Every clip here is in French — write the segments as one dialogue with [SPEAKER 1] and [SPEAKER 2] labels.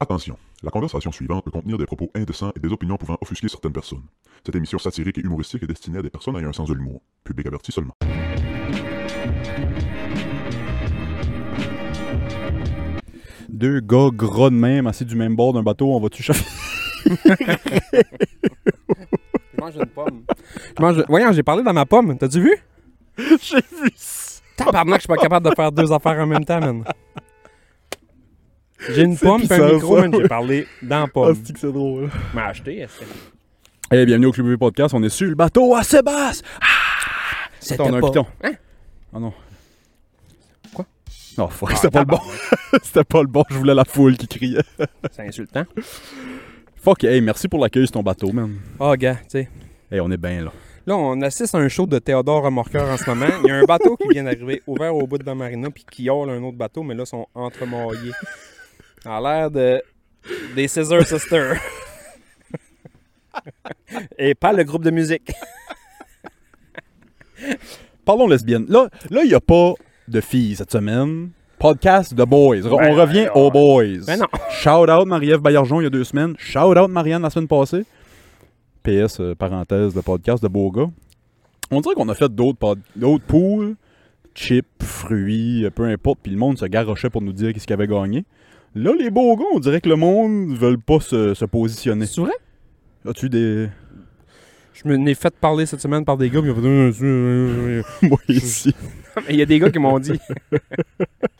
[SPEAKER 1] Attention, la conversation suivante peut contenir des propos indécents et des opinions pouvant offusquer certaines personnes. Cette émission satirique et humoristique est destinée à des personnes ayant un sens de l'humour. Public averti seulement.
[SPEAKER 2] Deux gars gras de même, assis du même bord d'un bateau, on va-tu chauffer?
[SPEAKER 3] Je mange une pomme. Je mange... Voyons, j'ai parlé dans ma pomme. T'as-tu vu?
[SPEAKER 2] J'ai vu ça!
[SPEAKER 3] Tabarnak, je suis pas capable de faire deux affaires en même temps, man. J'ai une
[SPEAKER 2] C'est
[SPEAKER 3] pomme et
[SPEAKER 2] bizarre,
[SPEAKER 3] un micro,
[SPEAKER 2] ça,
[SPEAKER 3] man.
[SPEAKER 2] oui.
[SPEAKER 3] J'ai parlé dans la pomme.
[SPEAKER 2] Ah, c'est que c'est drôle.
[SPEAKER 3] m'a acheté, est-ce que-
[SPEAKER 2] Hey, Eh, bienvenue au Club V Podcast, on est sur le bateau à Sébastien!
[SPEAKER 3] C'était
[SPEAKER 2] Attends, on a un
[SPEAKER 3] pas-
[SPEAKER 2] piton.
[SPEAKER 3] Hein?
[SPEAKER 2] Oh non.
[SPEAKER 3] Quoi?
[SPEAKER 2] Non, fuck,
[SPEAKER 3] Ah,
[SPEAKER 2] c'était pas le bon.
[SPEAKER 3] tabarnak.
[SPEAKER 2] c'était pas le bon, je voulais la foule qui criait.
[SPEAKER 3] C'est insultant.
[SPEAKER 2] Fuck, hey, merci pour l'accueil sur ton bateau, man.
[SPEAKER 3] Oh, gars, tu sais.
[SPEAKER 2] Hey, on est bien là.
[SPEAKER 3] Là, on assiste à un show de Théodore Remorqueur en ce moment. Il y a un bateau qui vient d'arriver ouvert au bout de la marina puis qui hurle un autre bateau, mais là, ils sont entremorillés. Ça a l'air de. des Scissor Sisters. Et pas le groupe de musique.
[SPEAKER 2] Parlons lesbienne. Là, là, il n'y a pas de filles cette semaine. Podcast de boys. Re-
[SPEAKER 3] Ben,
[SPEAKER 2] on revient
[SPEAKER 3] ben,
[SPEAKER 2] aux boys.
[SPEAKER 3] Ben non.
[SPEAKER 2] Shout out Marie-Ève Baillargeon il y a deux semaines. Shout out Marianne la semaine passée. PS, euh, parenthèse, de podcast de beaux gars. On dirait qu'on a fait d'autres pod- d'autres poules, chips, fruits, euh, peu importe, puis le monde se garochait pour nous dire qu'est-ce qu'il avait gagné. Là, les beaux gars, on dirait que le monde veulent pas se, se positionner.
[SPEAKER 3] C'est vrai?
[SPEAKER 2] As-tu des.
[SPEAKER 3] Je me l'ai fait parler cette semaine par des gars, puis ils ont fait, Euh, euh, euh,
[SPEAKER 2] Moi ici.
[SPEAKER 3] euh. Mais Il y a des gars qui m'ont dit.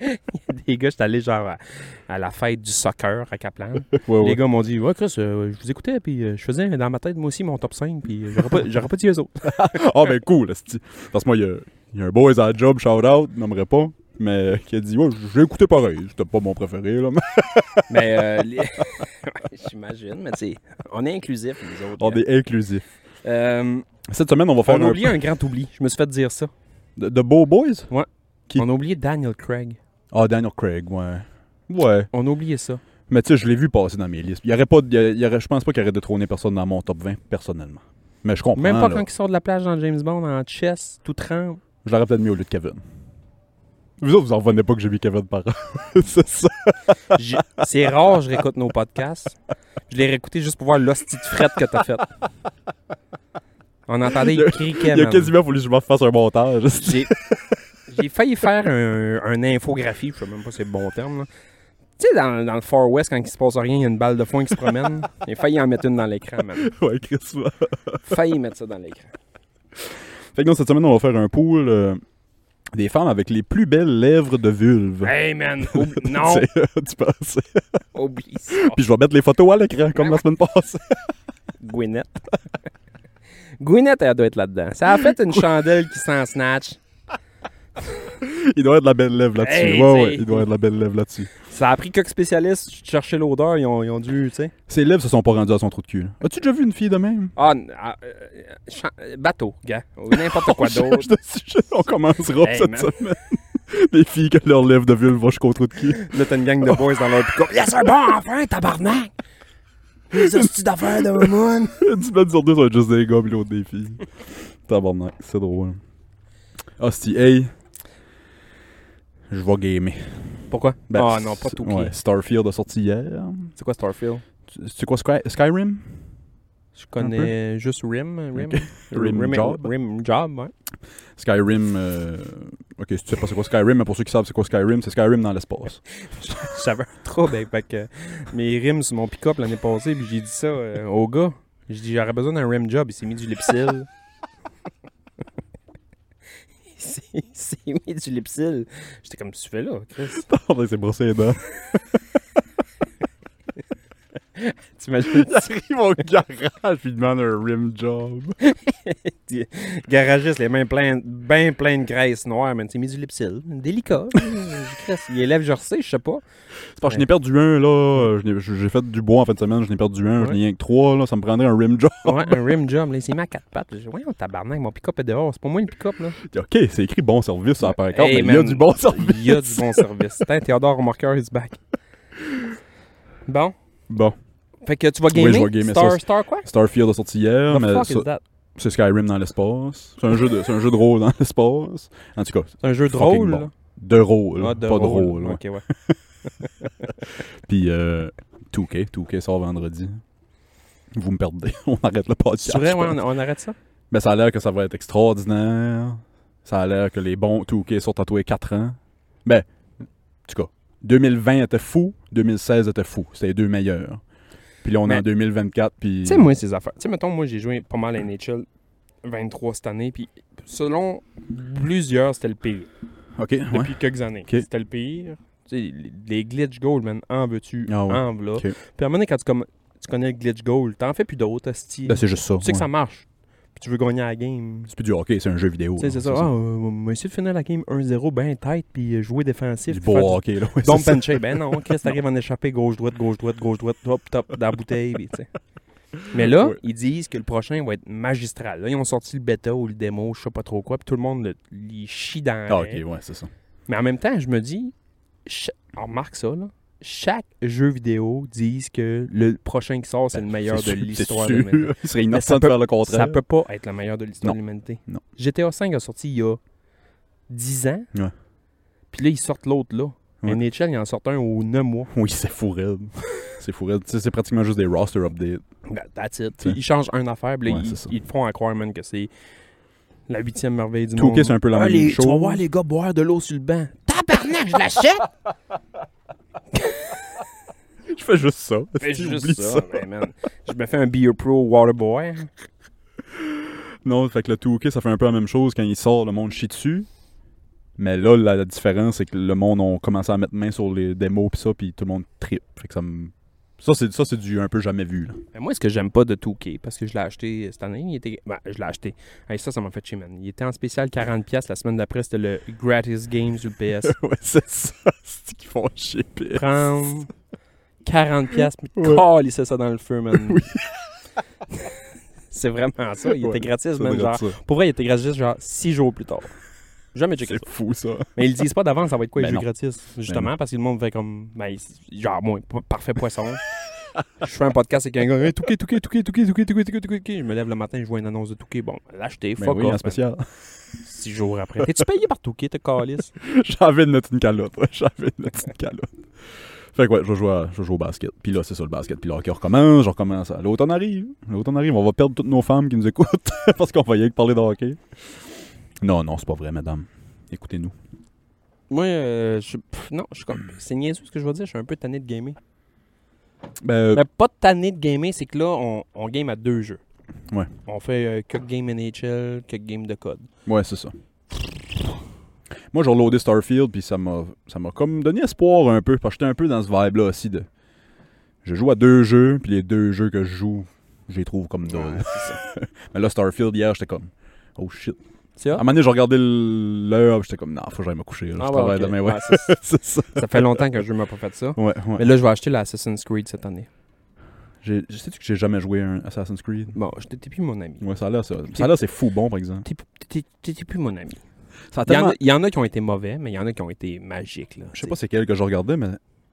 [SPEAKER 3] Il y a des gars, j'étais allé genre à, à la fête du soccer à Caplan.
[SPEAKER 2] Ouais, ouais.
[SPEAKER 3] Les gars m'ont dit Ah Ouais, Chris, euh, je vous écoutais, puis euh, je faisais dans ma tête moi aussi mon top 5, puis euh, j'aurais pas, j'aurais pas dit eux autres.
[SPEAKER 2] Ah ben cool, esti. parce que moi, il y a- il y, a un boys à la job, shout out, nommerait pas, mais qui a dit ouais, j'ai écouté pareil, c'était pas mon préféré là. mais
[SPEAKER 3] Mais euh, les- j'imagine, mais tu sais, on est inclusif, les autres.
[SPEAKER 2] On est inclusif.
[SPEAKER 3] Euh,
[SPEAKER 2] Cette semaine, on va faire
[SPEAKER 3] on a
[SPEAKER 2] un
[SPEAKER 3] oublié un grand oubli, je me suis fait dire ça.
[SPEAKER 2] de, de beaux boys. Qui-
[SPEAKER 3] On a oublié Daniel Craig.
[SPEAKER 2] Ah Daniel Craig, ouais. Ouais,
[SPEAKER 3] On a oublié ça.
[SPEAKER 2] mais tu sais, je l'ai vu passer dans mes listes. Il y aurait pas, de- il y a- il y aurait, je pense pas qu'il aurait détrôné personne dans mon top 20 personnellement. Mais je comprends.
[SPEAKER 3] Même pas
[SPEAKER 2] là.
[SPEAKER 3] quand il sort de la plage dans James Bond en chess, tout trempe.
[SPEAKER 2] Je l'aurais peut-être mis au lieu de Kevin. Vous autres, vous en revenez pas que j'ai mis Kevin par C'est ça.
[SPEAKER 3] J'ai- C'est rare, je réécoute nos podcasts. Je l'ai réécouté juste pour voir l'hostie de frette que t'as faite. On entendait,
[SPEAKER 2] Il y
[SPEAKER 3] il
[SPEAKER 2] a-
[SPEAKER 3] criquait.
[SPEAKER 2] Il y a
[SPEAKER 3] man.
[SPEAKER 2] quasiment voulu que je me fasse un montage. esti.
[SPEAKER 3] J'ai j'ai failli faire un, un infographie, je sais même pas si c'est le bon terme. là. Tu sais, dans, dans le Far West, quand il se passe rien, il y a une balle de foin qui se promène. J'ai failli en mettre une dans l'écran, même.
[SPEAKER 2] Ouais, Chris, ouais.
[SPEAKER 3] Failli mettre ça dans l'écran.
[SPEAKER 2] Fait que donc, cette semaine, on va faire un pool euh, des femmes avec les plus belles lèvres de vulve.
[SPEAKER 3] Hey, man! oublie- non!
[SPEAKER 2] C'est- euh, tu penses?
[SPEAKER 3] Oublie ça.
[SPEAKER 2] Puis je vais mettre les photos à l'écran comme la semaine passée.
[SPEAKER 3] Gwyneth. Gwyneth, elle doit être là-dedans. Ça a fait une chandelle qui s'en snatch.
[SPEAKER 2] Il doit y avoir de la belle lèvre là-dessus.
[SPEAKER 3] Hey,
[SPEAKER 2] ouais,
[SPEAKER 3] t'sais.
[SPEAKER 2] ouais, il doit y avoir de la belle lèvre là-dessus.
[SPEAKER 3] Ça a pris quelques spécialistes chercher l'odeur, ils ont, ils ont dû, tu sais.
[SPEAKER 2] Ses lèvres se sont pas rendues à son trou de cul. là. As-tu déjà vu une fille de même?
[SPEAKER 3] Ah, n- ah, euh, euh, chan- euh, bateau, gars. Ou n'importe quoi d'autre.
[SPEAKER 2] Je te suggère, on commencera
[SPEAKER 3] Hey,
[SPEAKER 2] cette
[SPEAKER 3] man.
[SPEAKER 2] semaine. Des filles que leur lèvres de vulve vont jusqu'au trou de cul.
[SPEAKER 3] Là, t'as une gang de boys dans leur pick-up. Yes, un bon, enfin, tabarnak! Les hosties d'affaires de Mamoun!
[SPEAKER 2] du mètres sur deux, ça va être juste des gars, puis l'autre des filles. Tabarnak, c'est drôle. Hostie, hey. Je vais gamer.
[SPEAKER 3] Pourquoi?
[SPEAKER 2] Ben,
[SPEAKER 3] Ah non, pas
[SPEAKER 2] c-
[SPEAKER 3] tout
[SPEAKER 2] ouais, Starfield a sorti hier.
[SPEAKER 3] C'est quoi Starfield?
[SPEAKER 2] Tu- C'est quoi Sky- Skyrim?
[SPEAKER 3] Je connais juste Rim. Rim,
[SPEAKER 2] Ok. Rim Job.
[SPEAKER 3] Rim Job, ouais.
[SPEAKER 2] Skyrim. euh, Ok, si tu sais pas c'est quoi Skyrim, mais pour ceux qui savent c'est quoi Skyrim, c'est Skyrim dans l'espace.
[SPEAKER 3] J'avais un trouble avec euh, mes rimes sur mon pick-up l'année passée, puis j'ai dit ça euh, au gars. J'ai dit, j'aurais besoin d'un Rim Job. Il s'est mis du lipsil. il s'est- il s'est mis du lipsil. J'étais comme, tu fais là, Chris.
[SPEAKER 2] On s'est brossé les dents.
[SPEAKER 3] T'imagines
[SPEAKER 2] J'arrive au garage, puis demande un rim job.
[SPEAKER 3] garagiste, les mains pleines, ben pleines de graisse noire, man. C'est mis du lipsil. Délicat. Il élève, je sais, je sais pas.
[SPEAKER 2] C'est parce que je n'ai perdu un, là. Je n'ai- je- J'ai fait du bois en fin de semaine, je n'ai perdu un, je
[SPEAKER 3] Ouais.
[SPEAKER 2] n'ai rien que trois, là. Ça me prendrait un rim job.
[SPEAKER 3] Ouais, un rim job, là, il s'est mis à quatre pattes. J'ai dit, voyons, tabarnak, mon pick-up est dehors. C'est pas moi le pick-up, là.
[SPEAKER 2] Ok, c'est écrit bon service sur la pancarte,
[SPEAKER 3] Hey,
[SPEAKER 2] mais il y a
[SPEAKER 3] man.
[SPEAKER 2] du bon service.
[SPEAKER 3] Il y a du bon service. Tiens, Théodore Remarqueur is back. Bon.
[SPEAKER 2] Bon,
[SPEAKER 3] Fait que tu vas
[SPEAKER 2] Oui,
[SPEAKER 3] gamer.
[SPEAKER 2] je vais gamer,
[SPEAKER 3] Star,
[SPEAKER 2] ça, c'est-
[SPEAKER 3] Star quoi?
[SPEAKER 2] Starfield a sorti hier,
[SPEAKER 3] What
[SPEAKER 2] mais
[SPEAKER 3] the fuck
[SPEAKER 2] ça-
[SPEAKER 3] is that?
[SPEAKER 2] c'est Skyrim dans l'espace. C'est un, jeu de- c'est un jeu de rôle dans l'espace. En tout cas,
[SPEAKER 3] C'est un jeu
[SPEAKER 2] fucking
[SPEAKER 3] drôle,
[SPEAKER 2] bon.
[SPEAKER 3] là.
[SPEAKER 2] de rôle,
[SPEAKER 3] Ah,
[SPEAKER 2] pas de rôle. ouais.
[SPEAKER 3] Ok, ouais.
[SPEAKER 2] Puis euh, 2K. 2K sort vendredi. Vous me perdez. On arrête le podcast.
[SPEAKER 3] C'est vrai,
[SPEAKER 2] je
[SPEAKER 3] ouais,
[SPEAKER 2] pense.
[SPEAKER 3] on, on arrête ça?
[SPEAKER 2] Mais Ben, ça a l'air que ça va être extraordinaire. Ça a l'air que les bons 2K sortent à tous les 4 ans. Ben, en tout cas, 2020 était fou, 2016 était fou. C'était les deux meilleurs. Puis là, on est
[SPEAKER 3] Mais-
[SPEAKER 2] en 2024, puis...
[SPEAKER 3] Ben, Tu sais, moi, ces affaires. Tu sais, mettons, moi, j'ai joué pas mal à NHL 23 cette année, puis selon plusieurs, c'était le pire.
[SPEAKER 2] OK, ouais.
[SPEAKER 3] Depuis quelques années,
[SPEAKER 2] Ok.
[SPEAKER 3] c'était le pire. Tu sais, les- les glitch goals, man, en veux-tu,
[SPEAKER 2] Ah ouais.
[SPEAKER 3] en voilà.
[SPEAKER 2] Ok.
[SPEAKER 3] Puis à un moment donné, quand tu, com- tu connais le glitch goal, t'en fais plus d'autres, hostie.
[SPEAKER 2] Là, Ben, c'est juste ça.
[SPEAKER 3] Tu sais que
[SPEAKER 2] ouais.
[SPEAKER 3] ça marche. Puis tu veux gagner la game.
[SPEAKER 2] C'est plus du hockey, c'est un jeu vidéo.
[SPEAKER 3] Tu sais,
[SPEAKER 2] là,
[SPEAKER 3] c'est ça. Ah, euh, on va essayer de finir la game 1-0, ben tight, puis euh, jouer défensif.
[SPEAKER 2] Du beau
[SPEAKER 3] puis faire du-
[SPEAKER 2] hockey, là. ouais,
[SPEAKER 3] Don't
[SPEAKER 2] c'est ça.
[SPEAKER 3] puncher. Ben non, Chris, t'arrives en échappée gauche-droite, gauche-droite, gauche-droite, top, top, dans la bouteille. puis, tu sais. Mais là,
[SPEAKER 2] Ouais.
[SPEAKER 3] ils disent que le prochain va être magistral. Là, ils ont sorti le bêta ou le démo, je sais pas trop quoi, puis tout le monde le- les chie dans
[SPEAKER 2] Ah,
[SPEAKER 3] la
[SPEAKER 2] OK,
[SPEAKER 3] haie.
[SPEAKER 2] ouais, c'est ça.
[SPEAKER 3] Mais en même temps, je me dis, cha- on remarque ça, là. Chaque jeu vidéo disent que le prochain qui sort, c'est le meilleur de
[SPEAKER 2] Ben, C'est sûr-
[SPEAKER 3] l'histoire.
[SPEAKER 2] C'est
[SPEAKER 3] de l'humanité.
[SPEAKER 2] sûr. Il serait
[SPEAKER 3] Mais ça
[SPEAKER 2] innocent de
[SPEAKER 3] peut-
[SPEAKER 2] faire le contraire.
[SPEAKER 3] Ça peut pas être le meilleur de l'histoire de l'humanité.
[SPEAKER 2] Non.
[SPEAKER 3] GTA V a sorti il y a 10 ans.
[SPEAKER 2] Ouais.
[SPEAKER 3] Puis là, ils sortent l'autre là.
[SPEAKER 2] Ouais.
[SPEAKER 3] NHL, ils en sortent un au 9 mois.
[SPEAKER 2] Oui, c'est fourré. C'est fourré. Tu sais, c'est pratiquement juste des roster updates.
[SPEAKER 3] That- Ben, That's it.
[SPEAKER 2] Ouais.
[SPEAKER 3] Ils changent un affaire, puis là,
[SPEAKER 2] Ouais,
[SPEAKER 3] ils,
[SPEAKER 2] c'est ça.
[SPEAKER 3] ils te font à croire, man, que c'est la huitième merveille du monde.
[SPEAKER 2] 2K, c'est un peu la
[SPEAKER 3] Ah,
[SPEAKER 2] même
[SPEAKER 3] les-
[SPEAKER 2] chose.
[SPEAKER 3] Tu vas voir les gars boire de l'eau sur le banc. Tabarnak, je l'achète!
[SPEAKER 2] Je fais juste ça.
[SPEAKER 3] Fais juste
[SPEAKER 2] J'oublie
[SPEAKER 3] ça, ouais, man. Je me fais un Beer Pro Waterboy.
[SPEAKER 2] Non, fait que le 2K, ça fait un peu la même chose. Quand il sort, le monde chie dessus. Mais là, la, la différence, c'est que le monde ont commencé à mettre main sur les démos pis ça, puis tout le monde trip. Fait que ça me... Ça, c'est, ça, c'est du un peu jamais vu. Là.
[SPEAKER 3] Mais moi, ce que j'aime pas de 2K, parce que je l'ai acheté cette année, il était... Ben, je l'ai acheté. Hey, ça, ça m'a fait chier, man. Il était en spécial 40$. La semaine d'après, c'était le Gratis Games sur le PS.
[SPEAKER 2] ouais, c'est ça. C'est qu'ils font chier.
[SPEAKER 3] Prendre 40$, mais
[SPEAKER 2] Ouais.
[SPEAKER 3] calissez ça dans le feu, man. c'est vraiment ça. Il était
[SPEAKER 2] Ouais,
[SPEAKER 3] gratis, man. Genre, pour vrai, il était gratis, genre, 6 jours plus tard. Jamais checké ça.
[SPEAKER 2] C'est fou, ça.
[SPEAKER 3] Mais ils disent pas d'avance, ça va être quoi
[SPEAKER 2] Ben
[SPEAKER 3] les jeux
[SPEAKER 2] non.
[SPEAKER 3] gratis. Justement, parce que le monde fait comme. Ben, c'est- genre, moi, p- parfait poisson. je fais un podcast avec un gars. Hey, touqué, touqué, touqué, touqué, touqué, touqué, touqué, touqué. Je me lève le matin, je vois une annonce de touqué. Bon, l'acheter,
[SPEAKER 2] Mais
[SPEAKER 3] fuck
[SPEAKER 2] Ben oui, en
[SPEAKER 3] off.
[SPEAKER 2] spécial.
[SPEAKER 3] man. Six jours après. T'es-tu payé par touqué, t'es calice?
[SPEAKER 2] J'avais une petite calotte. ouais. J'avais une petite calotte. Fait que ouais, je joue, je joue au basket. Puis là, c'est ça le basket. Puis là, hockey recommence, je recommence. à- L'automne arrive. L'automne arrive. On va perdre toutes nos femmes qui nous écoutent parce qu'on va y aller parler de hockey. Non, non, c'est pas vrai, madame. Écoutez-nous.
[SPEAKER 3] Moi, euh, je. pff, non, je suis comme. C'est niaiseux ce que je veux dire, je suis un peu tanné de gamer.
[SPEAKER 2] Ben,
[SPEAKER 3] Mais pas tanné de gamer, c'est que là, on, on game à deux jeux.
[SPEAKER 2] Ouais.
[SPEAKER 3] On fait euh, quelques games NHL, quelques games de code.
[SPEAKER 2] ouais, c'est ça. Moi, j'ai reloadé Starfield, puis ça m'a ça m'a comme donné espoir un peu, parce que j'étais un peu dans ce vibe-là aussi de... Je joue à deux jeux, puis les deux jeux que je joue, je les trouve comme
[SPEAKER 3] Ouais,
[SPEAKER 2] drôles.
[SPEAKER 3] c'est ça.
[SPEAKER 2] Mais là, Starfield, hier, j'étais comme... Oh shit.
[SPEAKER 3] C'est
[SPEAKER 2] À
[SPEAKER 3] ça?
[SPEAKER 2] un moment donné, j'ai regardé l- l'heure, puis j'étais comme, non, faut que j'aille me coucher. là.
[SPEAKER 3] Ah,
[SPEAKER 2] je
[SPEAKER 3] ouais,
[SPEAKER 2] travaille
[SPEAKER 3] ok.
[SPEAKER 2] demain, ouais.
[SPEAKER 3] Ouais, c'est-
[SPEAKER 2] c'est ça.
[SPEAKER 3] ça fait longtemps que le jeu m'a pas fait ça.
[SPEAKER 2] Ouais, ouais.
[SPEAKER 3] Mais là, je vais acheter l'Assassin's Creed cette année.
[SPEAKER 2] J'ai- je sais-tu que j'ai jamais joué à un Assassin's Creed?
[SPEAKER 3] Bon, je t'étais plus mon ami.
[SPEAKER 2] Ouais, ça là, ça, ça là, c'est fou bon, par exemple.
[SPEAKER 3] T'es- t'es- T'étais plus mon ami.
[SPEAKER 2] Ça a
[SPEAKER 3] Il y, en
[SPEAKER 2] tellement-
[SPEAKER 3] a, il y en a qui ont été mauvais, mais il y en a qui ont été magiques. Là,
[SPEAKER 2] Je sais pas c'est quel que je regardais, mais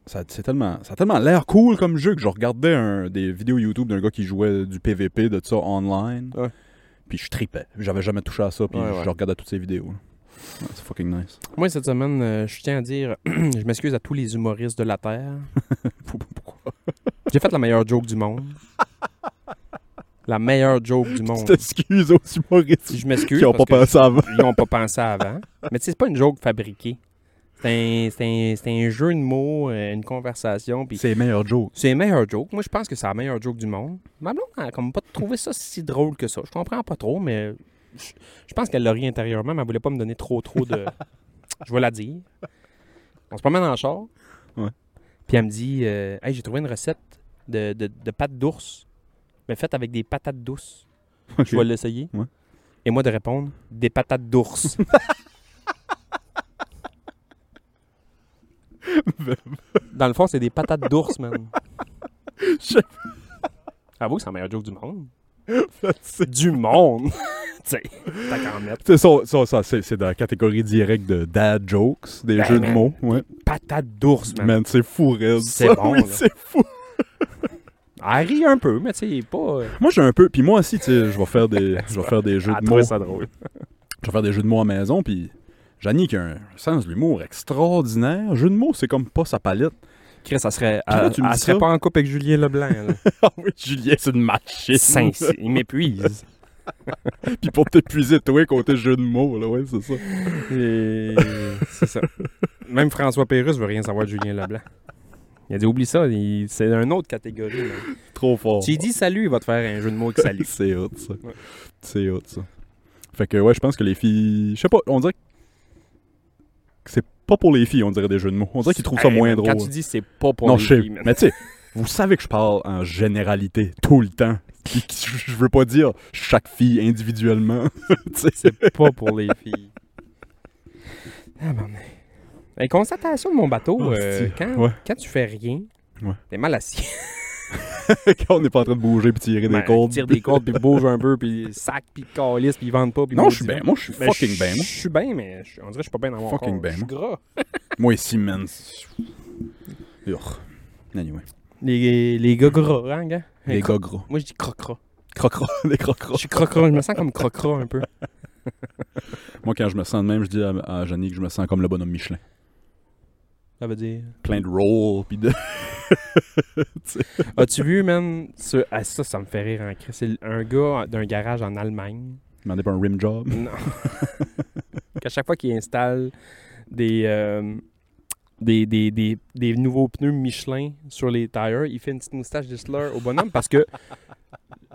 [SPEAKER 2] ça, c'est tellement, ça a tellement l'air cool comme jeu que je regardais un- des vidéos YouTube d'un gars qui jouait du PVP, de ça, online.
[SPEAKER 3] Ouais.
[SPEAKER 2] Puis je tripais. J'avais jamais touché à ça, puis
[SPEAKER 3] Ouais,
[SPEAKER 2] je
[SPEAKER 3] ouais.
[SPEAKER 2] regardais toutes ces vidéos. là. Ouais, c'est fucking nice.
[SPEAKER 3] Moi, cette semaine, euh, je tiens à dire, je m'excuse à tous les humoristes de la Terre.
[SPEAKER 2] Pourquoi?
[SPEAKER 3] J'ai fait la meilleure joke du monde. La meilleure joke du
[SPEAKER 2] Tu
[SPEAKER 3] monde.
[SPEAKER 2] t'excuses aux humoristes
[SPEAKER 3] Oh. Je m'excuse.
[SPEAKER 2] qui ont pas
[SPEAKER 3] parce que
[SPEAKER 2] pensé avant.
[SPEAKER 3] ils n'ont pas pensé avant. Mais tu sais, c'est pas une joke fabriquée. C'est un, c'est un- c'est un jeu de mots, euh, une conversation. puis
[SPEAKER 2] C'est les meilleurs jokes.
[SPEAKER 3] C'est la meilleure joke. Moi, je pense que c'est la meilleure joke du monde. Ma blonde, elle a comme pas trouvé ça si drôle que ça. Je comprends pas trop, mais je, je pense qu'elle l'a ri intérieurement, mais elle voulait pas me donner trop, trop de. je vais la dire. On se promène en char.
[SPEAKER 2] Ouais.
[SPEAKER 3] Puis elle me dit euh, Hey, j'ai trouvé une recette de, de, de pâtes d'ours, mais faite avec des patates douces. Je vais l'essayer.
[SPEAKER 2] Ouais.
[SPEAKER 3] Et moi de répondre Des patates d'ours. Dans le fond, c'est des patates d'ours, man.
[SPEAKER 2] Je-
[SPEAKER 3] Avoue, c'est la meilleure joke du monde.
[SPEAKER 2] C'est-
[SPEAKER 3] Du monde! tu sais, t'as qu'à en mettre.
[SPEAKER 2] C'est ça, ça, ça, c'est c'est dans la catégorie directe de dad jokes, des
[SPEAKER 3] Ben,
[SPEAKER 2] jeux de
[SPEAKER 3] man.
[SPEAKER 2] mots. Ouais.
[SPEAKER 3] Patate d'ours, man.
[SPEAKER 2] Man, c'est fou, raide,
[SPEAKER 3] C'est
[SPEAKER 2] ça.
[SPEAKER 3] bon,
[SPEAKER 2] Oui,
[SPEAKER 3] là.
[SPEAKER 2] c'est fou.
[SPEAKER 3] Elle rit un peu, mais tu sais, il est pas. euh,
[SPEAKER 2] Moi, j'ai un peu. Puis moi aussi, tu sais, je vais faire des, je vais faire des jeux
[SPEAKER 3] elle
[SPEAKER 2] de mots.
[SPEAKER 3] trouve Ah, ça drôle.
[SPEAKER 2] Je vais faire des jeux de mots à la maison. Puis Jannick a un sens de l'humour extraordinaire. Jeu de mots, c'est comme pas sa palette.
[SPEAKER 3] Chris, elle serait,
[SPEAKER 2] Puis là,
[SPEAKER 3] elle,
[SPEAKER 2] tu me
[SPEAKER 3] elle
[SPEAKER 2] dis
[SPEAKER 3] serait
[SPEAKER 2] ça.
[SPEAKER 3] pas en couple avec Julien Leblanc. là.
[SPEAKER 2] Ah oui, Julien, c'est une machine.
[SPEAKER 3] Saint, c'est- il m'épuise.
[SPEAKER 2] Puis pour t'épuiser, toi, côté jeu de mots, là, ouais, c'est ça.
[SPEAKER 3] Et C'est ça. Même François Pérusse veut rien savoir de Julien Leblanc. Il a dit oublie ça, il- c'est une autre catégorie. là.
[SPEAKER 2] Trop fort.
[SPEAKER 3] Tu lui dis salut, il va te faire un jeu de mots avec salut.
[SPEAKER 2] C'est hot, ça.
[SPEAKER 3] Ouais.
[SPEAKER 2] C'est hot, ça. Fait que, ouais, je pense que les filles. Je sais pas, on dirait que c'est pas pour les filles, on dirait des jeux de mots. On dirait qu'ils trouvent ça
[SPEAKER 3] Hey,
[SPEAKER 2] moins
[SPEAKER 3] man,
[SPEAKER 2] drôle.
[SPEAKER 3] Quand tu dis c'est pas pour
[SPEAKER 2] non,
[SPEAKER 3] les
[SPEAKER 2] je sais.
[SPEAKER 3] filles, man.
[SPEAKER 2] Mais tu sais, vous savez que je parle en généralité, tout le temps. Puis que je je veux pas dire chaque fille individuellement. Tu sais.
[SPEAKER 3] c'est pas pour les filles. Ah, ben, mais- Hey, constatation de mon bateau,
[SPEAKER 2] Oh,
[SPEAKER 3] euh,
[SPEAKER 2] c'est-
[SPEAKER 3] quand,
[SPEAKER 2] ouais.
[SPEAKER 3] quand tu fais rien,
[SPEAKER 2] Ouais.
[SPEAKER 3] t'es mal assis.
[SPEAKER 2] Quand on n'est pas en train de bouger puis tirer
[SPEAKER 3] Ben,
[SPEAKER 2] des cordes.
[SPEAKER 3] Tire des cordes, puis bouge un peu, puis sac, puis calisse, puis ils vendent pas. Puis
[SPEAKER 2] Non, je suis
[SPEAKER 3] maudit.
[SPEAKER 2] bien. Moi, je suis
[SPEAKER 3] Ben,
[SPEAKER 2] fucking
[SPEAKER 3] je-
[SPEAKER 2] bien.
[SPEAKER 3] Je
[SPEAKER 2] Moi.
[SPEAKER 3] suis bien, mais je- on dirait que je suis pas bien dans mon
[SPEAKER 2] Fucking
[SPEAKER 3] corps.
[SPEAKER 2] ben,
[SPEAKER 3] Je suis gras.
[SPEAKER 2] moi ici, man. Urgh. Anyway.
[SPEAKER 3] Les, les gars gras, hein, gars?
[SPEAKER 2] Les gars gros.
[SPEAKER 3] Moi, je dis crocra.
[SPEAKER 2] Crocro. Les
[SPEAKER 3] Je
[SPEAKER 2] crocros.
[SPEAKER 3] suis crocra, je me sens comme crocra un peu.
[SPEAKER 2] Moi, quand je me sens de même, je dis à, à Johnny que je me sens comme le bonhomme Michelin.
[SPEAKER 3] Ça veut dire.
[SPEAKER 2] Plein de rolls, puis de...
[SPEAKER 3] As-tu vu, man? ce- ah, ça, ça me fait rire en crise. C'est un gars d'un garage en Allemagne.
[SPEAKER 2] Demandez pas un rim job.
[SPEAKER 3] Non. Qu'à chaque fois qu'il installe des, euh, des, des, des, des nouveaux pneus Michelin sur les tires, il fait une petite moustache de slur au bonhomme parce que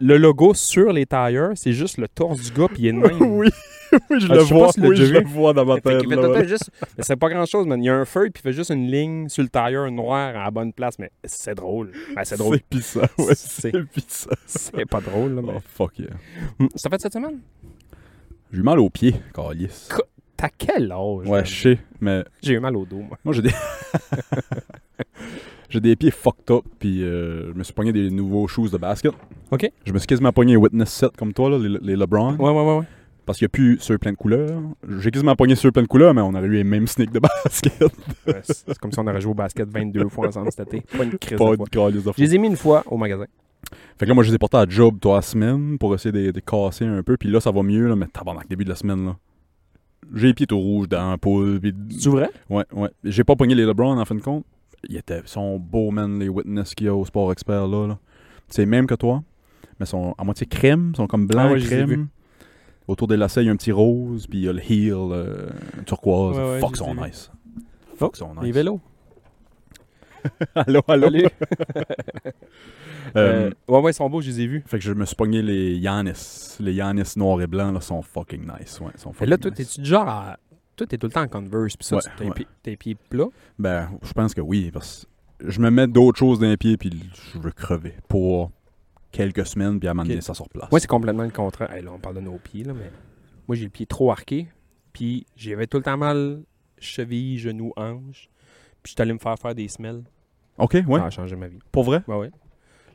[SPEAKER 3] le logo sur les tires, c'est juste le torse du gars puis il est de même.
[SPEAKER 2] oui, je
[SPEAKER 3] Ah, je sais pas si le Jerry-
[SPEAKER 2] vois dans ma
[SPEAKER 3] Fait qu'il fait
[SPEAKER 2] là,
[SPEAKER 3] tout le temps
[SPEAKER 2] ouais.
[SPEAKER 3] juste- mais c'est pas grand chose, man. Il y a un feu, puis il fait juste une ligne sur le tire noir à la bonne place, mais c'est drôle. Ben, c'est drôle.
[SPEAKER 2] C'est pissant, ouais.
[SPEAKER 3] C'est-
[SPEAKER 2] C'est pissant.
[SPEAKER 3] C'est pas drôle, là,
[SPEAKER 2] Oh,
[SPEAKER 3] mais.
[SPEAKER 2] fuck yeah.
[SPEAKER 3] Mm. Ça fait cette semaine?
[SPEAKER 2] J'ai eu mal aux pieds, calice.
[SPEAKER 3] T'as quel âge?
[SPEAKER 2] Ouais,
[SPEAKER 3] man?
[SPEAKER 2] je sais, mais
[SPEAKER 3] J'ai eu mal au dos, moi.
[SPEAKER 2] moi, j'ai des... j'ai des pieds fucked up, puis euh, je me suis pogné des nouveaux shoes de basket.
[SPEAKER 3] OK.
[SPEAKER 2] Je me suis quasiment pogné Witness 7 comme toi, là, les, les LeBron.
[SPEAKER 3] Ouais, ouais, ouais. ouais.
[SPEAKER 2] Parce qu'il n'y a plus ceux plein de couleurs. J'ai quasiment pogné ceux plein de couleurs, mais on aurait eu les mêmes sneaks de basket.
[SPEAKER 3] Ouais, Euh, c'est c'est comme si on aurait joué au basket 22 fois ensemble cet été. Pas une crise.
[SPEAKER 2] pas
[SPEAKER 3] de
[SPEAKER 2] de
[SPEAKER 3] fois.
[SPEAKER 2] calice de
[SPEAKER 3] Je les ai mis une fois au magasin.
[SPEAKER 2] Fait que là, moi, je les ai portés à job trois semaines pour essayer de, de casser un peu. Puis là, ça va mieux, là, mais tabarnak, début de la semaine, là. J'ai les pieds tout rouges dans la poule. puis-
[SPEAKER 3] C'est vrai?
[SPEAKER 2] Ouais, ouais. J'ai pas pogné les LeBron, en fin de compte. Ils étaient, sont beaux, man, les Witness qu'il y a au Sport Expert, là. là. C'est les mêmes que toi, mais sont à moitié crème, sont comme blancs
[SPEAKER 3] Ah ouais, je les ai vus.
[SPEAKER 2] crème. Autour des lacets, il y a un petit rose, puis il y a le heel euh, turquoise.
[SPEAKER 3] Ouais, ouais,
[SPEAKER 2] Fuck,
[SPEAKER 3] je les
[SPEAKER 2] sont
[SPEAKER 3] ai vus.
[SPEAKER 2] nice. Fuck, sont nice.
[SPEAKER 3] Les vélos.
[SPEAKER 2] allô, allô.
[SPEAKER 3] Salut.
[SPEAKER 2] Euh,
[SPEAKER 3] Euh, ouais, ouais, ils sont beaux, je les ai vus.
[SPEAKER 2] Fait que je me suis pogné les Yanis. Les Yanis noirs et blancs, là, sont fucking nice. Ouais, sont
[SPEAKER 3] Et
[SPEAKER 2] fucking
[SPEAKER 3] là, toi,
[SPEAKER 2] nice.
[SPEAKER 3] t'es-tu du genre à. Toi, t'es tout le temps en converse, puis ça,
[SPEAKER 2] Ouais,
[SPEAKER 3] tu- tes
[SPEAKER 2] ouais.
[SPEAKER 3] pi- tes pieds plats.
[SPEAKER 2] Ben, je pense que oui, parce que je me mets d'autres choses dans les pieds, puis je veux crever pour quelques semaines, puis à un moment donné,
[SPEAKER 3] Ok.
[SPEAKER 2] ça sur place.
[SPEAKER 3] Moi, c'est complètement le contraire. Hey, là, on parle de nos pieds, là, mais moi, j'ai le pied trop arqué. Puis, j'avais tout le temps mal cheville, genou, hanche. Puis, je suis allé me faire faire des semelles.
[SPEAKER 2] OK, ouais,
[SPEAKER 3] Ça a changé ma vie.
[SPEAKER 2] pour vrai?
[SPEAKER 3] Ouais, ouais.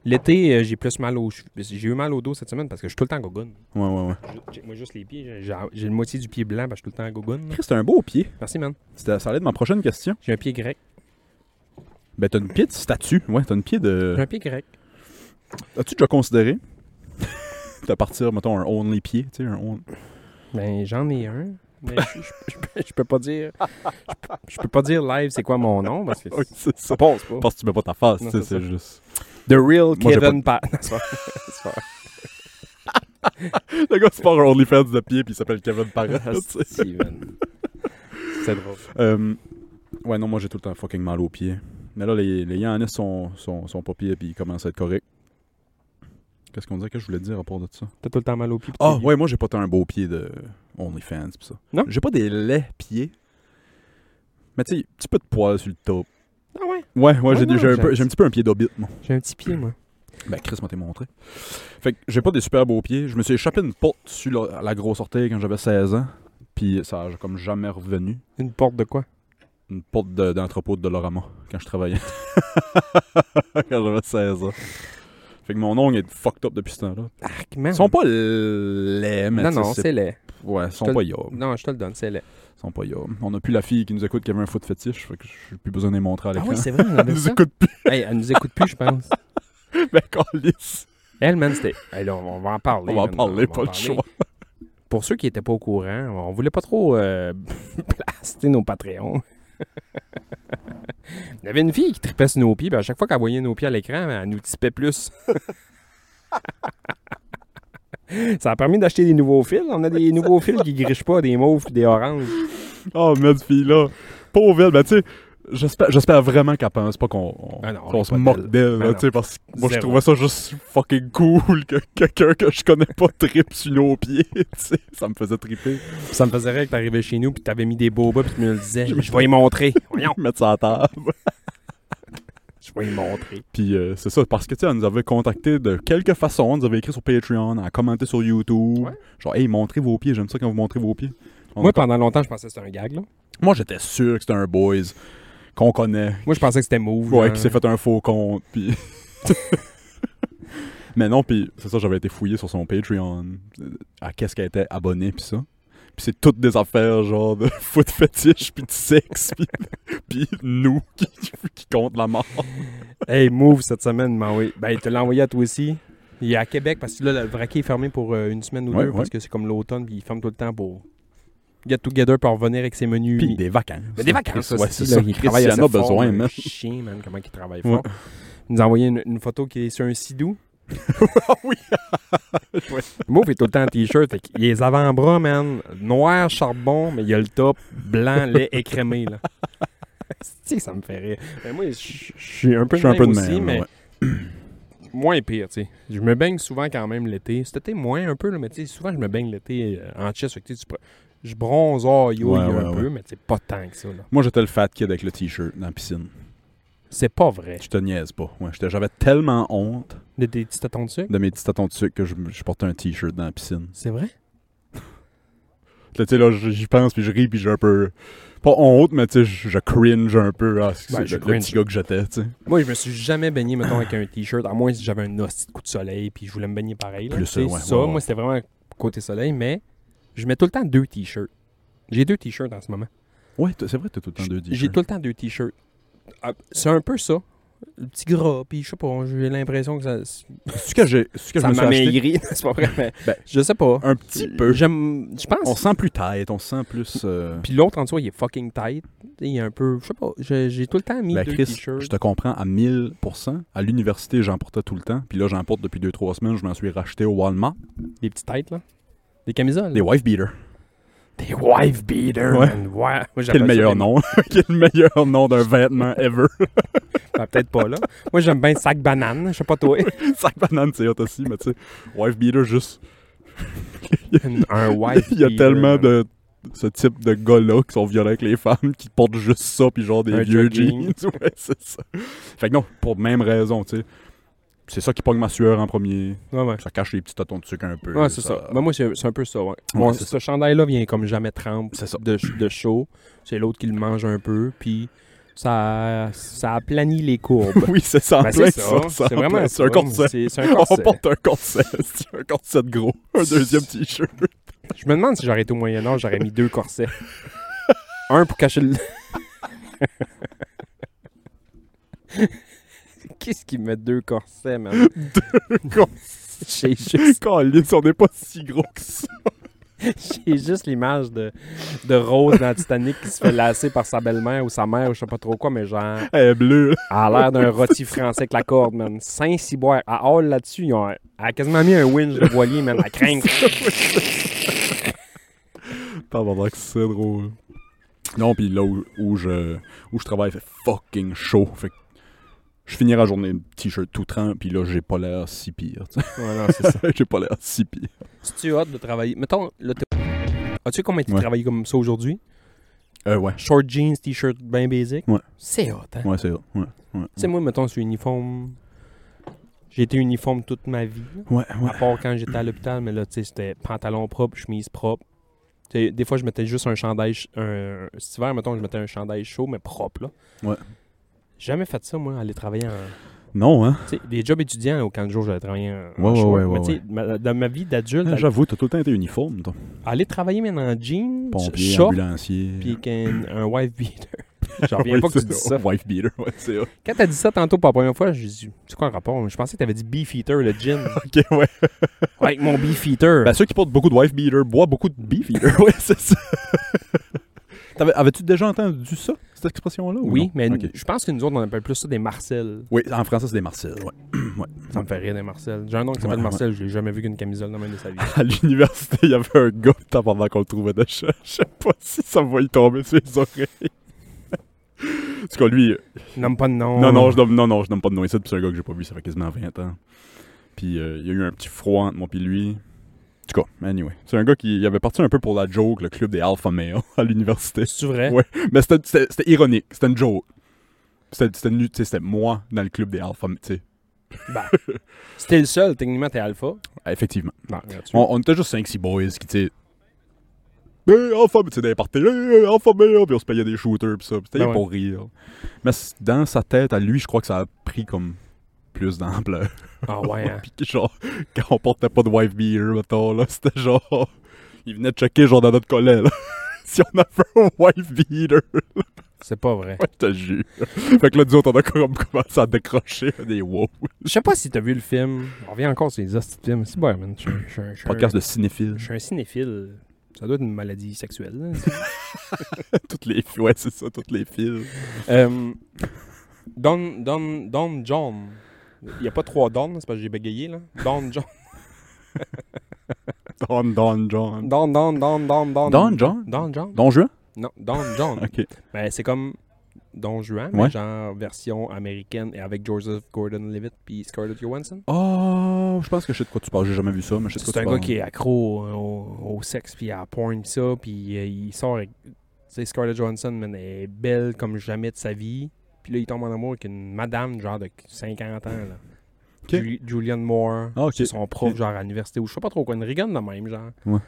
[SPEAKER 3] L'été, euh, j'ai plus mal au cheveux. J'ai eu mal au dos cette semaine parce que je suis tout le temps gogoune.
[SPEAKER 2] Ouais, ouais, ouais.
[SPEAKER 3] J'ai- Moi, juste les pieds. j'ai- J'ai j'ai le moitié du pied blanc parce que je suis tout le temps gogoune. là.
[SPEAKER 2] Chris, t'as un beau pied.
[SPEAKER 3] Merci, man.
[SPEAKER 2] C'était- Ça allait de ma prochaine question.
[SPEAKER 3] J'ai un pied grec.
[SPEAKER 2] Ben, t'as une pied de statue. Ouais, t'as une pied de...
[SPEAKER 3] J'ai un pied grec.
[SPEAKER 2] As-tu déjà considéré de partir, mettons, un only pied, tu sais, un only...
[SPEAKER 3] Ben, j'en ai un. Mais je- je je peux- je peux pas dire. je peux- Je peux pas dire live c'est quoi mon nom parce que
[SPEAKER 2] Oui, c'est ça.
[SPEAKER 3] ça passe pas.
[SPEAKER 2] Parce que tu mets pas ta face,
[SPEAKER 3] Non,
[SPEAKER 2] tu sais,
[SPEAKER 3] c'est
[SPEAKER 2] c'est juste...
[SPEAKER 3] The real
[SPEAKER 2] Moi, j'ai
[SPEAKER 3] Kevin Pat. Non, c'est pas- c'est pas-
[SPEAKER 2] Le gars se part un OnlyFans de pied, puis il s'appelle Kevin Parent, tu sais.
[SPEAKER 3] Steven. C'est drôle.
[SPEAKER 2] Euh, ouais, non, moi j'ai tout le temps fucking mal aux pieds. Mais là, les, les Yannis sont, sont, sont pas pires puis ils commencent à être corrects. Qu'est-ce qu'on dirait que je voulais dire à part de ça?
[SPEAKER 3] T'as tout le temps mal aux pieds. pis
[SPEAKER 2] Ah,
[SPEAKER 3] t'es-
[SPEAKER 2] ouais, moi j'ai pas tant un beau pied de OnlyFans pis ça.
[SPEAKER 3] Non?
[SPEAKER 2] J'ai pas des laids pieds. Mais tu sais, petit peu de poils sur le top.
[SPEAKER 3] Ah ouais.
[SPEAKER 2] Ouais, ouais,
[SPEAKER 3] Ouais,
[SPEAKER 2] j'ai
[SPEAKER 3] non,
[SPEAKER 2] déjà un
[SPEAKER 3] j'ai-
[SPEAKER 2] peu- j'ai un petit peu un pied d'obit, moi.
[SPEAKER 3] J'ai un petit pied, moi.
[SPEAKER 2] Ben, Chris m'a t'es montré. Fait que j'ai pas des super beaux pieds. Je me suis échappé une porte sur la, la grosse orteille quand j'avais 16 ans. Puis ça a comme jamais revenu.
[SPEAKER 3] Une porte de quoi?
[SPEAKER 2] une porte de- d'entrepôt de Dolorama quand je travaillais. quand j'avais 16 ans. Fait que mon ongle est fucked up depuis ce temps-là.
[SPEAKER 3] Arc, man.
[SPEAKER 2] Ils sont pas laids, mais
[SPEAKER 3] Ah Non,
[SPEAKER 2] tu sais,
[SPEAKER 3] non, c'est laid.
[SPEAKER 2] Ouais, ils sont
[SPEAKER 3] Je te
[SPEAKER 2] pas
[SPEAKER 3] le-
[SPEAKER 2] yob.
[SPEAKER 3] Non, je te le donne, c'est laid.
[SPEAKER 2] Ils sont pas yob. On a plus la fille qui nous écoute qui avait un foot fétiche, fait que j'ai plus besoin de les montrer à
[SPEAKER 3] Ah
[SPEAKER 2] l'écran.
[SPEAKER 3] oui, c'est vrai, on avait
[SPEAKER 2] Elle nous
[SPEAKER 3] ça.
[SPEAKER 2] écoute plus,
[SPEAKER 3] Hey, elle nous écoute plus, je pense.
[SPEAKER 2] ben câlisse.
[SPEAKER 3] Elle, man, c'était... Hey, là, on va en parler.
[SPEAKER 2] On va en
[SPEAKER 3] maintenant,
[SPEAKER 2] parler,
[SPEAKER 3] on va
[SPEAKER 2] pas
[SPEAKER 3] en
[SPEAKER 2] le
[SPEAKER 3] parler.
[SPEAKER 2] choix.
[SPEAKER 3] Pour ceux qui étaient pas au courant, on voulait pas trop euh, blaster nos Patreons. Il y avait une fille qui tripait sur nos pieds, puis à chaque fois qu'elle voyait nos pieds à l'écran, elle nous tipait plus. Ça a permis d'acheter des nouveaux fils. On a des nouveaux fils qui grichent pas, des mauves puis des oranges.
[SPEAKER 2] Oh, merde, fille-là. Pauvre elle. Ben, tu sais, j'espère, j'espère vraiment qu'elle pense pas qu'on on-
[SPEAKER 3] Ben non, on
[SPEAKER 2] qu'on
[SPEAKER 3] est
[SPEAKER 2] se
[SPEAKER 3] pas
[SPEAKER 2] moque
[SPEAKER 3] d'elle.
[SPEAKER 2] d'elle.
[SPEAKER 3] Ben
[SPEAKER 2] là,
[SPEAKER 3] non.
[SPEAKER 2] tu sais, parce que moi, je
[SPEAKER 3] Zéro.
[SPEAKER 2] trouvais ça juste fucking cool que quelqu'un que je connais pas tripe sur nos pieds. tu sais. ça me faisait triper.
[SPEAKER 3] Ça me faisait rire que t'arrivais chez nous, puis t'avais mis des bobas, puis tu me le disais. Je vais y montrer. Voyons,
[SPEAKER 2] Mettre ça à table.
[SPEAKER 3] je vais y montrer.
[SPEAKER 2] Puis euh, c'est ça, parce que tu sais, elle nous avait contacté de quelque façon, elle nous avait écrit sur Patreon, elle a commenté sur YouTube.
[SPEAKER 3] Ouais.
[SPEAKER 2] Genre, hey, montrez vos pieds, j'aime ça quand vous montrez vos pieds. On
[SPEAKER 3] Moi,
[SPEAKER 2] a-
[SPEAKER 3] pendant longtemps, je pensais que c'était un gag, là.
[SPEAKER 2] moi j'étais sûr que c'était un boys qu'on connaît,
[SPEAKER 3] Moi, je pensais que c'était euh, move.
[SPEAKER 2] ouais,
[SPEAKER 3] genre.
[SPEAKER 2] qui s'est fait un faux compte, puis. Mais non, puis c'est ça, j'avais été fouillé sur son Patreon, euh, à qu'est-ce qu'elle était abonnée, puis ça. Puis c'est toutes des affaires genre de foot fétiche, puis de sexe, puis, puis nous qui, qui compte la mort.
[SPEAKER 3] Hey, Move, cette semaine, m'a envoyé- ben, il te l'a envoyé à toi aussi. Il est à Québec parce que là, le braquet est fermé pour euh, une semaine ou
[SPEAKER 2] Ouais,
[SPEAKER 3] deux
[SPEAKER 2] ouais.
[SPEAKER 3] parce que c'est comme l'automne, puis il ferme tout le temps pour get together pour revenir avec ses menus.
[SPEAKER 2] Puis des vacances.
[SPEAKER 3] Mais des vacances,
[SPEAKER 2] Ouais,
[SPEAKER 3] aussi,
[SPEAKER 2] c'est
[SPEAKER 3] là,
[SPEAKER 2] ça.
[SPEAKER 3] il
[SPEAKER 2] Christ,
[SPEAKER 3] travaille
[SPEAKER 2] il y
[SPEAKER 3] assez
[SPEAKER 2] en a
[SPEAKER 3] fort,
[SPEAKER 2] besoin,
[SPEAKER 3] le
[SPEAKER 2] man.
[SPEAKER 3] Chien, man, comment il travaille
[SPEAKER 2] Ouais.
[SPEAKER 3] fort. Il nous a envoyé une, une photo qui est sur un sidou.
[SPEAKER 2] oui. Ouais.
[SPEAKER 3] Move est tout le temps en t-shirt. fait qu'il- Il a les avant-bras, man. Noir, charbon, mais il a le top blanc, lait écrémé, là. Tu ça me fait rire. Mais moi, je je suis un peu
[SPEAKER 2] Je suis un peu de
[SPEAKER 3] aussi,
[SPEAKER 2] même.
[SPEAKER 3] mais
[SPEAKER 2] ouais.
[SPEAKER 3] moins pire, tu sais. Je me baigne souvent quand même l'été. Cet été, moins un peu, là, mais tu sais, souvent, je me baigne l'été euh, en chest. Fait que, tu sais, tu pr- je bronze oh, yo,
[SPEAKER 2] Ouais,
[SPEAKER 3] un
[SPEAKER 2] ouais,
[SPEAKER 3] peu, mais tu sais, pas tant que ça, là.
[SPEAKER 2] Moi, j'étais le fat kid avec le t-shirt dans la piscine.
[SPEAKER 3] C'est pas vrai.
[SPEAKER 2] Je te niaise pas. Ouais, j'étais- J'avais tellement honte
[SPEAKER 3] Des, des petits tatons de sucre?
[SPEAKER 2] de mes petits tatons de sucre que je, je portais un t-shirt dans la piscine.
[SPEAKER 3] C'est vrai?
[SPEAKER 2] Là, tu sais, là, j'y pense, puis je ris, puis j'ai un peu... Pas honte, mais tu sais, je je cringe un peu. Ah, c'est
[SPEAKER 3] Ben,
[SPEAKER 2] c'est
[SPEAKER 3] je
[SPEAKER 2] le, le
[SPEAKER 3] cringe.
[SPEAKER 2] petit gars que j'étais, tu sais.
[SPEAKER 3] Moi, je me suis jamais baigné, mettons, avec un t-shirt, à moins si j'avais un hostie de coup de soleil, puis je voulais me baigner pareil. là.
[SPEAKER 2] Plus,
[SPEAKER 3] Tu sais,
[SPEAKER 2] euh, ouais,
[SPEAKER 3] ça,
[SPEAKER 2] ouais, ouais.
[SPEAKER 3] moi, c'était vraiment côté soleil, mais je mets tout le temps deux t-shirts. J'ai deux t-shirts en ce moment.
[SPEAKER 2] Ouais, t- c'est vrai que t'as tout le temps deux
[SPEAKER 3] J'ai
[SPEAKER 2] t-shirts.
[SPEAKER 3] tout le temps deux t-shirts. Ah, C'est un peu ça. Le petit gras, puis je sais pas, j'ai l'impression que ça,
[SPEAKER 2] C'est-tu que, j'ai- c'est-tu que je
[SPEAKER 3] ça
[SPEAKER 2] me suis
[SPEAKER 3] m'a
[SPEAKER 2] acheté?
[SPEAKER 3] maigri. c'est pas vrai, mais
[SPEAKER 2] Ben,
[SPEAKER 3] je sais pas.
[SPEAKER 2] Un petit peu.
[SPEAKER 3] J'aime, je
[SPEAKER 2] On
[SPEAKER 3] pense.
[SPEAKER 2] se sent plus tight, on se sent plus... euh,
[SPEAKER 3] Puis l'autre en dessous, il est fucking tight. Il est un peu, je sais pas, j'ai j'ai tout le temps mis
[SPEAKER 2] Ben,
[SPEAKER 3] deux
[SPEAKER 2] Chris,
[SPEAKER 3] t-shirts.
[SPEAKER 2] je te comprends à 1000%. À l'université, j'en portais tout le temps. Puis là, j'en porte depuis 2-3 semaines. Je m'en suis racheté au Walmart.
[SPEAKER 3] Des petites têtes, là. Des camisoles.
[SPEAKER 2] Des wife beaters.
[SPEAKER 3] Des wife beaters.
[SPEAKER 2] Ouais.
[SPEAKER 3] man. Ouais. Moi,
[SPEAKER 2] Quel
[SPEAKER 3] j'appelle ça
[SPEAKER 2] meilleur
[SPEAKER 3] des-
[SPEAKER 2] nom. Quel meilleur nom d'un vêtement ever.
[SPEAKER 3] Ben, Peut-être pas là. Moi j'aime bien sac banane, je sais pas toi.
[SPEAKER 2] Sac banane, c'est hot aussi, mais tu sais, wife beater, juste.
[SPEAKER 3] un wife.
[SPEAKER 2] Il y a
[SPEAKER 3] beater,
[SPEAKER 2] tellement
[SPEAKER 3] man.
[SPEAKER 2] de ce type de gars-là qui sont violents avec les femmes qui portent juste ça, puis genre des
[SPEAKER 3] Un
[SPEAKER 2] vieux
[SPEAKER 3] jogging.
[SPEAKER 2] jeans. Ouais, c'est ça. Fait que non, pour même raison, tu sais. C'est ça qui pogne ma sueur en premier.
[SPEAKER 3] Ouais, ouais.
[SPEAKER 2] Ça cache les petits tâtons de sucre un peu.
[SPEAKER 3] Ouais, c'est ça. Ben, moi, c'est c'est un peu ça. Ouais.
[SPEAKER 2] Ouais,
[SPEAKER 3] Bon,
[SPEAKER 2] c'est
[SPEAKER 3] ce chandail-là vient comme jamais trempe
[SPEAKER 2] C'est ça.
[SPEAKER 3] de, de chaud. C'est l'autre qui le mange un peu, puis ça, ça aplanit les courbes.
[SPEAKER 2] Oui, c'est ça. en
[SPEAKER 3] Ben,
[SPEAKER 2] plein
[SPEAKER 3] c'est
[SPEAKER 2] ça. ça, en
[SPEAKER 3] C'est vraiment
[SPEAKER 2] plein. C'est un
[SPEAKER 3] ça.
[SPEAKER 2] corset. Oh,
[SPEAKER 3] C'est c'est un
[SPEAKER 2] On
[SPEAKER 3] corset.
[SPEAKER 2] porte un corset. C'est un corset de gros. Un deuxième t-shirt.
[SPEAKER 3] Je me demande si j'aurais été au Moyen-Âge, j'aurais mis deux corsets. un pour cacher le. Qu'est-ce qui met deux corsets, man? Deux
[SPEAKER 2] corsets.
[SPEAKER 3] J'ai juste,
[SPEAKER 2] Calisse, on n'est pas si gros que ça.
[SPEAKER 3] j'ai juste l'image de, de Rose dans Titanic qui se fait lasser par sa belle-mère ou sa mère ou je sais pas trop quoi, mais genre,
[SPEAKER 2] Elle est bleue.
[SPEAKER 3] elle a l'air d'un rôti français avec la corde, man. Saint-Cyboire, à Hall là-dessus, ils ont- elle a quasiment mis un winch de voilier, man. Elle craint.
[SPEAKER 2] Tabarnak, c'est drôle. Non, puis là où, où je, où je travaille, il fait fucking chaud. Fait que je finirai la journée t-shirt tout trempe, puis là, j'ai pas l'air si pire. tu sais.
[SPEAKER 3] Ouais, non, c'est ça.
[SPEAKER 2] j'ai pas l'air si pire.
[SPEAKER 3] tu hâte de travailler? Mettons, là, t'es- as-tu combien de
[SPEAKER 2] Ouais.
[SPEAKER 3] travaillé comme ça aujourd'hui?
[SPEAKER 2] Euh, ouais.
[SPEAKER 3] Short jeans, t-shirt bien basic.
[SPEAKER 2] Ouais.
[SPEAKER 3] C'est hot, hein?
[SPEAKER 2] Ouais, c'est ça. Ouais, ouais.
[SPEAKER 3] Tu sais, moi, mettons, sur uniforme, j'ai été uniforme toute ma vie. là.
[SPEAKER 2] Ouais, ouais.
[SPEAKER 3] À part quand j'étais à l'hôpital, mais là, tu sais, c'était pantalon propre, chemise propre. Tu sais, des fois, je mettais juste un chandail. ch- Un... Cet hiver, mettons, je mettais un chandail chaud, mais propre, là.
[SPEAKER 2] Ouais.
[SPEAKER 3] Jamais fait ça, moi, aller travailler en.
[SPEAKER 2] Non, hein?
[SPEAKER 3] Tu sais, des jobs étudiants, au camp de jour, j'allais travailler en. en
[SPEAKER 2] Ouais, ouais,
[SPEAKER 3] short.
[SPEAKER 2] ouais, ouais,
[SPEAKER 3] mais tu sais, ma- dans ma vie d'adulte,
[SPEAKER 2] Ah,
[SPEAKER 3] aller-
[SPEAKER 2] J'avoue, t'as tout le temps été uniforme, toi.
[SPEAKER 3] aller travailler maintenant en jeans,
[SPEAKER 2] Pompier,
[SPEAKER 3] short,
[SPEAKER 2] ambulancier.
[SPEAKER 3] puis avec un, un wife beater. Je reviens
[SPEAKER 2] Ouais,
[SPEAKER 3] pas que tu
[SPEAKER 2] c'est
[SPEAKER 3] dis ça.
[SPEAKER 2] Wife beater, ouais, c'est ça.
[SPEAKER 3] Quand t'as dit ça tantôt pour la première fois, j'ai dit, c'est quoi le rapport? Je pensais que t'avais dit Beefeater, le gin.
[SPEAKER 2] Ok, ouais.
[SPEAKER 3] Ouais, Avec mon Beefeater.
[SPEAKER 2] Ben, ceux qui portent beaucoup de wife beater boivent beaucoup de beef eater. ouais, c'est ça. T'avais- Avais-tu déjà entendu ça, cette expression-là? ou
[SPEAKER 3] Oui,
[SPEAKER 2] non?
[SPEAKER 3] mais
[SPEAKER 2] Ok.
[SPEAKER 3] je pense que nous autres, on appelle plus ça des Marcel.
[SPEAKER 2] Oui, en français, c'est des Marcel, ouais.
[SPEAKER 3] Ça me fait rire, des Marcel. J'ai un nom qui
[SPEAKER 2] Ouais,
[SPEAKER 3] s'appelle
[SPEAKER 2] ouais.
[SPEAKER 3] Marcel, je l'ai jamais vu qu'une camisole dans ma de sa vie.
[SPEAKER 2] À l'université, il y avait un gars, putain, pendant qu'on le trouvait de chat, je sais pas si ça me voyait tomber sur les oreilles. Parce que lui, euh,
[SPEAKER 3] Nomme pas de nom.
[SPEAKER 2] non, non, je nomme, non, non, je nomme pas de nom ici, puis c'est un gars que j'ai pas vu, ça fait quasiment 20 ans. Puis euh, il y a eu un petit froid entre moi puis lui. En tout cas, anyway. C'est un gars qui il avait parti un peu pour la joke, le club des Alpha Male à l'université.
[SPEAKER 3] C'est vrai?
[SPEAKER 2] Ouais, mais c'était- c'était c'était ironique, c'était une joke. C'était c'était nu- tu sais, c'était moi dans le club des Alpha Male, tu sais.
[SPEAKER 3] Ben, c'était le seul, techniquement, t'es alpha.
[SPEAKER 2] Effectivement.
[SPEAKER 3] Non, regarde, tu-
[SPEAKER 2] Bah. On, on était juste 5-6 boys qui, tu sais. Hey, enfin, tu sais, des parties, hey, enfin, mais, oh, puis on se payait des shooters, pis ça, pis c'était
[SPEAKER 3] Ben ouais.
[SPEAKER 2] pour rire. Mais c- dans sa tête, à lui, je crois que ça a pris comme plus d'ampleur.
[SPEAKER 3] Ah ouais, hein.
[SPEAKER 2] Puis que, genre, quand on portait pas de wife beater, mettons, là, c'était genre. Il venait checker, genre, dans notre collet, là. si on avait un wife beater,
[SPEAKER 3] c'est pas vrai.
[SPEAKER 2] je te jure. Fait que là, nous autres, on a comme commencé à décrocher des wow.
[SPEAKER 3] Je sais pas si t'as vu le film. On revient encore sur les hosties de films. C'est bon, man. Je suis un- je suis un- je suis un-
[SPEAKER 2] Podcast de cinéphile.
[SPEAKER 3] je suis un cinéphile. Ça doit être une maladie sexuelle. hein.
[SPEAKER 2] toutes les. Ouais, c'est ça, toutes les filles.
[SPEAKER 3] Euh, Don, Don, Don John. Il n'y a pas trois Don, c'est parce que j'ai bégayé, là. Don John.
[SPEAKER 2] Don, Don, John.
[SPEAKER 3] Don, Don, Don, Don, Don.
[SPEAKER 2] Don John?
[SPEAKER 3] Don John?
[SPEAKER 2] Don Juan?
[SPEAKER 3] Non, Don John.
[SPEAKER 2] Ok.
[SPEAKER 3] Ben, c'est comme Don Juan, mais
[SPEAKER 2] Ouais.
[SPEAKER 3] genre version américaine et avec Joseph Gordon-Levitt puis Scarlett Johansson.
[SPEAKER 2] Oh, je pense que je sais de quoi tu parles. J'ai jamais vu ça, mais je sais de quoi
[SPEAKER 3] C'est
[SPEAKER 2] tu
[SPEAKER 3] un
[SPEAKER 2] parles.
[SPEAKER 3] gars qui est accro euh, au, au sexe puis à la porn pis ça, puis euh, il sort avec... Tu sais, Scarlett Johansson, man, elle est belle comme jamais de sa vie. Puis là, il tombe en amour avec une madame, genre de 50 ans, là.
[SPEAKER 2] Ok.
[SPEAKER 3] Ju- Julianne Moore.
[SPEAKER 2] Ah, ok.
[SPEAKER 3] C'est son prof,
[SPEAKER 2] Ok.
[SPEAKER 3] genre, à l'université, ou je sais pas trop quoi, une Reagan de même, genre.
[SPEAKER 2] Ouais.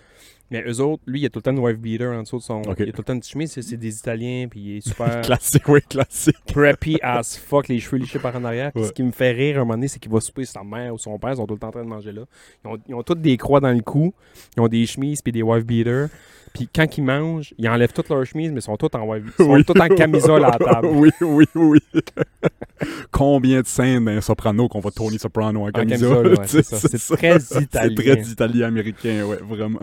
[SPEAKER 3] Mais eux autres, lui, il a tout le temps une wife beater en dessous de son...
[SPEAKER 2] Ok.
[SPEAKER 3] Il a tout le temps une petite chemise, c'est- c'est des Italiens, puis il est super
[SPEAKER 2] Classique, oui, classique.
[SPEAKER 3] preppy as fuck, les cheveux lichés par en arrière. Puis
[SPEAKER 2] Ouais.
[SPEAKER 3] Ce qui me fait rire à un moment donné, c'est qu'il va souper sa mère ou son père, ils sont tout le temps en train de manger là. Ils ont, ils ont toutes des croix dans le cou, ils ont des chemises puis des wife beaters. Puis quand ils mangent, ils enlèvent toutes leurs chemises, mais ils sont tous en wife Ils sont
[SPEAKER 2] Oui.
[SPEAKER 3] tous en camisole à la table.
[SPEAKER 2] oui, oui, oui. Combien de scènes d'un soprano qu'on va Tony Soprano en
[SPEAKER 3] camisole,
[SPEAKER 2] camisole?
[SPEAKER 3] ouais,
[SPEAKER 2] tu sais,
[SPEAKER 3] c'est ça. C'est très italien.
[SPEAKER 2] C'est très italien-américain, ouais, vraiment.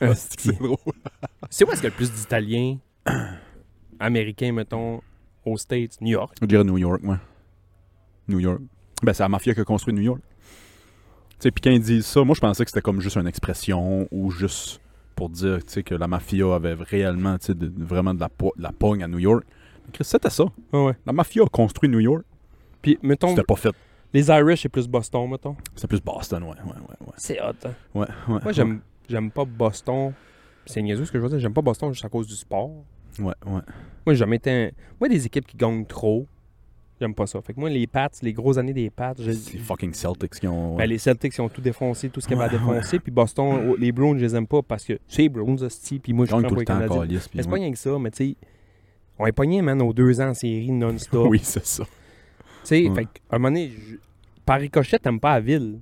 [SPEAKER 3] Ah,
[SPEAKER 2] C'est drôle.
[SPEAKER 3] c'est où est-ce qu'il y a le plus d'Italiens américains, mettons, aux States, New York?
[SPEAKER 2] On dirait New York, moi. New York. Ben, c'est la mafia qui a construit New York. Tu sais, puis quand ils disent ça, moi, je pensais que c'était comme juste une expression ou juste pour dire, tu sais, que la mafia avait réellement, tu sais, de- vraiment de la, po- de la pogne à New York. Chris, C'était ça.
[SPEAKER 3] Ah Ouais, ouais.
[SPEAKER 2] La mafia a construit New York.
[SPEAKER 3] Puis, mettons,
[SPEAKER 2] C'était pas fait.
[SPEAKER 3] les Irish, c'est plus Boston, mettons.
[SPEAKER 2] C'était plus Boston, ouais, ouais, ouais. ouais.
[SPEAKER 3] C'est hot, hein?
[SPEAKER 2] ouais, ouais
[SPEAKER 3] Moi, j'aime, j'aime pas Boston. C'est niaiseux ce que je veux dire. J'aime pas Boston juste à cause du sport.
[SPEAKER 2] Ouais, ouais.
[SPEAKER 3] Moi, j'ai jamais été un... Moi, des équipes qui gagnent trop, j'aime pas ça. Fait que moi, les Pats, les grosses années des Pats, j'ai-
[SPEAKER 2] C'est fucking Celtics qui ont.
[SPEAKER 3] ben, les Celtics, ils ont tout défoncé, tout ce qu'il y avait à
[SPEAKER 2] Ouais, ouais.
[SPEAKER 3] défoncer. Puis Boston, oh, les Browns, je les aime pas parce que c'est les Browns, hostie. Puis moi,
[SPEAKER 2] Ils
[SPEAKER 3] je prends
[SPEAKER 2] gagnent
[SPEAKER 3] pas
[SPEAKER 2] tout
[SPEAKER 3] les
[SPEAKER 2] le temps en
[SPEAKER 3] Canadiens.
[SPEAKER 2] calice. puis
[SPEAKER 3] Mais c'est pas
[SPEAKER 2] ouais.
[SPEAKER 3] rien que ça, mais tu sais, on est pogné, man, aux deux ans en série non-stop.
[SPEAKER 2] Oui, c'est ça.
[SPEAKER 3] Tu sais,
[SPEAKER 2] Ouais.
[SPEAKER 3] fait qu'à un moment donné, je- par ricochet, t'aimes pas la ville.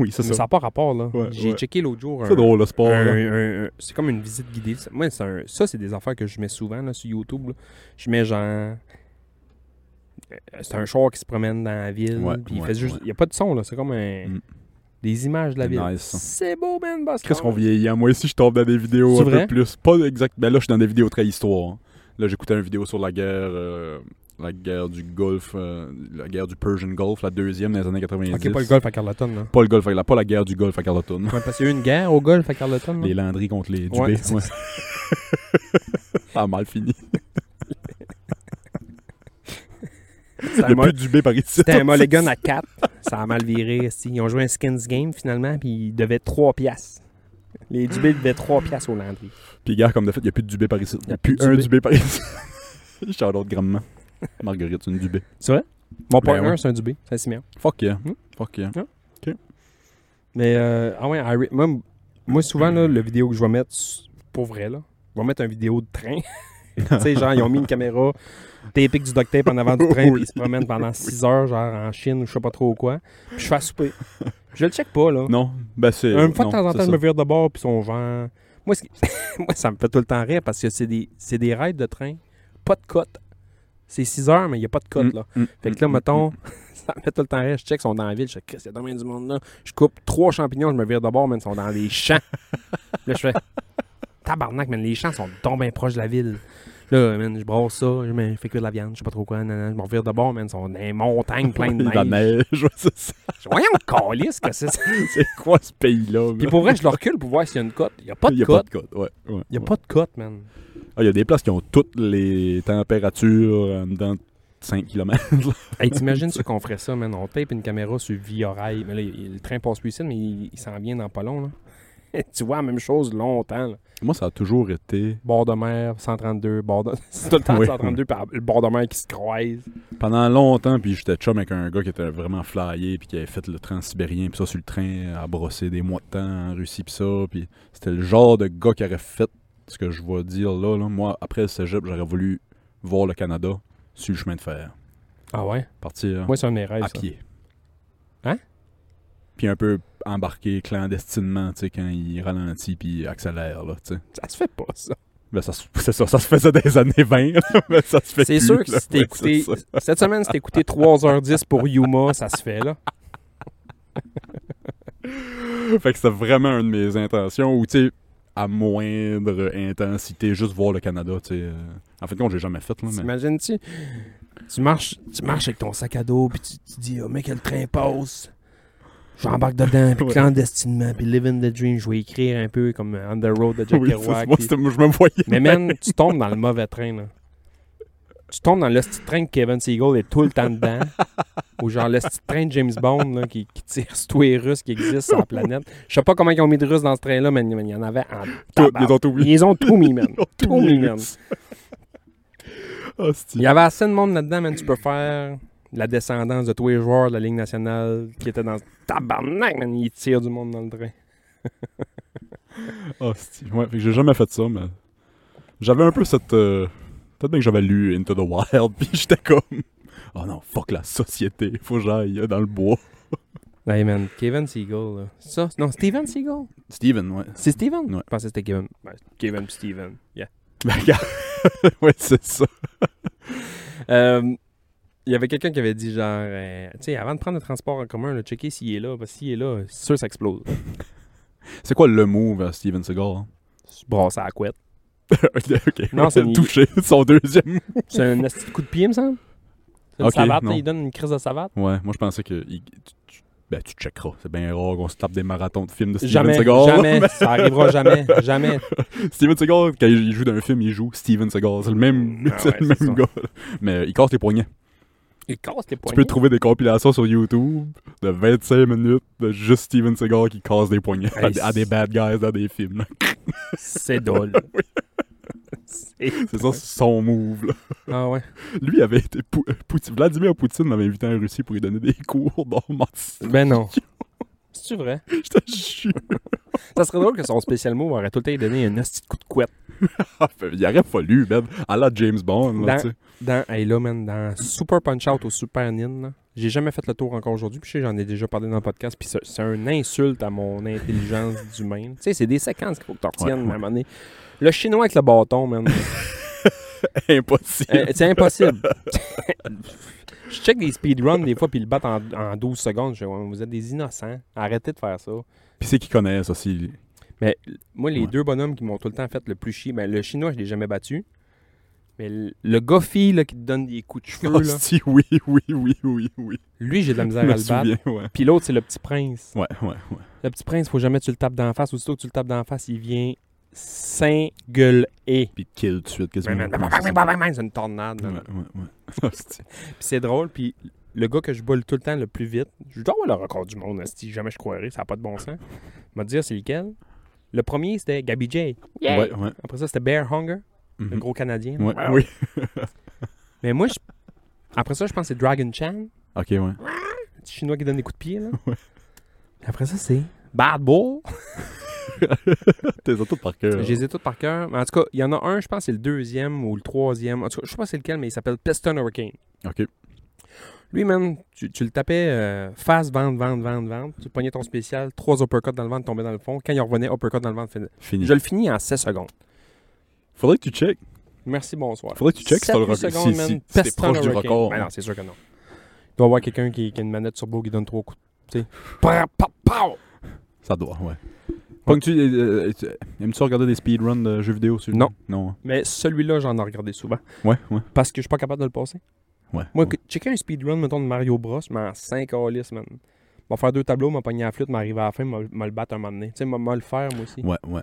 [SPEAKER 2] Oui, c'est
[SPEAKER 3] Mais ça
[SPEAKER 2] ça.
[SPEAKER 3] n'a pas rapport, là.
[SPEAKER 2] Ouais,
[SPEAKER 3] j'ai
[SPEAKER 2] ouais.
[SPEAKER 3] checké l'autre jour.
[SPEAKER 2] C'est
[SPEAKER 3] un-
[SPEAKER 2] drôle, hein. le sport. là.
[SPEAKER 3] un- un- un- c'est comme une visite guidée. Ça- Moi, c'est un- ça, c'est des affaires que je mets souvent là, sur YouTube. là. Je mets genre. euh, C'est un char qui se promène dans la ville.
[SPEAKER 2] Ouais,
[SPEAKER 3] puis il
[SPEAKER 2] ouais,
[SPEAKER 3] fait juste.
[SPEAKER 2] ouais.
[SPEAKER 3] Il n'y a pas de son, là. C'est comme un-
[SPEAKER 2] Mm.
[SPEAKER 3] des images de la
[SPEAKER 2] C'est
[SPEAKER 3] ville.
[SPEAKER 2] nice, ça.
[SPEAKER 3] C'est beau, man, boss.
[SPEAKER 2] Qu'est-ce qu'on vieillit? hein? Moi aussi, je tombe dans des vidéos
[SPEAKER 3] Ah C'est
[SPEAKER 2] un
[SPEAKER 3] vrai?
[SPEAKER 2] peu plus. Pas exact. Ben là, je suis dans des vidéos très histoire. hein. Là, j'écoutais une vidéo sur la guerre, euh, la guerre du Golfe, euh, la guerre du Persian Gulf, la deuxième dans les années 90.
[SPEAKER 3] Ok, pas le golf à Carleton, là.
[SPEAKER 2] Pas le Golfe, la- pas la guerre du Golfe à Carleton.
[SPEAKER 3] Ouais, parce qu'il y a eu une guerre au golf à Carleton. là.
[SPEAKER 2] Les Landry contre les Dubé.
[SPEAKER 3] Ouais,
[SPEAKER 2] Ouais,
[SPEAKER 3] c'est
[SPEAKER 2] ça a mal fini.
[SPEAKER 3] C'était
[SPEAKER 2] Il n'y
[SPEAKER 3] un
[SPEAKER 2] a
[SPEAKER 3] mo-
[SPEAKER 2] plus de Dubé par ici.
[SPEAKER 3] C'était un mulligan à 4. Ça a mal viré. esti. Ils ont joué un skins game finalement, puis ils devaient 3 piastres. Les Dubé devaient 3 piastres au Landry.
[SPEAKER 2] Puis, gars, comme de fait, il n'y a plus de Dubé par ici. Il n'y a plus
[SPEAKER 3] de
[SPEAKER 2] un
[SPEAKER 3] Dubé.
[SPEAKER 2] Dubé par ici. Shout out grandement. Marguerite, une Dubé.
[SPEAKER 3] C'est vrai? Mon
[SPEAKER 2] Ben
[SPEAKER 3] partner,
[SPEAKER 2] ouais.
[SPEAKER 3] c'est un Dubé. C'est Siméon.
[SPEAKER 2] Fuck yeah.
[SPEAKER 3] Hmm?
[SPEAKER 2] Fuck yeah.
[SPEAKER 3] Mais, euh, ah ouais, Irish- moi, m- moi, souvent, là, le vidéo que je vais mettre, s- pour vrai, là, je vais mettre un vidéo de train. tu sais, genre, ils ont mis une caméra tapée du duct tape en avant du train, puis ils se promènent pendant 6 heures, genre, en Chine ou je sais pas trop quoi. Puis je fais à souper. Je le check pas, là.
[SPEAKER 2] Non, ben c'est.
[SPEAKER 3] Une fois
[SPEAKER 2] non,
[SPEAKER 3] de temps en
[SPEAKER 2] c'est
[SPEAKER 3] temps, je
[SPEAKER 2] ça.
[SPEAKER 3] me vire de bord, puis ils sont genre... Moi, ce qui- moi, ça me fait tout le temps rire, parce que c'est des, c'est des raids de train, pas de cote. C'est 6 heures, mais il n'y a pas de cote, là.
[SPEAKER 2] Mm, mm,
[SPEAKER 3] Fait que là,
[SPEAKER 2] mm,
[SPEAKER 3] mettons, ça me fait tout le temps rire. Je check, ils sont dans la ville. Je fais, Christ, il y a combien du monde là. Je coupe trois champignons, je me vire de bord, mais ils sont dans les champs. là, je fais, tabarnak, man, les champs sont donc bien proches de la ville. Là, man, je brosse ça, je me fais cuire de la viande, je sais pas trop quoi, nanana, je m'en vire de bord, man, ils sont dans les montagnes pleines de
[SPEAKER 2] La
[SPEAKER 3] neige.
[SPEAKER 2] neige, ouais, c'est ça.
[SPEAKER 3] Je dis, Voyons, calice, que c'est ça.
[SPEAKER 2] C'est quoi ce pays-là?
[SPEAKER 3] Puis pour vrai, je le recule pour voir s'il y a une cote. Il y a pas
[SPEAKER 2] Il
[SPEAKER 3] de
[SPEAKER 2] n'y a pas
[SPEAKER 3] cote.
[SPEAKER 2] de côte, ouais. ouais,
[SPEAKER 3] Il y a
[SPEAKER 2] ouais.
[SPEAKER 3] pas de cote, man.
[SPEAKER 2] Ah, il y a des places qui ont toutes les températures euh, en dedans de 5 km.
[SPEAKER 3] Hey, t'imagines ce qu'on ferait ça, man. On tape une caméra sur Via Rail. Mais là, il- le train passe plus ici, mais il, il s'en vient dans pas long, là. tu vois la même chose longtemps, là.
[SPEAKER 2] Moi, ça a toujours été.
[SPEAKER 3] Bord de mer, 132, bord de... C'est tout le temps
[SPEAKER 2] Oui.
[SPEAKER 3] 132, puis le bord de mer qui se croise.
[SPEAKER 2] Pendant longtemps, puis j'étais chum avec un gars qui était vraiment flyé, puis qui avait fait le transsibérien, puis ça sur le train, à brosser des mois de temps en Russie, puis ça. Puis c'était le genre de gars qui aurait fait ce que je vais dire là. là. Moi, après le cégep, j'aurais voulu voir le Canada sur le chemin de fer.
[SPEAKER 3] Ah ouais?
[SPEAKER 2] Partir
[SPEAKER 3] Moi, c'est un des rêves,
[SPEAKER 2] à
[SPEAKER 3] ça.
[SPEAKER 2] pied.
[SPEAKER 3] Hein?
[SPEAKER 2] Puis un peu embarqué clandestinement, tu sais, quand il ralentit, puis accélère, là, tu sais.
[SPEAKER 3] Ça se fait pas, ça.
[SPEAKER 2] Ben, ça, se- c'est ça, ça se faisait des années 20. là, mais ça se fait
[SPEAKER 3] C'est
[SPEAKER 2] plus,
[SPEAKER 3] sûr que
[SPEAKER 2] là.
[SPEAKER 3] si t'es
[SPEAKER 2] Ouais,
[SPEAKER 3] écouté...
[SPEAKER 2] c'est ça.
[SPEAKER 3] Cette semaine, si t'es écouté 3h10 pour Yuma, ça se fait, là.
[SPEAKER 2] Fait que c'était vraiment une de mes intentions. Ou, tu sais, à moindre intensité, juste voir le Canada, tu sais. euh. En fait, compte, j'ai jamais fait, là, mais...
[SPEAKER 3] T'imagines-tu? Tu marches, tu marches avec ton sac à dos, puis tu, tu dis, oh mec, le train passe. J'embarque dedans, puis
[SPEAKER 2] Ouais.
[SPEAKER 3] clandestinement, puis living the dream. Je vais écrire un peu comme On the Road de Jack
[SPEAKER 2] Oui, c'est-
[SPEAKER 3] Kerouac.
[SPEAKER 2] moi,
[SPEAKER 3] puis-
[SPEAKER 2] c'était- moi, je me voyais.
[SPEAKER 3] Mais man, tu tombes dans le mauvais train, là. Tu tombes dans le petit train que Kevin Seagal est tout le temps dedans. ou genre le petit train de James Bond là, qui, qui tire sur tous les Russes qui existent sur la planète. Je sais pas comment ils ont mis de Russes dans ce train-là, mais il y en avait en
[SPEAKER 2] Tout,
[SPEAKER 3] tabarnak.
[SPEAKER 2] ils ont oublié.
[SPEAKER 3] Ils ont tout mis, man.
[SPEAKER 2] Tout
[SPEAKER 3] tout mis, man.
[SPEAKER 2] Ah, c'est-
[SPEAKER 3] Il y avait assez de monde là-dedans, man. Tu peux faire la descendance de tous les joueurs de la Ligue nationale qui étaient dans ce tabarnak, man. Ils tirent du monde dans le train.
[SPEAKER 2] Ah, c'est- ouais, fait que j'ai jamais fait ça, mais j'avais un peu cette. euh, Peut-être bien que j'avais lu Into the Wild, puis j'étais comme. Oh non, fuck la société, faut que j'aille euh, dans le bois.
[SPEAKER 3] Hey, man. Kevin Seagal, là. C'est ça? Non, Steven Seagal.
[SPEAKER 2] Steven, ouais.
[SPEAKER 3] C'est Steven?
[SPEAKER 2] Ouais.
[SPEAKER 3] Je pensais que c'était Kevin. Ouais, Kevin pis Steven. Yeah.
[SPEAKER 2] Ben, regarde. ouais, c'est ça.
[SPEAKER 3] Euh, Il y avait quelqu'un qui avait dit, genre, euh, tu sais, avant de prendre le transport en commun, là, checker s'il est là. Parce que s'il est là, c'est sûr que ça explose.
[SPEAKER 2] C'est quoi le move à Steven Seagal? hein?
[SPEAKER 3] Brasser à la couette.
[SPEAKER 2] ok.
[SPEAKER 3] Non,
[SPEAKER 2] ouais,
[SPEAKER 3] c'est-
[SPEAKER 2] touché, son deuxième.
[SPEAKER 3] C'est un esti de coup de pied, me semble. C'est une
[SPEAKER 2] Ok,
[SPEAKER 3] savate,
[SPEAKER 2] non.
[SPEAKER 3] là, il donne une crise de savate.
[SPEAKER 2] Ouais, moi je pensais que. il- tu- tu- Ben, tu checkeras. C'est bien rare qu'on se tape des marathons de films de Steven
[SPEAKER 3] Jamais,
[SPEAKER 2] Seagal.
[SPEAKER 3] jamais, ça arrivera jamais, jamais.
[SPEAKER 2] Steven Seagal, quand il joue dans un film, il joue Steven Seagal. C'est le même,
[SPEAKER 3] Ah
[SPEAKER 2] c'est le
[SPEAKER 3] ouais, c'est
[SPEAKER 2] même
[SPEAKER 3] ça.
[SPEAKER 2] gars. là. Mais euh, il casse les poignets.
[SPEAKER 3] Il casse tes
[SPEAKER 2] Tu
[SPEAKER 3] poignets.
[SPEAKER 2] peux trouver des compilations sur YouTube de 25 minutes de juste Steven Seagal qui casse des poignets à
[SPEAKER 3] Hey,
[SPEAKER 2] des- à, des bad guys dans des films. là.
[SPEAKER 3] C'est drôle. C'est-
[SPEAKER 2] C'est ça son move. là.
[SPEAKER 3] Ah ouais.
[SPEAKER 2] Lui avait été. Pou- euh, Poutine- Vladimir Poutine m'avait invité en Russie pour lui donner des cours d'arts
[SPEAKER 3] Ben non. C'est vrai.
[SPEAKER 2] J'étais chiant.
[SPEAKER 3] Ça serait drôle que son spécial move aurait tout le temps donné un hostie de coup de couette.
[SPEAKER 2] Ah, ben, Il aurait fallu, même. À la James Bond, là,
[SPEAKER 3] Dans-
[SPEAKER 2] tu sais.
[SPEAKER 3] Dans, hey là, man, dans Super Punch Out au Super Nin, là, j'ai jamais fait le tour encore aujourd'hui, puis je sais, j'en ai déjà parlé dans le podcast, puis c'est- c'est une insulte à mon intelligence d'humain. Tu sais, c'est des séquences qu'il faut que tu retiennes
[SPEAKER 2] Ouais, ouais.
[SPEAKER 3] à un moment donné. Le chinois avec le bâton, man.
[SPEAKER 2] Impossible.
[SPEAKER 3] Euh, c'est impossible. je check des speedruns des fois, puis ils le battent en, en 12 secondes. Je dis, Ouais, vous êtes des innocents. Arrêtez de faire ça.
[SPEAKER 2] Puis c'est qui connaît ça, si.
[SPEAKER 3] Mais l- moi, les
[SPEAKER 2] Ouais.
[SPEAKER 3] deux bonhommes qui m'ont tout le temps fait le plus chier, ben, le chinois, je l'ai jamais battu. Mais l- le goffi là, qui te donne des coups de cheveux, là,
[SPEAKER 2] Hostie, Ah, oui, oui, oui, oui, oui.
[SPEAKER 3] lui, j'ai de la
[SPEAKER 2] Oh, Je
[SPEAKER 3] misère à
[SPEAKER 2] me
[SPEAKER 3] le battre.
[SPEAKER 2] souviens, ouais.
[SPEAKER 3] Puis l'autre, c'est le petit prince.
[SPEAKER 2] Ouais, ouais, ouais.
[SPEAKER 3] Le petit prince, faut jamais que tu le tapes d'en face. Aussitôt que tu le tapes d'en face, il vient s'engueuler. et
[SPEAKER 2] Puis kill tout de suite,
[SPEAKER 3] C'est
[SPEAKER 2] quasiment.
[SPEAKER 3] une tornade.
[SPEAKER 2] Ouais,
[SPEAKER 3] man.
[SPEAKER 2] ouais, ouais. Hostie.
[SPEAKER 3] Puis c'est drôle, puis le gars que je boule tout le temps le plus vite, je dois avoir le record du monde, si jamais je croirais, ça n'a pas de bon sens. Me dire c'est lequel. Le premier, c'était Gabby J.
[SPEAKER 2] Ouais, ouais.
[SPEAKER 3] Après ça, c'était Bear Hunger, le
[SPEAKER 2] Mhm.
[SPEAKER 3] gros Canadien.
[SPEAKER 2] Ouais,
[SPEAKER 3] Wow.
[SPEAKER 2] oui.
[SPEAKER 3] Mais moi, je- après ça, je pense que c'est Dragon Chan,
[SPEAKER 2] Ok, ouais.
[SPEAKER 3] le petit chinois qui donne des coups de pied. Là.
[SPEAKER 2] Ouais.
[SPEAKER 3] Puis Après ça, c'est Bad Bull.
[SPEAKER 2] T'es tout par cœur.
[SPEAKER 3] Je les ai tous par cœur. Mais en tout cas, il y en a un, je pense que c'est le deuxième ou le troisième. En tout cas, je sais pas c'est lequel, mais il s'appelle Piston Hurricane.
[SPEAKER 2] Ok.
[SPEAKER 3] Lui, man, tu, tu le tapais euh, face, vente, vente, vente, vente. Tu pognais ton spécial, trois uppercuts dans le ventre, tombé dans le fond. Quand il revenait, uppercut dans le ventre, fini.
[SPEAKER 2] Fini.
[SPEAKER 3] Je le finis en 7 secondes.
[SPEAKER 2] Faudrait que tu check.
[SPEAKER 3] Merci, bonsoir.
[SPEAKER 2] Faudrait que tu checkes si
[SPEAKER 3] Sept
[SPEAKER 2] t'as le
[SPEAKER 3] huit
[SPEAKER 2] record.
[SPEAKER 3] secondes,
[SPEAKER 2] Si,
[SPEAKER 3] man,
[SPEAKER 2] si, si t'es
[SPEAKER 3] Peston
[SPEAKER 2] proche du
[SPEAKER 3] Hurricane.
[SPEAKER 2] record.
[SPEAKER 3] Ben non, c'est sûr que non. Il doit y avoir quelqu'un qui, qui a une manette turbo qui donne trois coups. Tu sais. Pow, pow, pow.
[SPEAKER 2] Ça doit, ouais. Pognes-tu, euh, euh, tu- Aimes-tu regarder des speedruns de jeux vidéo sur
[SPEAKER 3] Non.
[SPEAKER 2] Non. hein.
[SPEAKER 3] Mais celui-là, j'en ai regardé souvent.
[SPEAKER 2] Ouais, ouais.
[SPEAKER 3] Parce que je suis pas capable de le passer.
[SPEAKER 2] Ouais.
[SPEAKER 3] Moi,
[SPEAKER 2] ouais.
[SPEAKER 3] que- checker un speedrun, mettons, de Mario Bros, mais en 5 alice, man. M'en faire deux tableaux, m'en pogner à la flûte, m'arriver à la fin, m'en m'en le battre un moment donné. Tu sais, m'en m'en le faire, moi aussi.
[SPEAKER 2] Ouais, ouais.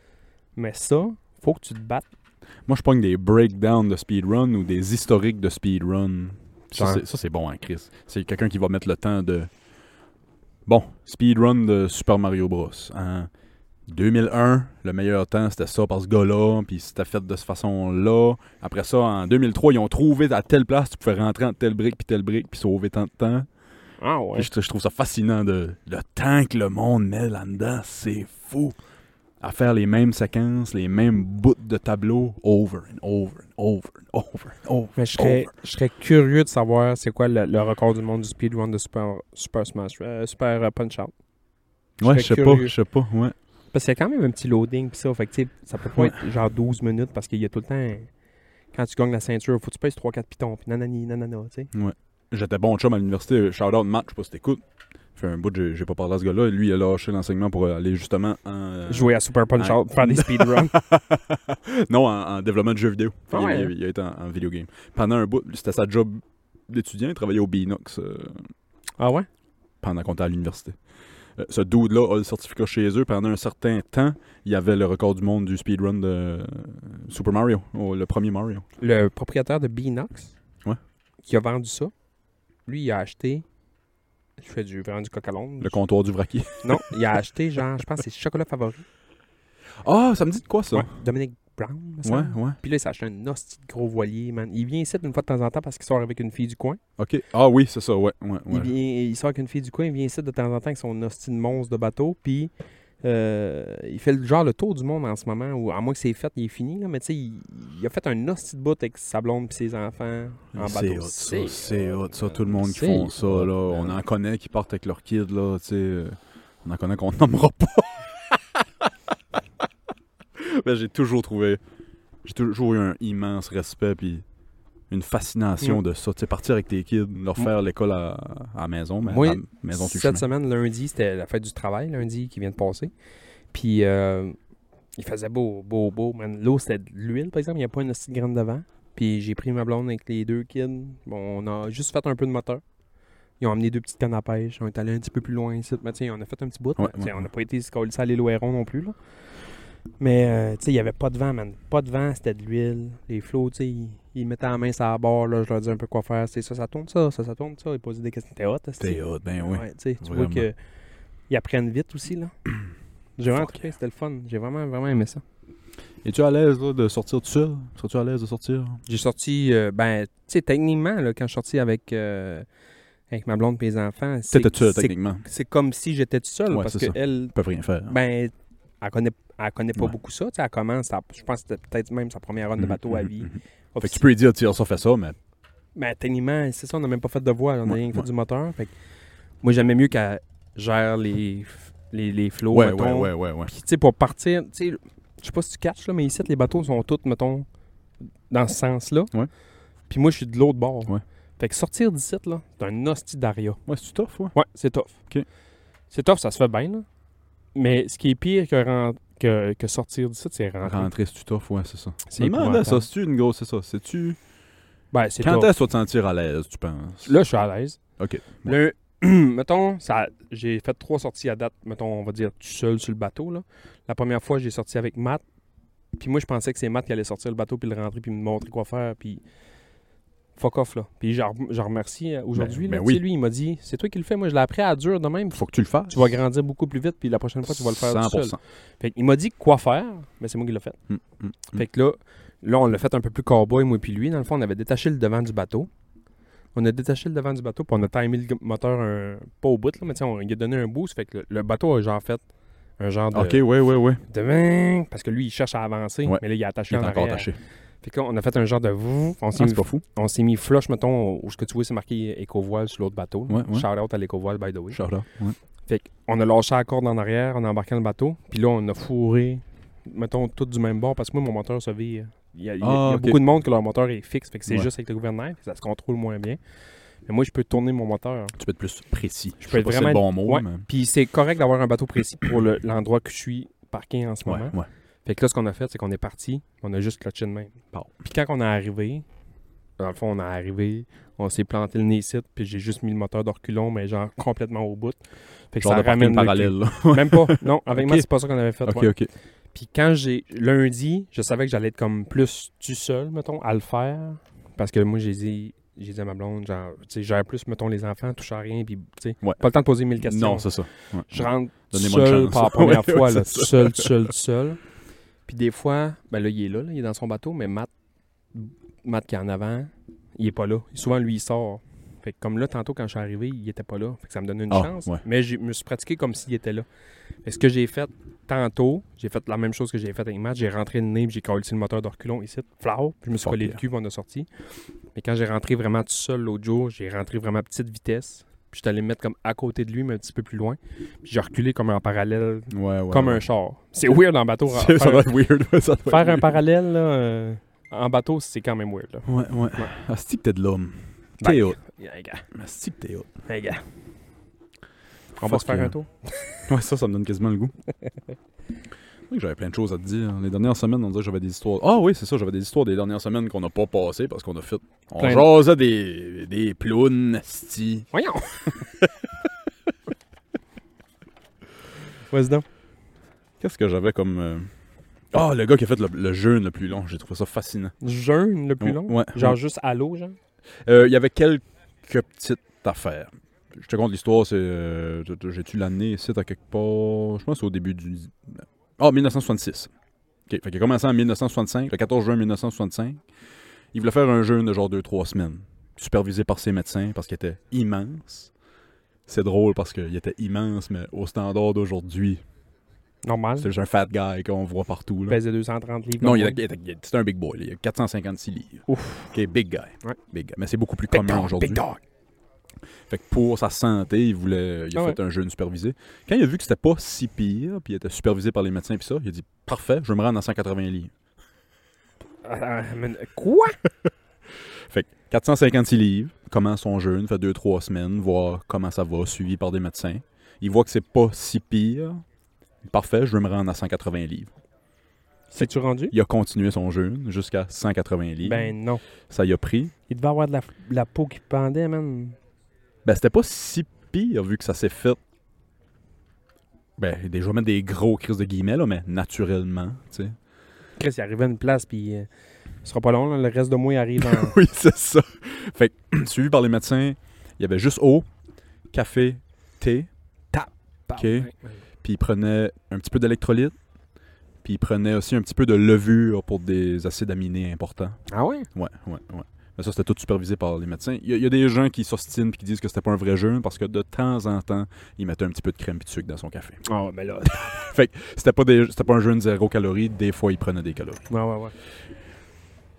[SPEAKER 3] Mais ça, faut que tu te battes.
[SPEAKER 2] Moi, je pogne des breakdowns de speedrun ou des historiques de speedrun. Ça,
[SPEAKER 3] Ouais.
[SPEAKER 2] c'est- ça, c'est bon, hein, Chris. C'est quelqu'un qui va mettre le temps de. Bon, speedrun de Super Mario Bros. hein. En 2001, le meilleur temps, c'était ça par ce gars-là, puis c'était fait de cette façon-là. Après ça, en 2003, ils ont trouvé à telle place, tu pouvais rentrer en telle brique, puis telle brique, puis sauver tant de temps.
[SPEAKER 3] Ah ouais.
[SPEAKER 2] Puis Je, je trouve ça fascinant de le temps que le monde met là-dedans, c'est fou. À faire les mêmes séquences, les mêmes bouts de tableau over and over and over and over and over.
[SPEAKER 3] Mais je serais,
[SPEAKER 2] over.
[SPEAKER 3] je serais curieux de savoir c'est quoi le, le record du monde du speedrun de Super, Super Smash, euh, Super Punch Out.
[SPEAKER 2] Ouais,
[SPEAKER 3] serais
[SPEAKER 2] je sais pas,
[SPEAKER 3] curieux.
[SPEAKER 2] je sais pas, ouais.
[SPEAKER 3] Parce qu'il y a quand même un petit loading pis ça. Fait que tu sais, ça peut pas
[SPEAKER 2] Ouais.
[SPEAKER 3] être genre 12 minutes parce qu'il y a tout le temps. Quand tu gagnes la ceinture, faut que tu pèses 3-4 pitons pis nanani nanana, tu sais.
[SPEAKER 2] J'étais bon chum à l'université, shout out Matt, je sais pas si t'écoutes. Fait un bout, de- j'ai j'ai pas parlé à ce gars-là. Lui, il a lâché l'enseignement pour aller justement en. euh,
[SPEAKER 3] Jouer à Super Punch Out, faire des speedruns.
[SPEAKER 2] non, en, en développement de jeux vidéo. Fait
[SPEAKER 3] Ah
[SPEAKER 2] il-
[SPEAKER 3] ouais.
[SPEAKER 2] il, il a été en, en video game. Pendant un bout, c'était sa job d'étudiant, il travaillait au Binox. euh,
[SPEAKER 3] ah ouais?
[SPEAKER 2] pendant qu'on était à l'université. Euh, ce dude-là a le certificat chez eux. Pendant un certain temps, il y avait le record du monde du speedrun de euh, Super Mario, oh, le premier Mario.
[SPEAKER 3] Le propriétaire de Beanox,
[SPEAKER 2] Ouais.
[SPEAKER 3] qui a vendu ça, lui, il a acheté. Je fais du vraiment du coq à l'onde.
[SPEAKER 2] Le comptoir du vraquier.
[SPEAKER 3] Non, il a acheté, genre, je pense que c'est chocolat favori.
[SPEAKER 2] Ah, ça me dit de quoi ça?
[SPEAKER 3] Ouais, Dominique Brown, me
[SPEAKER 2] Ouais, ouais.
[SPEAKER 3] semble. Puis là, il s'achète un hostie de gros voilier, man. Il vient ici une fois de temps en temps parce qu'il sort avec une fille du coin.
[SPEAKER 2] Ok. Ah oui, c'est ça, ouais. ouais, ouais.
[SPEAKER 3] Il, vient, il sort avec une fille du coin, il vient ici de temps en temps avec son hostie de monstre de bateau. Puis euh, il fait le- genre le tour du monde en ce moment, ou à moins que c'est fait, il est fini, là. Mais tu sais, il, il a fait un hostie de bout avec sa blonde et ses enfants en
[SPEAKER 2] C'est
[SPEAKER 3] bateau. euh,
[SPEAKER 2] hot, ça. C'est hot, ça. Tout le monde qui
[SPEAKER 3] C'est
[SPEAKER 2] font ça,
[SPEAKER 3] hot,
[SPEAKER 2] là. On
[SPEAKER 3] man.
[SPEAKER 2] en connaît qui partent avec leur kid, là. Tu sais, euh, on en connaît qu'on nommera pas. Mais Ben, j'ai toujours trouvé. J'ai toujours eu un immense respect, puis une fascination
[SPEAKER 3] Mm.
[SPEAKER 2] de ça. Tu sais, partir avec tes kids, leur faire l'école à, à la maison, mais
[SPEAKER 3] Moi,
[SPEAKER 2] à la maison sur le
[SPEAKER 3] Mm. Cette
[SPEAKER 2] chemin.
[SPEAKER 3] semaine, lundi, c'était la fête du travail, lundi qui vient de passer. Puis euh, il faisait beau, beau, beau. man. L'eau, c'était de l'huile, par exemple. Il n'y a pas une aussi grande devant. Puis j'ai pris ma blonde avec les deux kids. Bon, on a juste fait un peu de moteur. Ils ont amené deux petites cannes à pêche. On est allé un petit peu plus loin ici. Mais tu sais, on a fait un petit bout.
[SPEAKER 2] Ouais,
[SPEAKER 3] mais, tu sais,
[SPEAKER 2] ouais,
[SPEAKER 3] On
[SPEAKER 2] ouais.
[SPEAKER 3] n'a pas été scoller à l'île Ouéron non plus. Là. Mais euh, tu sais, il n'y avait pas de vent, man. Pas de vent, c'était de l'huile. Les flots, tu sais, ils, ils mettaient la main sur la barre. Là, je leur disais un peu quoi faire. C'est ça, ça tourne ça, ça, ça tourne ça. Ils posaient des questions. C'était hot, esti.
[SPEAKER 2] C'était hot, ben oui.
[SPEAKER 3] Ouais, tu sais, tu vois
[SPEAKER 2] Vraiment.
[SPEAKER 3] que ils apprennent vite aussi, là. J'ai vraiment
[SPEAKER 2] Fuck
[SPEAKER 3] trippé, c'était le fun. J'ai vraiment, vraiment aimé ça.
[SPEAKER 2] Es-tu à l'aise, là, de sortir tout seul? Serais-tu à l'aise de sortir?
[SPEAKER 3] J'ai sorti, euh, ben, tu sais, techniquement, là, quand je suis sorti avec, euh, avec ma blonde et mes enfants, c'est-
[SPEAKER 2] T'étais tout seul,
[SPEAKER 3] c'est-
[SPEAKER 2] techniquement.
[SPEAKER 3] C'est comme si j'étais tout seul,
[SPEAKER 2] Ouais,
[SPEAKER 3] parce
[SPEAKER 2] c'est ça.
[SPEAKER 3] qu'elle,
[SPEAKER 2] Ils peuvent rien faire.
[SPEAKER 3] ben, elle connaît, elle connaît pas
[SPEAKER 2] Ouais.
[SPEAKER 3] beaucoup ça, tu sais, elle commence, à- je pense que c'était peut-être même sa première run de
[SPEAKER 2] Mhm,
[SPEAKER 3] bateau à
[SPEAKER 2] mhm,
[SPEAKER 3] vie.
[SPEAKER 2] mhm. Fait que tu peux lui dire, tiens, ça fait ça, mais
[SPEAKER 3] Ben, techniquement, c'est ça, on n'a même pas fait de voile, on a
[SPEAKER 2] Ouais,
[SPEAKER 3] rien que
[SPEAKER 2] ouais.
[SPEAKER 3] fait du moteur. Fait que moi, j'aimais mieux qu'elle gère les, les, les flots,
[SPEAKER 2] ouais, ouais,
[SPEAKER 3] mettons,
[SPEAKER 2] ouais, ouais, ouais.
[SPEAKER 3] Puis, tu sais, pour partir, tu sais, je sais pas si tu catches, là, mais ici, les bateaux sont tous, mettons, dans ce sens-là.
[SPEAKER 2] Ouais.
[SPEAKER 3] Puis moi, je suis de l'autre bord.
[SPEAKER 2] Ouais.
[SPEAKER 3] Fait que sortir d'ici, là, c'est un hostie d'aria.
[SPEAKER 2] Ouais, c'est tough, ouais.
[SPEAKER 3] Ouais, c'est tough.
[SPEAKER 2] Ok.
[SPEAKER 3] C'est tough, ça se fait bien, là. Mais ce qui est pire que, ren- que, que sortir d'ici, c'est rentrer.
[SPEAKER 2] Rentrer, c'est-tu tough, ouais, c'est ça.
[SPEAKER 3] C'est
[SPEAKER 2] C'est demandais ça,
[SPEAKER 3] épouvantable.
[SPEAKER 2] c'est-tu une grosse, c'est ça, c'est-tu...
[SPEAKER 3] Ben, c'est
[SPEAKER 2] Quand
[SPEAKER 3] tough.
[SPEAKER 2] est-ce que tu vas te sentir à l'aise, tu penses?
[SPEAKER 3] Là, je suis à l'aise.
[SPEAKER 2] Ok.
[SPEAKER 3] Là, mettons, ça, j'ai fait trois sorties à date, mettons, on va dire, tout seul sur le bateau. Là. La première fois, j'ai sorti avec Matt. Puis moi, je pensais que c'est Matt qui allait sortir le bateau, puis le rentrer, puis me montrer quoi faire, puis fuck off, là. Puis j'en rem- j'en remercie euh, aujourd'hui.
[SPEAKER 2] Ben-
[SPEAKER 3] là.
[SPEAKER 2] ben
[SPEAKER 3] Tu sais,
[SPEAKER 2] oui.
[SPEAKER 3] lui, il m'a dit, c'est toi qui le fais, moi, je l'ai appris à dur de même.
[SPEAKER 2] Faut que tu le fasses.
[SPEAKER 3] Tu vas grandir beaucoup plus vite, puis la prochaine fois, tu vas le faire tout seul.
[SPEAKER 2] 100%.
[SPEAKER 3] Fait qu'il m'a dit quoi faire, mais c'est moi qui l'ai fait.
[SPEAKER 2] Mm, mm, mm.
[SPEAKER 3] Fait que là, là, on l'a fait un peu plus cowboy, moi puis lui. Dans le fond, on avait détaché le devant du bateau. On a détaché le devant du bateau, puis on a timé le moteur un- pas au bout, là, mais tu sais, on lui a donné un boost. Fait que le, le bateau a genre fait un genre de.
[SPEAKER 2] Ok, ouais, ouais, ouais.
[SPEAKER 3] de ving, parce que lui, il cherche à avancer,
[SPEAKER 2] Ouais.
[SPEAKER 3] mais là, il
[SPEAKER 2] Il
[SPEAKER 3] est attaché
[SPEAKER 2] est
[SPEAKER 3] en
[SPEAKER 2] encore
[SPEAKER 3] arrière.
[SPEAKER 2] attaché.
[SPEAKER 3] Fait que là, on a fait un genre de. vrouf, On s'est
[SPEAKER 2] Ah,
[SPEAKER 3] mis,
[SPEAKER 2] c'est pas fou.
[SPEAKER 3] on s'est mis flush, mettons, où ce que tu vois, c'est marqué éco-voile sur l'autre bateau.
[SPEAKER 2] Ouais, ouais.
[SPEAKER 3] Shout out à l'éco-voile, by the way.
[SPEAKER 2] Shout out, ouais.
[SPEAKER 3] Fait qu'on a lâché la corde en arrière, on a embarqué dans le bateau, puis là, on a fourré, mettons, tout du même bord, parce que moi, mon moteur se vire. Il y a, il y a-
[SPEAKER 2] Ah,
[SPEAKER 3] il y a
[SPEAKER 2] ok.
[SPEAKER 3] beaucoup de monde que leur moteur est fixe, fait que c'est
[SPEAKER 2] Ouais.
[SPEAKER 3] juste avec le gouvernail, ça se contrôle moins bien. Mais moi, je peux tourner mon moteur.
[SPEAKER 2] Tu peux être plus précis. Je
[SPEAKER 3] peux
[SPEAKER 2] sais
[SPEAKER 3] être
[SPEAKER 2] pas si c'est
[SPEAKER 3] vraiment-
[SPEAKER 2] le bon mot,
[SPEAKER 3] Ouais.
[SPEAKER 2] mais...
[SPEAKER 3] Puis c'est correct d'avoir un bateau précis pour le- l'endroit que je suis parking en ce
[SPEAKER 2] Ouais,
[SPEAKER 3] moment.
[SPEAKER 2] ouais.
[SPEAKER 3] Fait que là, ce qu'on a fait, c'est qu'on est parti, on a juste clutché de même.
[SPEAKER 2] Pow.
[SPEAKER 3] Puis quand on est arrivé, dans le fond, on est arrivé, on s'est planté le nez ici, puis j'ai juste mis le moteur de reculon, mais genre complètement au bout. Fait que
[SPEAKER 2] Genre
[SPEAKER 3] ça
[SPEAKER 2] de parking
[SPEAKER 3] ramène le
[SPEAKER 2] parallèle, là.
[SPEAKER 3] cul. Même pas. Non, avec moi,
[SPEAKER 2] Ok.
[SPEAKER 3] c'est pas ça qu'on avait fait.
[SPEAKER 2] ok,
[SPEAKER 3] ouais.
[SPEAKER 2] ok.
[SPEAKER 3] Puis quand j'ai lundi, je savais que j'allais être comme plus tout seul, mettons, à le faire. Parce que moi, j'ai dit, j'ai dit à ma blonde, genre, tu sais, gère plus, mettons, les enfants, touche à rien, puis, tu sais,
[SPEAKER 2] Ouais.
[SPEAKER 3] pas le temps de poser mille questions.
[SPEAKER 2] Non, c'est ça. Ouais.
[SPEAKER 3] Je rentre tout
[SPEAKER 2] Donnez-moi une
[SPEAKER 3] seul
[SPEAKER 2] chance.
[SPEAKER 3] par la première
[SPEAKER 2] Ouais,
[SPEAKER 3] fois,
[SPEAKER 2] ouais,
[SPEAKER 3] là,
[SPEAKER 2] c'est
[SPEAKER 3] tout seul, tout seul, tout seul. Puis des fois, ben là, il est là, là, il est dans son bateau, mais Matt, Matt qui est en avant, il est pas là. Souvent, lui, il sort. Fait que comme là, tantôt, quand je suis arrivé, il était pas là. Fait que ça me donnait une
[SPEAKER 2] Ah,
[SPEAKER 3] chance.
[SPEAKER 2] ouais.
[SPEAKER 3] Mais je me suis pratiqué comme s'il était là. Et ce que j'ai fait tantôt, j'ai fait la même chose que j'ai fait avec Matt. J'ai rentré le nez, puis j'ai collé le moteur de reculon ici, flau, puis je me suis
[SPEAKER 2] Fuck
[SPEAKER 3] collé
[SPEAKER 2] yeah.
[SPEAKER 3] le cul, puis on a sorti. Mais quand j'ai rentré vraiment tout seul l'autre jour, j'ai rentré vraiment à petite vitesse. Puis j'étais allé me mettre comme à côté de lui, mais un petit peu plus loin. Puis j'ai reculé comme en parallèle,
[SPEAKER 2] Ouais, ouais.
[SPEAKER 3] comme
[SPEAKER 2] ouais.
[SPEAKER 3] un char. C'est weird en bateau.
[SPEAKER 2] Ça,
[SPEAKER 3] faire
[SPEAKER 2] ça doit être weird. ouais, ça doit
[SPEAKER 3] faire
[SPEAKER 2] être
[SPEAKER 3] un
[SPEAKER 2] weird.
[SPEAKER 3] parallèle là, euh, en bateau, c'est quand même weird. Là.
[SPEAKER 2] Ouais, ouais.
[SPEAKER 3] Ouais.
[SPEAKER 2] Asti que t'es de l'homme.
[SPEAKER 3] Ben,
[SPEAKER 2] T'es hot.
[SPEAKER 3] yeah, les gars,
[SPEAKER 2] Asti que t'es hot.
[SPEAKER 3] les gars. On va
[SPEAKER 2] Fuck
[SPEAKER 3] se faire
[SPEAKER 2] yeah.
[SPEAKER 3] un tour.
[SPEAKER 2] Ouais, ça, ça me donne quasiment le goût. C'est vrai que J'avais plein de choses à te dire. Les dernières semaines, on dirait que j'avais des histoires. Ah oui, c'est ça, j'avais des histoires des dernières semaines qu'on n'a pas passées parce qu'on a fait. On
[SPEAKER 3] Plein de-
[SPEAKER 2] jasait des, des plounes, asti.
[SPEAKER 3] Voyons. Vas-y donc.
[SPEAKER 2] Qu'est-ce que j'avais comme. euh, Ah, le gars qui a fait le, le jeûne le plus long, j'ai trouvé ça fascinant.
[SPEAKER 3] Jeûne le plus long.
[SPEAKER 2] Ouais.
[SPEAKER 3] Genre
[SPEAKER 2] ouais.
[SPEAKER 3] juste à l'eau, genre.
[SPEAKER 2] Euh, Il y avait quelques petites affaires. Je te compte l'histoire, c'est. euh, t- t- J'ai-tu l'année ici à quelque part Je pense que c'est au début du. Ah, 1966. OK. Fait qu'il a commencé en 1965, le 14 juin 1965. Il voulait faire un jeûne de genre 2-3 semaines, supervisé par ses médecins parce qu'il était immense. C'est drôle parce qu'il était immense, mais au standard d'aujourd'hui,
[SPEAKER 3] Normal.
[SPEAKER 2] c'est juste un fat guy qu'on voit partout.
[SPEAKER 3] Il
[SPEAKER 2] là.
[SPEAKER 3] pesait 230 livres.
[SPEAKER 2] Non,
[SPEAKER 3] au
[SPEAKER 2] il
[SPEAKER 3] moins.
[SPEAKER 2] était, il était- il était- c'était un big boy. là. Il a 456 livres.
[SPEAKER 3] Ouf.
[SPEAKER 2] OK, big guy.
[SPEAKER 3] Ouais.
[SPEAKER 2] Big guy. Mais c'est beaucoup plus
[SPEAKER 3] Big
[SPEAKER 2] commun
[SPEAKER 3] dog,
[SPEAKER 2] aujourd'hui.
[SPEAKER 3] Big dog.
[SPEAKER 2] Fait que pour sa santé, il voulait, il a
[SPEAKER 3] Ah
[SPEAKER 2] fait un jeûne supervisé. Quand il a vu que c'était pas si pire, puis il était supervisé par les médecins, puis ça, il a dit parfait, je vais me rends dans 180 livres.
[SPEAKER 3] Ah, mais Quoi?
[SPEAKER 2] Fait que 456 livres, commence son jeûne, fait 2-3 semaines, voir comment ça va, suivi par des médecins. Il voit que c'est pas si pire. Parfait, je vais me rendre à 180 livres.
[SPEAKER 3] C'est-tu rendu?
[SPEAKER 2] Il a continué son jeûne jusqu'à 180 livres.
[SPEAKER 3] Ben non.
[SPEAKER 2] Ça y a pris.
[SPEAKER 3] Il devait avoir de la, de la peau qui pendait, man.
[SPEAKER 2] Ben, c'était pas si pire vu que ça s'est fait. Ben, des, je vais mettre des gros crises de guillemets, là, mais naturellement, tu sais.
[SPEAKER 3] Chris, il arrivait à une place, puis euh, ce sera pas long, là, le reste de moi il arrive en.
[SPEAKER 2] Oui, c'est ça. Fait que, suivi par les médecins, il y avait juste eau, café, thé, Ok. puis il prenait un petit peu d'électrolyte, puis il prenait aussi un petit peu de levure pour des acides aminés importants.
[SPEAKER 3] Ah ouais?
[SPEAKER 2] Ouais, ouais, ouais. Mais ça, c'était tout supervisé par les médecins. Il y, a- il y a des gens qui s'ostinent puis qui disent que c'était pas un vrai jeûne parce que de temps en temps, ils mettaient un petit peu de crème puis de sucre dans son café.
[SPEAKER 3] Ah, ben là.
[SPEAKER 2] C'était pas, des, c'était pas un jeûne zéro calorie, des fois, ils prenaient des calories.
[SPEAKER 3] Ouais, ouais, ouais.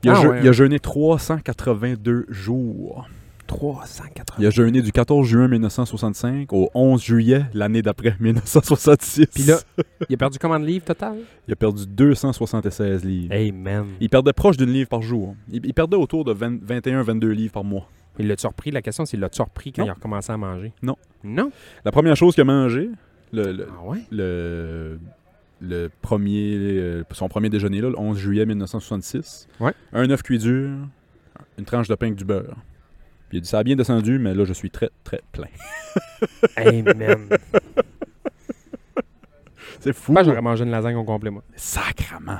[SPEAKER 2] Il a,
[SPEAKER 3] Ah
[SPEAKER 2] je-
[SPEAKER 3] ouais.
[SPEAKER 2] il a jeûné 382 jours.
[SPEAKER 3] 380.
[SPEAKER 2] Il a jeûné du 14 juin 1965 au 11 juillet l'année d'après 1966.
[SPEAKER 3] Puis là, il a perdu combien de livres total?
[SPEAKER 2] il a perdu 276 livres.
[SPEAKER 3] Hey, man.
[SPEAKER 2] Il perdait proche d'une livre par jour. Il, il perdait autour de 21-22 livres par mois.
[SPEAKER 3] Il l'a-tu repris? La question, c'est il l'a-tu repris quand
[SPEAKER 2] Non.
[SPEAKER 3] il a recommencé à manger?
[SPEAKER 2] Non.
[SPEAKER 3] Non?
[SPEAKER 2] La première chose qu'il a mangé, le, le,
[SPEAKER 3] Ah ouais?
[SPEAKER 2] le, le premier, euh, son premier déjeuner, là, le 11 juillet 1966,
[SPEAKER 3] Ouais.
[SPEAKER 2] un œuf cuit dur, une tranche de pain avec du beurre. Puis il a dit, ça a bien descendu, mais là, je suis très, très plein.
[SPEAKER 3] Hey, man.
[SPEAKER 2] C'est fou.
[SPEAKER 3] Moi, Ben, j'aurais mangé une lasagne au complet, moi.
[SPEAKER 2] Sacrement.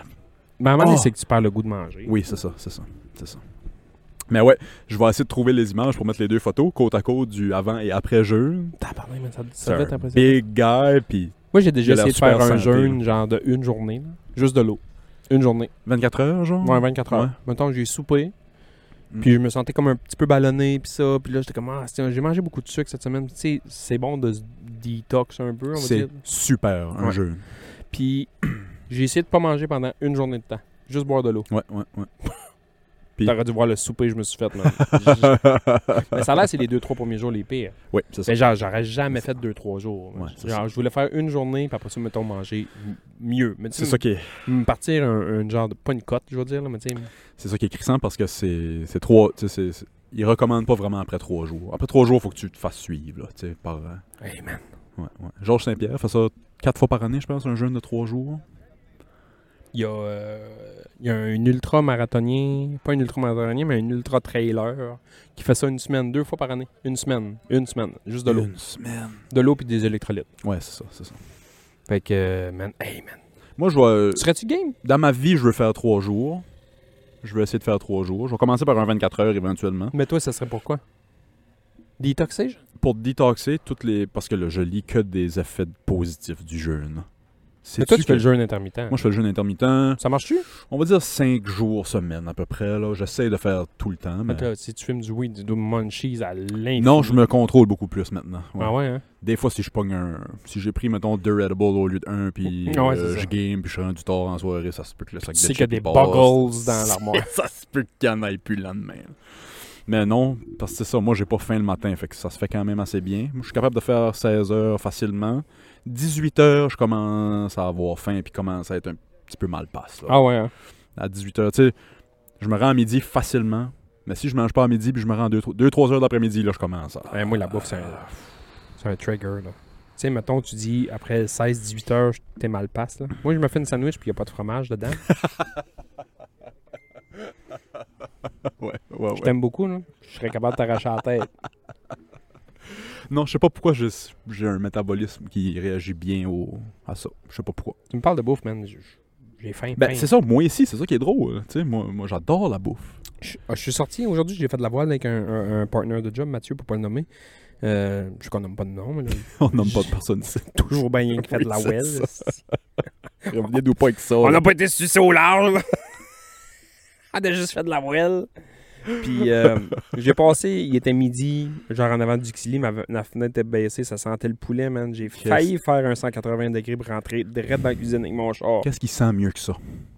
[SPEAKER 3] Mais à un moment donné,
[SPEAKER 2] Oh.
[SPEAKER 3] c'est que tu perds le goût de manger.
[SPEAKER 2] Oui, c'est ça, c'est ça, c'est ça. Mais ouais, je vais essayer de trouver les images pour mettre les deux photos côte à côte du avant et après jeûne.
[SPEAKER 3] Tabarnak, mais ça,
[SPEAKER 2] C'est
[SPEAKER 3] ça doit être
[SPEAKER 2] un
[SPEAKER 3] impressionnant.
[SPEAKER 2] big guy, puis
[SPEAKER 3] Moi, j'ai
[SPEAKER 2] Il
[SPEAKER 3] déjà
[SPEAKER 2] a l'air
[SPEAKER 3] essayé de faire
[SPEAKER 2] super
[SPEAKER 3] un
[SPEAKER 2] santé,
[SPEAKER 3] jeûne, genre de une journée, là. juste de l'eau. Une journée.
[SPEAKER 2] 24 heures, genre.
[SPEAKER 3] Ouais, 24 heures.
[SPEAKER 2] Mm. Ouais.
[SPEAKER 3] Mettons, j'ai soupé.
[SPEAKER 2] Mm.
[SPEAKER 3] Puis je me sentais comme un petit peu ballonné, puis ça. Puis là, j'étais comme, ah, c'est- j'ai mangé beaucoup de sucre cette semaine. Tu sais, c'est bon de se détox un peu, on va
[SPEAKER 2] C'est
[SPEAKER 3] dire.
[SPEAKER 2] super, un
[SPEAKER 3] Ouais.
[SPEAKER 2] jeûne.
[SPEAKER 3] Puis j'ai essayé de pas manger pendant une journée de temps. Juste boire de l'eau.
[SPEAKER 2] Ouais, ouais, ouais. Puis-
[SPEAKER 3] T'aurais dû voir le souper que je me suis fait, man. J- Mais ça a l'air, c'est les deux, trois premiers jours les pires.
[SPEAKER 2] ouais, c'est ça.
[SPEAKER 3] Mais genre, j'aurais jamais fait deux, trois jours.
[SPEAKER 2] Ouais, c'est
[SPEAKER 3] genre, je voulais faire une journée, puis après ça, mettons, manger m- mieux. Mais tu
[SPEAKER 2] C'est
[SPEAKER 3] sais,
[SPEAKER 2] ça qui est,
[SPEAKER 3] me partir un, un genre de. Pas une cote, je veux dire, là, mais tu sais.
[SPEAKER 2] c'est ça qui est crissant parce que c'est, c'est trois, tu sais, c'est- c'est- ils recommandent pas vraiment après trois jours. Après trois jours, faut que tu te fasses suivre, là, tu sais, par. euh,
[SPEAKER 3] Hey, man.
[SPEAKER 2] Ouais, ouais. Georges Saint-Pierre fait ça quatre fois par année, je pense, un jeûne de trois jours.
[SPEAKER 3] Il y a, euh, il y a un ultra-marathonien, pas un ultra-marathonien, mais un ultra-trailer qui fait ça une semaine, deux fois par année. Une semaine, une semaine, juste de l'eau.
[SPEAKER 2] Une semaine.
[SPEAKER 3] De l'eau puis des électrolytes.
[SPEAKER 2] Ouais, c'est ça, c'est ça.
[SPEAKER 3] Fait que, euh, man, hey man.
[SPEAKER 2] Moi, je vais. euh,
[SPEAKER 3] Serais-tu game?
[SPEAKER 2] Dans ma vie, je veux faire trois jours. Je veux essayer de faire trois jours. Je vais commencer par un 24 heures éventuellement.
[SPEAKER 3] Mais toi, ça serait pourquoi? Détoxé, genre?
[SPEAKER 2] Pour détoxer toutes les. Parce que là, je lis que des effets positifs du jeûne.
[SPEAKER 3] Mais
[SPEAKER 2] Sais-tu
[SPEAKER 3] toi, tu fais
[SPEAKER 2] que-
[SPEAKER 3] le jeûne intermittent.
[SPEAKER 2] Moi, je fais le jeûne intermittent.
[SPEAKER 3] Ça marche-tu?
[SPEAKER 2] On va dire cinq jours semaine à peu près. là. J'essaie de faire tout le temps. mais-
[SPEAKER 3] Fait que là, si tu fumes du weed, du du munchies à l'infini.
[SPEAKER 2] Non, je me contrôle beaucoup plus maintenant. Ouais.
[SPEAKER 3] Ah ouais, hein?
[SPEAKER 2] Des fois, si je pogne un. Si j'ai pris, mettons, deux Red Bull au lieu d'un, puis
[SPEAKER 3] Ouais,
[SPEAKER 2] euh,
[SPEAKER 3] c'est ça.
[SPEAKER 2] je game, puis je suis rendu tard en soirée, ça se peut que le sac
[SPEAKER 3] Tu
[SPEAKER 2] de
[SPEAKER 3] sais qu'il y a
[SPEAKER 2] chips
[SPEAKER 3] des
[SPEAKER 2] passe.
[SPEAKER 3] buggles dans l'armoire.
[SPEAKER 2] ça se peut qu'il n'y en ait plus le lendemain. là. Mais non, parce que c'est ça, moi j'ai pas faim le matin, fait que ça se fait quand même assez bien. Moi, je suis capable de faire 16 heures facilement. 18 heures, je commence à avoir faim puis commence à être un petit peu mal passe. là.
[SPEAKER 3] Ah ouais, hein?
[SPEAKER 2] À 18 heures, tu sais, je me rends à midi facilement. Mais si je mange pas à midi puis je me rends 2-3 heures d'après-midi, là je commence. à-
[SPEAKER 3] Ouais, moi, la bouffe, c'est un, c'est un trigger, là. Tu sais, mettons, tu dis après 16-18 heures, je- t'es mal passe, là. Moi, je me fais une sandwich puis il n'y a pas de fromage dedans.
[SPEAKER 2] Ah, Ouais, ouais,
[SPEAKER 3] Je
[SPEAKER 2] ouais.
[SPEAKER 3] t'aime beaucoup, là. Je serais capable de t'arracher la tête.
[SPEAKER 2] Non, je sais pas pourquoi j'ai j'ai un métabolisme qui réagit bien au, à ça. Je sais pas pourquoi.
[SPEAKER 3] Tu me parles de bouffe, man. J- J'ai faim.
[SPEAKER 2] Ben,
[SPEAKER 3] faim.
[SPEAKER 2] c'est ça, moi ici, c'est ça qui est drôle. Tu sais, moi, moi j'adore la bouffe.
[SPEAKER 3] Je, ah, je suis sorti aujourd'hui, j'ai fait de la voile avec un, un, un partner de job, Mathieu, pour pas le nommer. Euh, je sais qu'on nomme pas de nom, mais là,
[SPEAKER 2] On nomme pas de personne ici.
[SPEAKER 3] toujours bien qui fait de la
[SPEAKER 2] Oui, c'est
[SPEAKER 3] voile.
[SPEAKER 2] Revenez d'où pas avec ça.
[SPEAKER 3] On
[SPEAKER 2] là.
[SPEAKER 3] n'a pas été sucé au large. On a juste fait de la voile. Puis euh, j'ai passé, il était midi, genre en avant du Xili, ma, ma fenêtre était baissée, ça sentait le poulet, man. J'ai
[SPEAKER 2] Qu'est-ce-
[SPEAKER 3] failli faire un 180 degrés pour rentrer direct dans la cuisine avec mon char.
[SPEAKER 2] Qu'est-ce qui sent mieux que ça?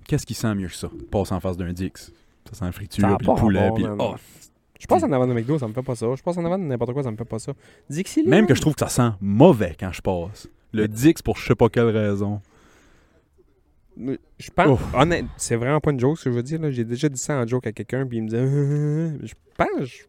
[SPEAKER 2] Qu'est-ce qui sent mieux que ça? Passe en face d'un Dix. Ça sent le
[SPEAKER 3] Ça
[SPEAKER 2] friture,
[SPEAKER 3] a
[SPEAKER 2] puis
[SPEAKER 3] pas
[SPEAKER 2] le poulet,
[SPEAKER 3] rapport,
[SPEAKER 2] puis...
[SPEAKER 3] man.
[SPEAKER 2] oh.
[SPEAKER 3] Je passe en avant de McDo, ça me fait pas ça. Je passe en avant de n'importe quoi, ça me fait pas ça. Dixili.
[SPEAKER 2] Même que je trouve que ça sent mauvais quand je passe. Le Dix, pour je sais pas quelle raison.
[SPEAKER 3] Je pense, honnête, c'est vraiment pas une joke ce que je veux dire. là. J'ai déjà dit ça en joke à quelqu'un, puis il me disait, Euh, je pense, je,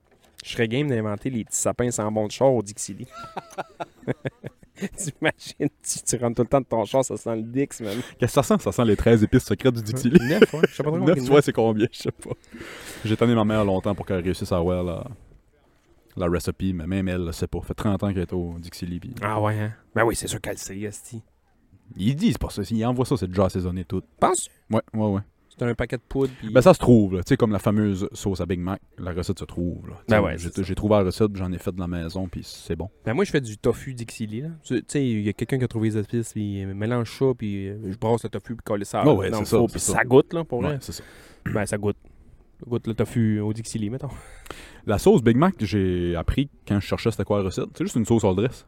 [SPEAKER 3] je serais game d'inventer les petits sapins sans bon de char au Dixili. T'imagines, tu, tu rentres tout le temps de ton char, ça sent le Dix, même.
[SPEAKER 2] Qu'est-ce que ça sent? Ça sent les 13 épices secrètes du Dixili.
[SPEAKER 3] Neuf, ouais. Je sais pas trop comment
[SPEAKER 2] Neuf,
[SPEAKER 3] il
[SPEAKER 2] tu
[SPEAKER 3] dit.
[SPEAKER 2] vois, c'est combien? Je sais pas. J'ai tanné ma mère longtemps pour qu'elle réussisse à avoir la, la recipe, mais même elle, le sait pas. Ça fait 30 ans qu'elle est au Dixili, puis...
[SPEAKER 3] Ah ouais, hein? Ben oui, c'est sûr qu'elle le sait, esti.
[SPEAKER 2] Ils disent pas ça. Ils envoient ça, c'est déjà assaisonné tout.
[SPEAKER 3] Pense,
[SPEAKER 2] Ouais, ouais, ouais.
[SPEAKER 3] c'est un paquet de poudre, puis...
[SPEAKER 2] Ben ça se trouve, là. tu sais, comme la fameuse sauce à Big Mac, la recette se trouve. Là. Tu sais,
[SPEAKER 3] Ben ouais,
[SPEAKER 2] j'ai,
[SPEAKER 3] c'est ça.
[SPEAKER 2] j'ai trouvé la recette, j'en ai fait de la maison, puis c'est bon.
[SPEAKER 3] Ben moi, je fais du tofu Dixili, là. Tu tu sais, il y a quelqu'un qui a trouvé les épices, puis il mélange ça, puis euh, je brasse le tofu, puis colle ça
[SPEAKER 2] Ah ouais,
[SPEAKER 3] dans
[SPEAKER 2] c'est
[SPEAKER 3] le
[SPEAKER 2] ça,
[SPEAKER 3] four,
[SPEAKER 2] c'est
[SPEAKER 3] puis
[SPEAKER 2] ça.
[SPEAKER 3] ça goûte, là, pour vrai.
[SPEAKER 2] c'est ça.
[SPEAKER 3] Ben, ça goûte. Ça Goûte le tofu au Dixili, mettons.
[SPEAKER 2] La sauce Big Mac, j'ai appris quand je cherchais c'était quoi la recette. C'est juste une sauce all dress.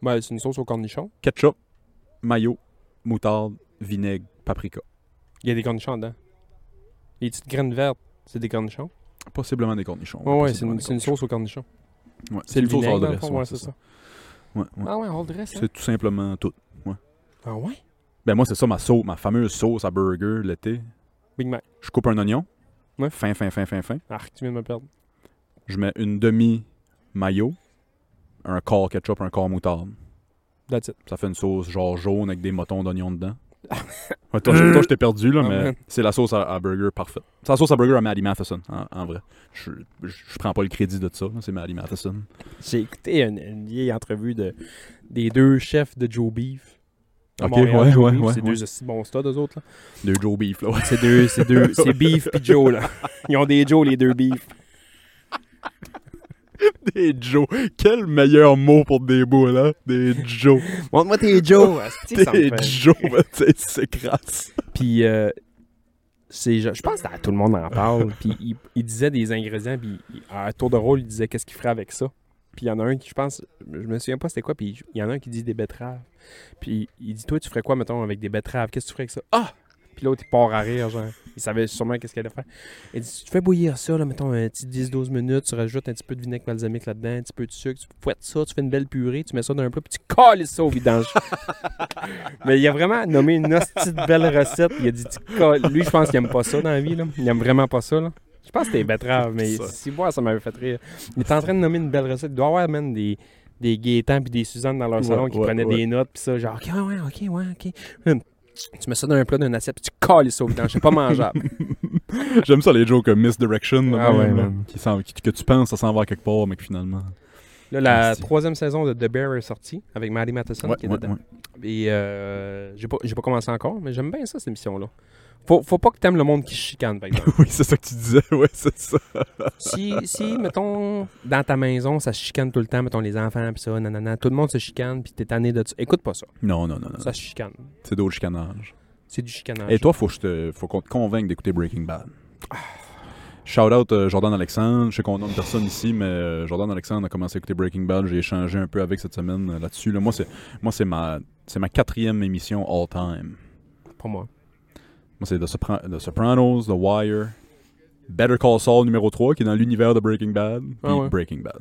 [SPEAKER 3] Ben, c'est une sauce au cornichon.
[SPEAKER 2] Ketchup, mayo, moutarde, vinaigre, paprika.
[SPEAKER 3] Il y a des cornichons dedans. Les petites graines vertes, c'est des cornichons.
[SPEAKER 2] Possiblement des cornichons.
[SPEAKER 3] Ouais, ouais, c'est
[SPEAKER 2] possiblement
[SPEAKER 3] une,
[SPEAKER 2] des
[SPEAKER 3] c'est une
[SPEAKER 2] cornichons.
[SPEAKER 3] sauce au cornichon.
[SPEAKER 2] Ouais,
[SPEAKER 3] C'est le
[SPEAKER 2] une sauce all
[SPEAKER 3] vinaigre, dans le
[SPEAKER 2] dress,
[SPEAKER 3] fond, ouais, c'est ça.
[SPEAKER 2] Ouais, ouais.
[SPEAKER 3] Ah ouais, on le dresse, hein?
[SPEAKER 2] C'est tout simplement tout.
[SPEAKER 3] Ah ouais?
[SPEAKER 2] Ben moi, c'est ça ma sauce, ma fameuse sauce à burger l'été.
[SPEAKER 3] Big Mac.
[SPEAKER 2] Je coupe un oignon.
[SPEAKER 3] Ouais.
[SPEAKER 2] Fin, fin, fin, fin, fin.
[SPEAKER 3] Ah, tu viens de me perdre.
[SPEAKER 2] Je mets une demi mayo, un quart ketchup, un quart moutarde.
[SPEAKER 3] That's it.
[SPEAKER 2] Ça fait une sauce genre jaune avec des motons d'oignons dedans. Ouais, toi, je- toi, je t'ai perdu, là,
[SPEAKER 3] Ah,
[SPEAKER 2] mais
[SPEAKER 3] man.
[SPEAKER 2] c'est la sauce à, à burger parfaite. C'est la sauce à burger à Maddie Matheson, en, en vrai. Je, je, je prends pas le crédit de ça, là, c'est Maddie Matheson.
[SPEAKER 3] J'ai écouté une, une vieille entrevue de, des deux chefs de Joe Beef. À
[SPEAKER 2] Ok,
[SPEAKER 3] Montréal,
[SPEAKER 2] ouais,
[SPEAKER 3] Joe
[SPEAKER 2] ouais,
[SPEAKER 3] Beef,
[SPEAKER 2] ouais,
[SPEAKER 3] C'est
[SPEAKER 2] ouais.
[SPEAKER 3] deux aussi bons stades, eux autres. là.
[SPEAKER 2] De Joe Beef, là, ouais.
[SPEAKER 3] C'est deux, c'est deux, c'est Beef pis Joe, là. Ils ont des Joe, les deux Beef.
[SPEAKER 2] Des Joe. Quel meilleur mot pour des bouts, là. Des Joe.
[SPEAKER 3] Montre-moi tes Joe. esti, Oh, ça me
[SPEAKER 2] Des
[SPEAKER 3] fait-
[SPEAKER 2] Joe, ben, tu sais, c'est crasse.
[SPEAKER 3] Puis, euh, c'est, je, je pense que tout le monde en parle. Puis, il, il disait des ingrédients. Puis, il- à tour de rôle, il disait qu'est-ce qu'il ferait avec ça. Puis, il y en a un qui, je pense, je me souviens pas c'était quoi. Puis, il y en a un qui dit des betteraves. Puis, il dit, toi, tu ferais quoi, mettons, avec des betteraves Qu'est-ce que tu ferais avec ça Ah Puis, l'autre, il part à rire, genre. Il savait sûrement qu'est-ce qu'il allait faire. Il dit, tu fais bouillir ça, là, mettons, un petit 10-12 minutes. Tu rajoutes un petit peu de vinaigre balsamique là-dedans, un petit peu de sucre. Tu fouettes ça, tu fais une belle purée. Tu mets ça dans un plat. Puis, tu colles ça au vidange. Hein, Mais il a vraiment nommé une hostie de belle recette. Il a dit, Tu colles. lui, je pense qu'il aime pas ça dans la vie. Là. Il aime vraiment pas ça. Là. Je pense que c'était betteraves, mais
[SPEAKER 2] Ça.
[SPEAKER 3] si moi, ça m'avait fait rire. Il est en train de nommer une belle recette. Il doit avoir même des, des Gaétan puis des Suzanne dans leur
[SPEAKER 2] Ouais,
[SPEAKER 3] salon qui
[SPEAKER 2] ouais,
[SPEAKER 3] prenaient
[SPEAKER 2] ouais.
[SPEAKER 3] des notes puis ça, genre, ok, ouais, ok, ouais, ok. Hum, Tu mets ça dans un plat d'un assiette puis tu colles ça au vidange, c'est pas mangeable.
[SPEAKER 2] J'aime ça, les jokes comme Misdirection. de
[SPEAKER 3] Ah
[SPEAKER 2] même,
[SPEAKER 3] ouais,
[SPEAKER 2] là,
[SPEAKER 3] man.
[SPEAKER 2] qui s'en- qui- que tu penses, ça s'en va quelque part, mais que finalement.
[SPEAKER 3] Là, la
[SPEAKER 2] Merci.
[SPEAKER 3] troisième saison de The Bear est sortie avec Maddie Matheson
[SPEAKER 2] Ouais,
[SPEAKER 3] qui est
[SPEAKER 2] ouais,
[SPEAKER 3] dedans.
[SPEAKER 2] ouais.
[SPEAKER 3] Et euh, j'ai pas, j'ai pas commencé encore, mais j'aime bien ça, cette émission-là. Faut, faut pas que t'aimes le monde qui se chicane, par exemple.
[SPEAKER 2] oui, c'est ça que tu disais. Ouais, c'est ça.
[SPEAKER 3] si, si, mettons, dans ta maison, ça se chicane tout le temps, mettons les enfants, pis ça, nanana, tout le monde se chicane, pis t'es tanné de ça. Écoute pas ça.
[SPEAKER 2] Non, non, non, non.
[SPEAKER 3] Ça se chicane.
[SPEAKER 2] C'est d'autres chicanages.
[SPEAKER 3] C'est du chicanage.
[SPEAKER 2] Et toi, faut, que je te- faut qu'on te convainque d'écouter Breaking Bad. Shout out euh, Jordan Alexandre. Je sais qu'on nomme personne ici, mais euh, Jordan Alexandre a commencé à écouter Breaking Bad. J'ai échangé un peu avec cette semaine euh, là-dessus. là. Moi, c'est moi c'est ma c'est ma quatrième émission all time.
[SPEAKER 3] Pas moi.
[SPEAKER 2] Moi, c'est The, Sopra- The Sopranos, The Wire, Better Call Saul numéro 3, qui est dans l'univers de Breaking Bad, puis
[SPEAKER 3] Ah ouais.
[SPEAKER 2] Breaking Bad.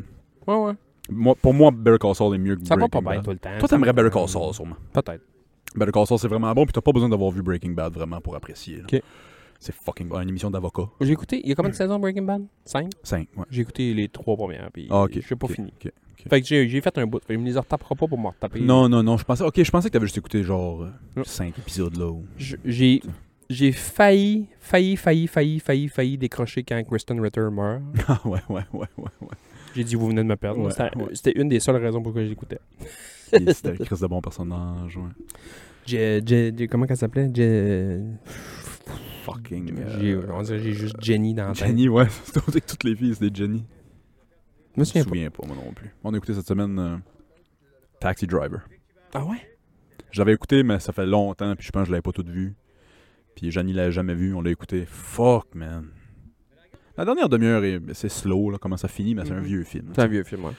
[SPEAKER 3] Ouais, ouais.
[SPEAKER 2] Moi, pour moi, Better Call Saul est mieux que
[SPEAKER 3] Ça va
[SPEAKER 2] Breaking
[SPEAKER 3] pas bien
[SPEAKER 2] Bad.
[SPEAKER 3] tout le temps.
[SPEAKER 2] Toi, t'aimerais Better Call Saul, sûrement.
[SPEAKER 3] Peut-être.
[SPEAKER 2] Better Call Saul, c'est vraiment bon, puis t'as pas besoin d'avoir vu Breaking Bad vraiment pour apprécier. là.
[SPEAKER 3] Ok.
[SPEAKER 2] C'est fucking bon. Une émission d'avocat.
[SPEAKER 3] J'ai écouté, il y a
[SPEAKER 2] Hmm.
[SPEAKER 3] combien de saisons de Breaking Bad 5
[SPEAKER 2] 5, ouais.
[SPEAKER 3] J'ai écouté les trois premières, pis
[SPEAKER 2] Ah, ok.
[SPEAKER 3] j'ai pas
[SPEAKER 2] ok,
[SPEAKER 3] fini.
[SPEAKER 2] ok.
[SPEAKER 3] Fait que j'ai j'ai fait un bout. Fait que je me les retapera pas pour me retaper.
[SPEAKER 2] Non, non, non, je pensais, ok, je pensais que t'avais juste écouté genre
[SPEAKER 3] Non.
[SPEAKER 2] 5 épisodes là. ou-
[SPEAKER 3] J- J'ai. J'ai failli, failli, failli, failli, failli, failli décrocher quand Kristen Ritter meurt.
[SPEAKER 2] Ah ouais, ouais, ouais, ouais. ouais.
[SPEAKER 3] J'ai dit, vous venez de me perdre.
[SPEAKER 2] Ouais,
[SPEAKER 3] C'était-
[SPEAKER 2] ouais.
[SPEAKER 3] C'était une des seules raisons pourquoi j'écoutais.
[SPEAKER 2] Et C'était Chris de bon personnage, ouais.
[SPEAKER 3] Je- je- je- comment qu'elle s'appelait? Je-
[SPEAKER 2] Euh, Fucking. euh,
[SPEAKER 3] j'ai- on dirait que j'ai juste Jenny dans la tête.
[SPEAKER 2] Jenny, ouais. C'est on dirait que toutes les filles, c'est des Jenny.
[SPEAKER 3] Je me
[SPEAKER 2] Je me
[SPEAKER 3] souviens pas.
[SPEAKER 2] souviens pas, moi non plus. On a écouté cette semaine euh, Taxi Driver.
[SPEAKER 3] Ah ouais?
[SPEAKER 2] J'avais écouté, mais ça fait longtemps, puis je pense que je l'avais pas toute vue. Puis Janie l'avait jamais vue, on l'a écouté. Fuck, man. La dernière demi-heure, est- c'est slow, là, comment ça finit, mais c'est un
[SPEAKER 3] Mhm.
[SPEAKER 2] vieux film.
[SPEAKER 3] C'est un vieux film, ouais.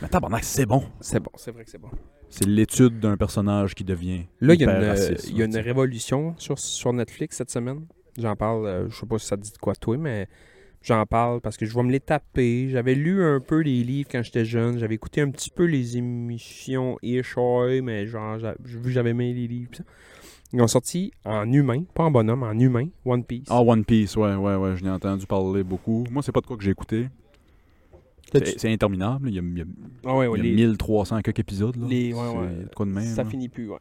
[SPEAKER 2] Mais tabarnak, c'est bon.
[SPEAKER 3] C'est bon, c'est vrai que c'est bon.
[SPEAKER 2] C'est l'étude d'un personnage qui devient.
[SPEAKER 3] Là, il y a
[SPEAKER 2] hyper
[SPEAKER 3] une, euh,
[SPEAKER 2] raciste,
[SPEAKER 3] il y a
[SPEAKER 2] là,
[SPEAKER 3] une
[SPEAKER 2] tu sais.
[SPEAKER 3] révolution sur, sur Netflix cette semaine. J'en parle, euh, je sais pas si ça te dit de quoi toi, mais j'en parle parce que je vais me les taper. J'avais lu un peu les livres quand j'étais jeune. J'avais écouté un petit peu les émissions Ishoi, mais genre, j'a- j'ai vu que j'avais aimé les livres. pis ça. Ils ont sorti en humain, pas en bonhomme, en humain, One Piece.
[SPEAKER 2] Ah, One Piece, ouais, ouais, ouais, je l'ai entendu parler beaucoup. Moi, c'est pas de quoi que j'ai écouté.
[SPEAKER 3] T'as-tu-
[SPEAKER 2] C'est c'est interminable, là. il y a, il y a-
[SPEAKER 3] Ah ouais,
[SPEAKER 2] il
[SPEAKER 3] ouais,
[SPEAKER 2] y a
[SPEAKER 3] les-
[SPEAKER 2] 1300 quelques épisodes. Là.
[SPEAKER 3] Les- ouais,
[SPEAKER 2] C'est
[SPEAKER 3] ouais.
[SPEAKER 2] de quoi de même.
[SPEAKER 3] ça
[SPEAKER 2] là.
[SPEAKER 3] finit plus, ouais.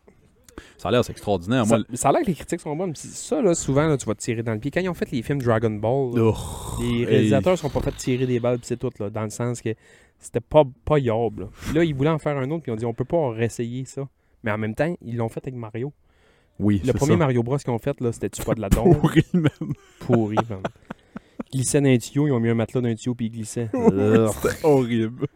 [SPEAKER 2] Ça a l'air, c'est extraordinaire.
[SPEAKER 3] Ça,
[SPEAKER 2] Ah, Moi,
[SPEAKER 3] ça a l'air que les critiques sont bonnes. pis Ça, là, souvent, là, tu vas te tirer dans le pied. Quand ils ont fait les films Dragon Ball, là,
[SPEAKER 2] Oh,
[SPEAKER 3] les
[SPEAKER 2] hey.
[SPEAKER 3] réalisateurs sont pas fait tirer des balles, pis c'est tout, là, dans le sens que c'était pas, pas yob. Là. Puis là, ils voulaient en faire un autre, puis ils ont dit on peut pas réessayer ça. Mais en même temps, ils l'ont fait avec Mario.
[SPEAKER 2] Oui,
[SPEAKER 3] Le
[SPEAKER 2] c'est
[SPEAKER 3] premier
[SPEAKER 2] ça.
[SPEAKER 3] Mario Bros qu'ils ont fait, là, c'était-tu pas de la dombe
[SPEAKER 2] Pourri, man.
[SPEAKER 3] pourri, man. Ils glissaient dans un tuyau, ils ont mis un matelas dans un tuyau, puis ils glissaient. Ugh.
[SPEAKER 2] C'était horrible.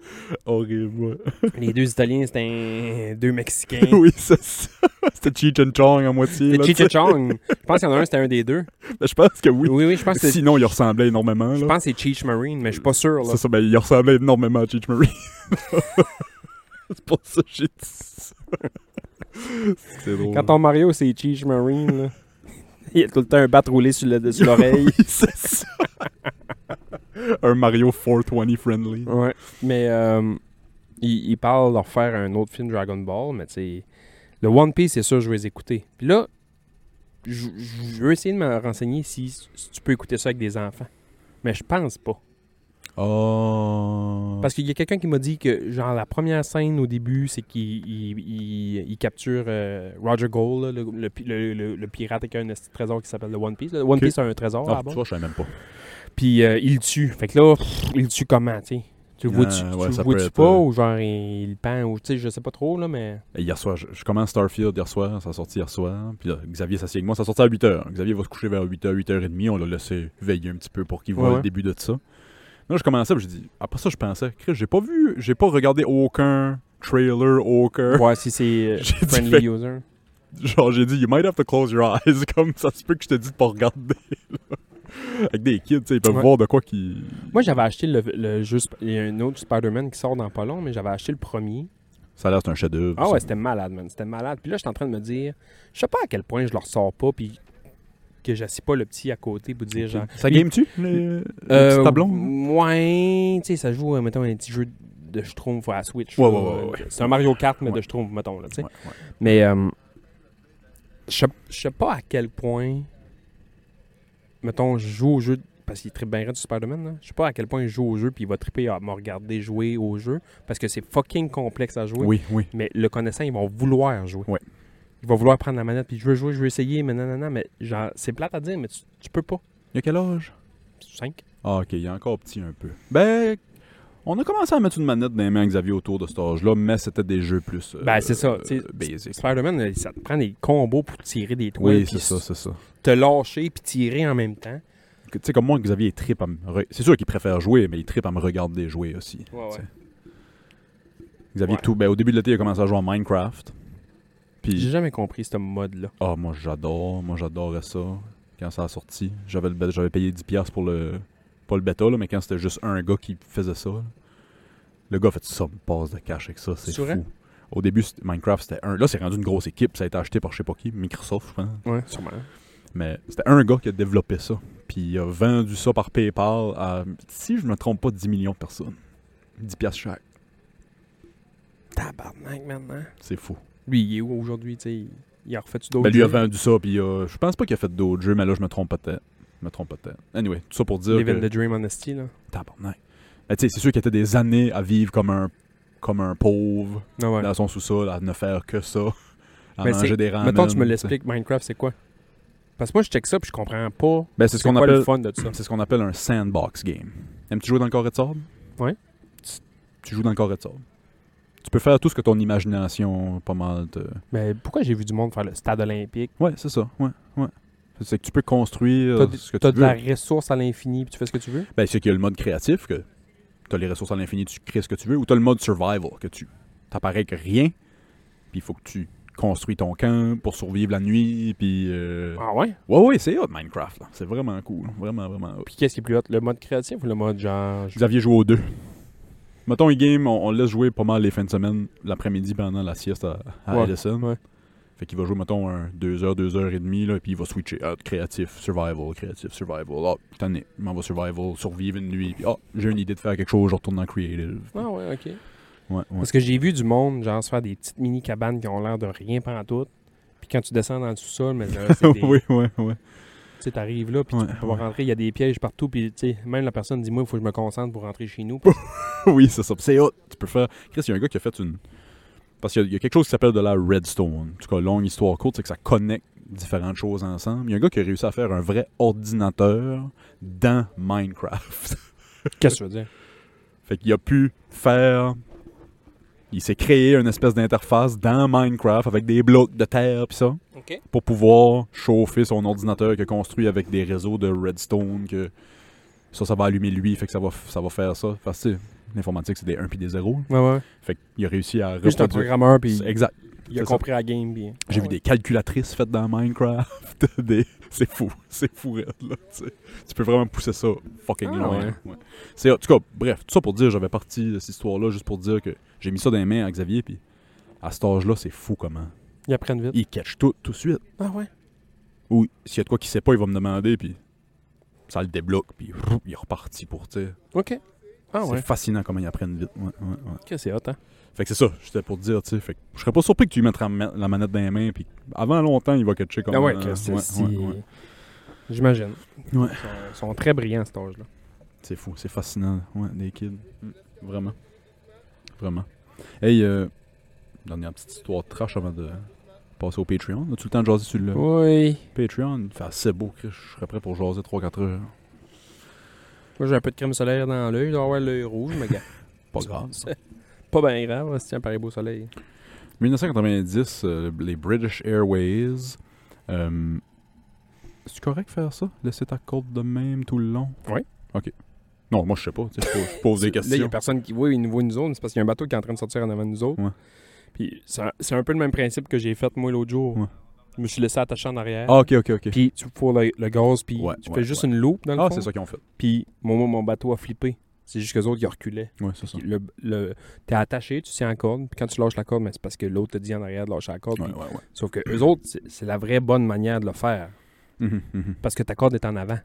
[SPEAKER 2] Horrible, ouais.
[SPEAKER 3] Les deux Italiens, c'était un- deux Mexicains.
[SPEAKER 2] Oui, c'est ça. C'était Cheech and Chong à moitié.
[SPEAKER 3] C'était
[SPEAKER 2] là,
[SPEAKER 3] Cheech
[SPEAKER 2] tu
[SPEAKER 3] and
[SPEAKER 2] sais.
[SPEAKER 3] Chong. Je pense qu'il y en a un, c'était un des deux.
[SPEAKER 2] Ben, Je pense que oui.
[SPEAKER 3] Oui, oui, je pense que c'est-
[SPEAKER 2] Sinon, il ressemblait énormément.
[SPEAKER 3] je
[SPEAKER 2] Là.
[SPEAKER 3] pense que c'est Cheech Marine, mais je suis pas sûr. Là.
[SPEAKER 2] C'est ça, ben, il ressemblait énormément à Cheech Marie. c'est pour ça que j'ai dit ça. C'est drôle.
[SPEAKER 3] Quand ton Mario, c'est Cheech Marine, là, il y a tout le temps un bat roulé sur le- sur l'oreille.
[SPEAKER 2] Oui, c'est ça. Un Mario 420 friendly.
[SPEAKER 3] Ouais, mais euh, ils, ils parlent leur faire un autre film Dragon Ball, mais tu sais, le One Piece, c'est sûr, je vais les écouter. Puis là, je je veux essayer de me renseigner si, si tu peux écouter ça avec des enfants. Mais je pense pas.
[SPEAKER 2] Oh.
[SPEAKER 3] Parce qu'il y a quelqu'un qui m'a dit que, genre, la première scène au début, c'est qu'il il, il- il capture euh, Roger Gold, là, le, le pi- le- le- le pirate avec un esti de trésor qui s'appelle le One Piece. Le One
[SPEAKER 2] Ok.
[SPEAKER 3] Piece a un trésor
[SPEAKER 2] Ah,
[SPEAKER 3] là-bas.
[SPEAKER 2] tu vois, je savais même pas.
[SPEAKER 3] Puis euh, il le tue. Fait que là, pff, il le tue comment, tu sais? Tu le
[SPEAKER 2] Ah,
[SPEAKER 3] vois-tu
[SPEAKER 2] ouais,
[SPEAKER 3] tu le
[SPEAKER 2] ça peut
[SPEAKER 3] vois-tu
[SPEAKER 2] être,
[SPEAKER 3] pas?
[SPEAKER 2] euh,
[SPEAKER 3] Ou genre, il, il pend? Ou tu sais, je sais pas trop, là, mais...
[SPEAKER 2] Et Hier soir, je, je commence Starfield hier soir, ça a sorti hier soir. Puis là, Xavier s'assied avec moi, ça a sorti à 8h. Xavier va se coucher vers 8h, 8h30. On l'a laissé veiller un petit peu pour qu'il voit
[SPEAKER 3] Ouais, ouais.
[SPEAKER 2] le début de ça. Là, je commençais, puis j'ai dit, après ça, je pensais, Chris, j'ai pas vu, j'ai pas regardé aucun trailer, aucun.
[SPEAKER 3] Ouais, si c'est euh,
[SPEAKER 2] J'ai dit,
[SPEAKER 3] friendly
[SPEAKER 2] fait-
[SPEAKER 3] user.
[SPEAKER 2] Genre, j'ai dit, you might have to close your eyes. Comme ça se peut que je te dise de pas regarder. là. Avec des kids, tu sais, ils peuvent
[SPEAKER 3] Ouais.
[SPEAKER 2] voir de quoi qui.
[SPEAKER 3] Moi, j'avais acheté le, le jeu... Sp- Il y a un autre Spider-Man qui sort dans pas long, mais j'avais acheté le premier.
[SPEAKER 2] Ça a l'air c'est un chef-d'œuvre.
[SPEAKER 3] Ah
[SPEAKER 2] ça.
[SPEAKER 3] ouais, c'était malade, man. C'était malade. Puis là, j'étais en train de me dire... Je sais pas à quel point je le ressors pas, puis que j'assis pas le petit à côté pour dire, genre...
[SPEAKER 2] Ça
[SPEAKER 3] Il-
[SPEAKER 2] game-tu, le, le petit
[SPEAKER 3] Euh,
[SPEAKER 2] tablon? hein?
[SPEAKER 3] Ouais, tu sais, ça joue, euh, mettons, un petit jeu de Schtroumpf à la Switch.
[SPEAKER 2] Ouais,
[SPEAKER 3] là.
[SPEAKER 2] ouais, ouais, ouais.
[SPEAKER 3] C'est un Mario Kart, mais
[SPEAKER 2] Ouais.
[SPEAKER 3] de Schtroumpf, mettons, là, tu sais.
[SPEAKER 2] Ouais, ouais.
[SPEAKER 3] Mais euh, je sais- je sais pas à quel point, mettons, je joue au jeu. parce qu'il tripe bien raide sur Spider-Man. là. Je sais pas à quel point il joue au jeu, puis il va triper à me regarder jouer au jeu, parce que c'est fucking complexe à jouer.
[SPEAKER 2] Oui, oui.
[SPEAKER 3] Mais le connaissant, ils vont vouloir jouer.
[SPEAKER 2] Ouais.
[SPEAKER 3] Ils vont vouloir prendre la manette, puis je veux jouer, je veux essayer, mais non, non, non, mais genre, c'est plate à dire, mais tu, tu peux pas.
[SPEAKER 2] Il y a quel âge?
[SPEAKER 3] 5.
[SPEAKER 2] Ah, ok, il est encore petit un peu. Ben, on a commencé à mettre une manette dans les mains à Xavier autour de cet âge-là, mais c'était des jeux plus. euh,
[SPEAKER 3] Ben, c'est ça,
[SPEAKER 2] euh,
[SPEAKER 3] tu sais,
[SPEAKER 2] basic.
[SPEAKER 3] Spider-Man, euh, ça te prend des combos pour tirer des toiles,
[SPEAKER 2] Oui,
[SPEAKER 3] puis
[SPEAKER 2] c'est ça, c'est ça.
[SPEAKER 3] te lâcher, puis tirer en même temps.
[SPEAKER 2] Que- Tu sais, comme moi, Xavier, il tripe à me. re- C'est sûr qu'il préfère jouer, mais il tripe à me regarder jouer aussi.
[SPEAKER 3] Ouais, ouais.
[SPEAKER 2] tu sais. Xavier,
[SPEAKER 3] Ouais.
[SPEAKER 2] tout. Ben, au début de l'été, il a commencé à jouer à Minecraft. Puis.
[SPEAKER 3] J'ai jamais compris ce mode-là.
[SPEAKER 2] Ah, moi j'adore, moi j'adorais ça. Quand ça a sorti, j'avais le bê- j'avais payé 10$ piastres pour le. Pas le bêta, là, mais quand c'était juste un gars qui faisait ça, là, le gars a fait ça, me passe de cash avec ça, c'est
[SPEAKER 3] C'est
[SPEAKER 2] fou.
[SPEAKER 3] vrai?
[SPEAKER 2] Au début, c'était- Minecraft c'était un. Là, c'est rendu une grosse équipe, ça a été acheté par je sais pas qui, Microsoft, je pense.
[SPEAKER 3] Ouais, sûrement.
[SPEAKER 2] Mais c'était un gars qui a développé ça, puis il a vendu ça par PayPal à, si je me trompe pas, 10 millions de personnes. 10$ piastres chaque,
[SPEAKER 3] Tabarnak, maintenant.
[SPEAKER 2] c'est fou.
[SPEAKER 3] Lui, il est où aujourd'hui, tu sais? il- Il a refait d'autres
[SPEAKER 2] Ben, lui a
[SPEAKER 3] jeux?
[SPEAKER 2] vendu ça, puis euh, je pense pas qu'il a fait d'autres jeux, mais là, je me trompe peut-être. Je me trompe peut-être. Anyway, tout ça pour dire. que-
[SPEAKER 3] Living the Dream Honesty, là.
[SPEAKER 2] Tabarnak. Mais tu sais, c'est sûr qu'il était des années à vivre comme un, comme un pauvre
[SPEAKER 3] Non, ouais.
[SPEAKER 2] dans son sous-sol, à ne faire que ça, à
[SPEAKER 3] Mais c'est-
[SPEAKER 2] manger des ramen.
[SPEAKER 3] Mettons, tu me
[SPEAKER 2] t'sais.
[SPEAKER 3] l'expliques, Minecraft, c'est quoi? Parce que moi, je check ça, puis je comprends pas
[SPEAKER 2] Ben, c'est ce
[SPEAKER 3] c'est
[SPEAKER 2] qu'on
[SPEAKER 3] quoi le
[SPEAKER 2] appelle,
[SPEAKER 3] fun de ça.
[SPEAKER 2] c'est ce qu'on appelle un sandbox game. Aimes-tu jouer dans le corps de sable?
[SPEAKER 3] Ouais.
[SPEAKER 2] Tu, tu joues dans le corps de sable. Tu peux faire tout ce que ton imagination pas mal te...
[SPEAKER 3] Mais pourquoi j'ai vu du monde faire le stade olympique?
[SPEAKER 2] Ouais, c'est ça. Ouais, ouais. C'est que tu peux construire
[SPEAKER 3] T'as de-
[SPEAKER 2] ce que
[SPEAKER 3] T'as
[SPEAKER 2] tu
[SPEAKER 3] de
[SPEAKER 2] veux.
[SPEAKER 3] la ressource à l'infini, puis tu fais ce que tu veux?
[SPEAKER 2] Ben, c'est qu'il y a le mode créatif, que tu as les ressources à l'infini, tu crées ce que tu veux, ou tu as le mode survival, que tu t'apparais que rien, puis il faut que tu construis ton camp pour survivre la nuit, puis... euh,
[SPEAKER 3] Ah ouais?
[SPEAKER 2] Ouais, ouais, c'est hot Minecraft, là. c'est vraiment cool, vraiment, vraiment hot.
[SPEAKER 3] Puis qu'est-ce qui est plus hot, le mode créatif ou le mode genre... je-
[SPEAKER 2] Xavier joue aux deux. Mettons, il game, on, on le laisse jouer pas mal les fins de semaine, l'après-midi pendant la sieste à, à
[SPEAKER 3] Ouais,
[SPEAKER 2] Edison.
[SPEAKER 3] ouais.
[SPEAKER 2] Fait qu'il va jouer, mettons, 2 heures, 2 heures et demie, là, puis il va switcher. Ah, créatif, survival, créatif, survival. Ah, putain, je m'en vais survival, survivre une nuit. Puis, ah, j'ai une idée de faire quelque chose, je retourne dans creative.
[SPEAKER 3] Ah ouais, OK.
[SPEAKER 2] Ouais, ouais.
[SPEAKER 3] Parce que j'ai vu du monde, genre, se faire des petites mini-cabanes qui ont l'air de rien pantoute. Puis quand tu descends dans le sous-sol, mais là, c'est des-
[SPEAKER 2] oui, oui, oui.
[SPEAKER 3] Tu sais, t'arrives là, puis
[SPEAKER 2] Ouais,
[SPEAKER 3] tu peux pas
[SPEAKER 2] ouais.
[SPEAKER 3] rentrer, il y a des pièges partout, puis tu sais, même la personne dit, moi, il faut que je me concentre pour rentrer chez nous. Puis
[SPEAKER 2] oui, c'est ça. C'est hot. Tu peux faire. Chris, il y a un gars qui a fait une. Parce qu'il y a- il y, a quelque chose qui s'appelle de la redstone. En tout cas, longue histoire courte, c'est que ça connecte différentes choses ensemble. Il y a un gars qui a réussi à faire un vrai ordinateur dans Minecraft.
[SPEAKER 3] Qu'est-ce que tu veux dire?
[SPEAKER 2] fait qu'il a pu faire. Il s'est créé une espèce d'interface dans Minecraft avec des blocs de terre pis ça.
[SPEAKER 3] OK.
[SPEAKER 2] Pour pouvoir chauffer son ordinateur qu'il a construit avec des réseaux de redstone que. Ça, ça va allumer lui, fait que ça va, f- ça va faire ça. Parce que tu sais, l'informatique, c'est des 1 puis des 0.
[SPEAKER 3] Ouais, ouais.
[SPEAKER 2] Fait qu'il a réussi à
[SPEAKER 3] Juste un
[SPEAKER 2] reproduire.
[SPEAKER 3] programmeur, puis
[SPEAKER 2] C'est Exact.
[SPEAKER 3] il a
[SPEAKER 2] c'est ça.
[SPEAKER 3] compris la game. Puis...
[SPEAKER 2] J'ai vu des calculatrices faites dans Minecraft. des- C'est fou. C'est fou, raide, là. tu sais. Tu peux vraiment pousser ça fucking
[SPEAKER 3] Ah,
[SPEAKER 2] loin.
[SPEAKER 3] ouais.
[SPEAKER 2] ouais. C'est, en tout cas, bref, tout ça pour dire, j'avais parti de cette histoire-là juste pour dire que j'ai mis ça dans les mains à Xavier, puis à cet âge-là, c'est fou comment.
[SPEAKER 3] Ils apprennent vite.
[SPEAKER 2] Il catch tout, tout de suite.
[SPEAKER 3] Ah ouais?
[SPEAKER 2] Ou s'il y a de quoi qu'il sait pas, il va me demander, puis ça le débloque, puis rouf, il est reparti pour, tu sais.
[SPEAKER 3] OK. Ah ouais?
[SPEAKER 2] C'est fascinant comment ils apprennent vite. Ouais, ouais, ouais.
[SPEAKER 3] Ok, c'est hot, hein?
[SPEAKER 2] Fait que c'est ça, j'étais pour te dire, tu sais. Fait que je serais pas surpris que tu lui mettes la ma- la manette dans les mains, puis avant longtemps, il va catcher comme
[SPEAKER 3] ah ouais,
[SPEAKER 2] euh,
[SPEAKER 3] que c'est
[SPEAKER 2] ouais,
[SPEAKER 3] si-
[SPEAKER 2] ouais, ouais.
[SPEAKER 3] J'imagine.
[SPEAKER 2] Ouais.
[SPEAKER 3] Ils sont, ils sont très brillants, à cet âge-là.
[SPEAKER 2] C'est fou, c'est fascinant, ouais, des kids. Mm, Vraiment. Vraiment. Hey, euh, dernière petite histoire de trash avant de passer au Patreon. As-tu le temps de jaser sur le
[SPEAKER 3] Oui.
[SPEAKER 2] Patreon? Fait assez beau, Chris, je serais prêt pour jaser 3-4 heures.
[SPEAKER 3] Moi, j'ai un peu de crème solaire dans l'œil. Je dois avoir l'œil rouge, mais gars.
[SPEAKER 2] Pas grave.
[SPEAKER 3] C'est pas bien grave, c'est un pareil beau soleil.
[SPEAKER 2] 1990, euh, les British Airways. Euh, C'est correct de faire ça? Laisser ta côte de même tout le long?
[SPEAKER 3] Ouais.
[SPEAKER 2] OK. Non, moi, je sais pas. tu sais, Je pose, je pose des
[SPEAKER 3] Là, il y a
[SPEAKER 2] questions.
[SPEAKER 3] personne qui voit, il nous voit nous autres, mais c'est parce qu'il y a un bateau qui est en train de sortir en avant de nous autres.
[SPEAKER 2] Ouais.
[SPEAKER 3] Puis c'est un- c'est un peu le même principe que j'ai fait moi l'autre jour.
[SPEAKER 2] Ouais.
[SPEAKER 3] Je me suis laissé attacher en arrière.
[SPEAKER 2] Ah, OK, OK, OK.
[SPEAKER 3] Puis tu fous le, le gaz, puis
[SPEAKER 2] Ouais,
[SPEAKER 3] tu
[SPEAKER 2] ouais,
[SPEAKER 3] fais juste
[SPEAKER 2] ouais.
[SPEAKER 3] une loupe dans le
[SPEAKER 2] ah,
[SPEAKER 3] fond.
[SPEAKER 2] c'est ça qu'ils ont fait.
[SPEAKER 3] Puis mon, mon- mon bateau a flippé. C'est juste que les autres, ils reculaient.
[SPEAKER 2] Ouais, c'est ça.
[SPEAKER 3] Puis Le, le, t'es attaché, tu tiens la corde. Puis quand tu lâches la corde, mais c'est parce que l'autre te dit en arrière de lâcher la corde.
[SPEAKER 2] Ouais, ouais,
[SPEAKER 3] puis-
[SPEAKER 2] ouais.
[SPEAKER 3] Sauf que eux autres, c'est c'est la vraie bonne manière de le faire.
[SPEAKER 2] Mhm, mhm.
[SPEAKER 3] Parce que ta corde est en avant.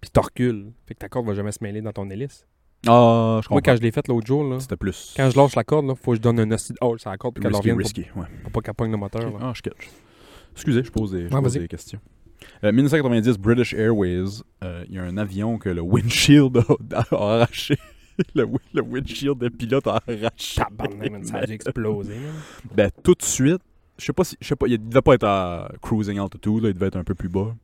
[SPEAKER 3] Puis tu recules. Fait que ta corde va jamais se mêler dans ton hélice.
[SPEAKER 2] Ah, je
[SPEAKER 3] Moi,
[SPEAKER 2] comprends.
[SPEAKER 3] quand je l'ai faite l'autre jour, là,
[SPEAKER 2] C'était plus.
[SPEAKER 3] quand je lâche la corde, là, faut que je donne un hostie de haul sur la corde puis qu'elle
[SPEAKER 2] risqué,
[SPEAKER 3] revienne
[SPEAKER 2] risqué, ouais.
[SPEAKER 3] pour, pour pas qu'elle pogne le moteur.
[SPEAKER 2] Ok.
[SPEAKER 3] là.
[SPEAKER 2] Ah, je catch. Excusez, je pose des, je
[SPEAKER 3] Ouais,
[SPEAKER 2] pose
[SPEAKER 3] Ah, vas-y.
[SPEAKER 2] des questions. Euh, 1990, British Airways. euh, Il y a un avion que le windshield a, a arraché. Le, wi- le windshield de pilote a arraché.
[SPEAKER 3] Tabarnak, man, ça a dû exploser. man.
[SPEAKER 2] Ben, tout de suite, je sais pas si. Je sais pas, il devait pas être à cruising altitude, là, il devait être un peu plus bas.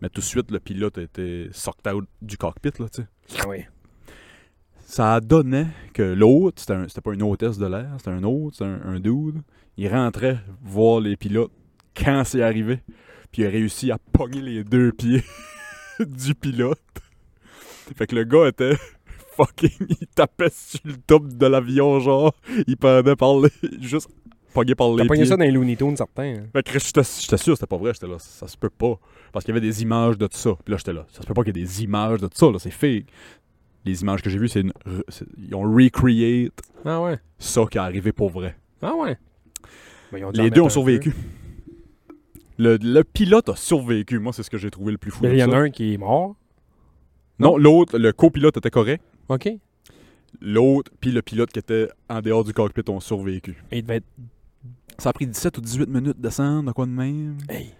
[SPEAKER 2] Mais tout de suite, le pilote était sorti out du cockpit, là, tu sais.
[SPEAKER 3] Ah oui.
[SPEAKER 2] Ça donnait que l'autre, c'était un- c'était pas une hôtesse de l'air, c'était un autre, c'était un, un dude. Il rentrait voir les pilotes quand c'est arrivé. Puis il a réussi à pogner les deux pieds du pilote. Fait que le gars était fucking. Il tapait sur le top de l'avion, genre. Il pendait par les. Juste pogné par
[SPEAKER 3] T'as
[SPEAKER 2] les
[SPEAKER 3] pogné
[SPEAKER 2] pieds.
[SPEAKER 3] ça dans les Looney Tunes, certain. hein.
[SPEAKER 2] Fait que j'étais j'étais sûr que c'était pas vrai, j'étais là, ça, se peut pas. Parce qu'il y avait des images de tout ça. Puis là, j'étais là, ça se peut pas qu'il y ait des images de tout ça, là, c'est fake. Les images que j'ai vues, c'est une. re- c'est- Ils ont recreate
[SPEAKER 3] Ah ouais.
[SPEAKER 2] ça qui est arrivé pour vrai.
[SPEAKER 3] Ah ouais. Ben, ils dû en
[SPEAKER 2] Les deux
[SPEAKER 3] mettre
[SPEAKER 2] ont
[SPEAKER 3] un
[SPEAKER 2] survécu. Le, le pilote a survécu, moi, c'est ce que j'ai trouvé le plus fou.
[SPEAKER 3] peu. Ben,
[SPEAKER 2] de
[SPEAKER 3] Il y en
[SPEAKER 2] ça.
[SPEAKER 3] a un qui est mort.
[SPEAKER 2] Non, l'autre, le copilote était correct.
[SPEAKER 3] OK. Et
[SPEAKER 2] L'autre, puis le pilote qui était en dehors du cockpit ont survécu.
[SPEAKER 3] il devait être.
[SPEAKER 2] Ça a pris 17 ou 18 minutes de descendre, de quoi de même.
[SPEAKER 3] Hey.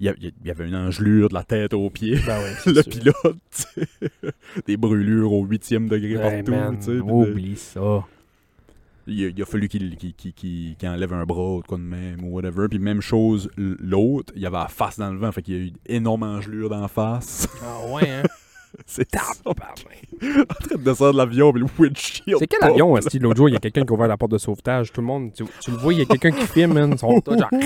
[SPEAKER 2] Il y a- il y avait une engelure de la tête aux pieds.
[SPEAKER 3] Ben ouais. c'est
[SPEAKER 2] le
[SPEAKER 3] sûr.
[SPEAKER 2] pilote, tu sais. des brûlures au huitième degré
[SPEAKER 3] Hey,
[SPEAKER 2] partout.
[SPEAKER 3] man, Oh
[SPEAKER 2] tu sais, puis de-
[SPEAKER 3] Oublie ça.
[SPEAKER 2] il, a- il a fallu qu'il qu'il- qu'il- qu'il- qu'il enlève un bras ou de quoi de même ou whatever. Puis même chose, l- l'autre, il avait la face dans le vent, fait qu'il y a eu énorme engelure dans la face.
[SPEAKER 3] Ah ouais, hein.
[SPEAKER 2] C'est ça. en
[SPEAKER 3] Tabarnak.
[SPEAKER 2] train de descendre de l'avion, puis le windshield.
[SPEAKER 3] C'est quel
[SPEAKER 2] pop.
[SPEAKER 3] avion, est-ce que l'autre jour, il y a quelqu'un qui a ouvert la porte de sauvetage? Tout le monde, tu, tu le vois, il y a quelqu'un qui filme, man. Son touch, genre, hein?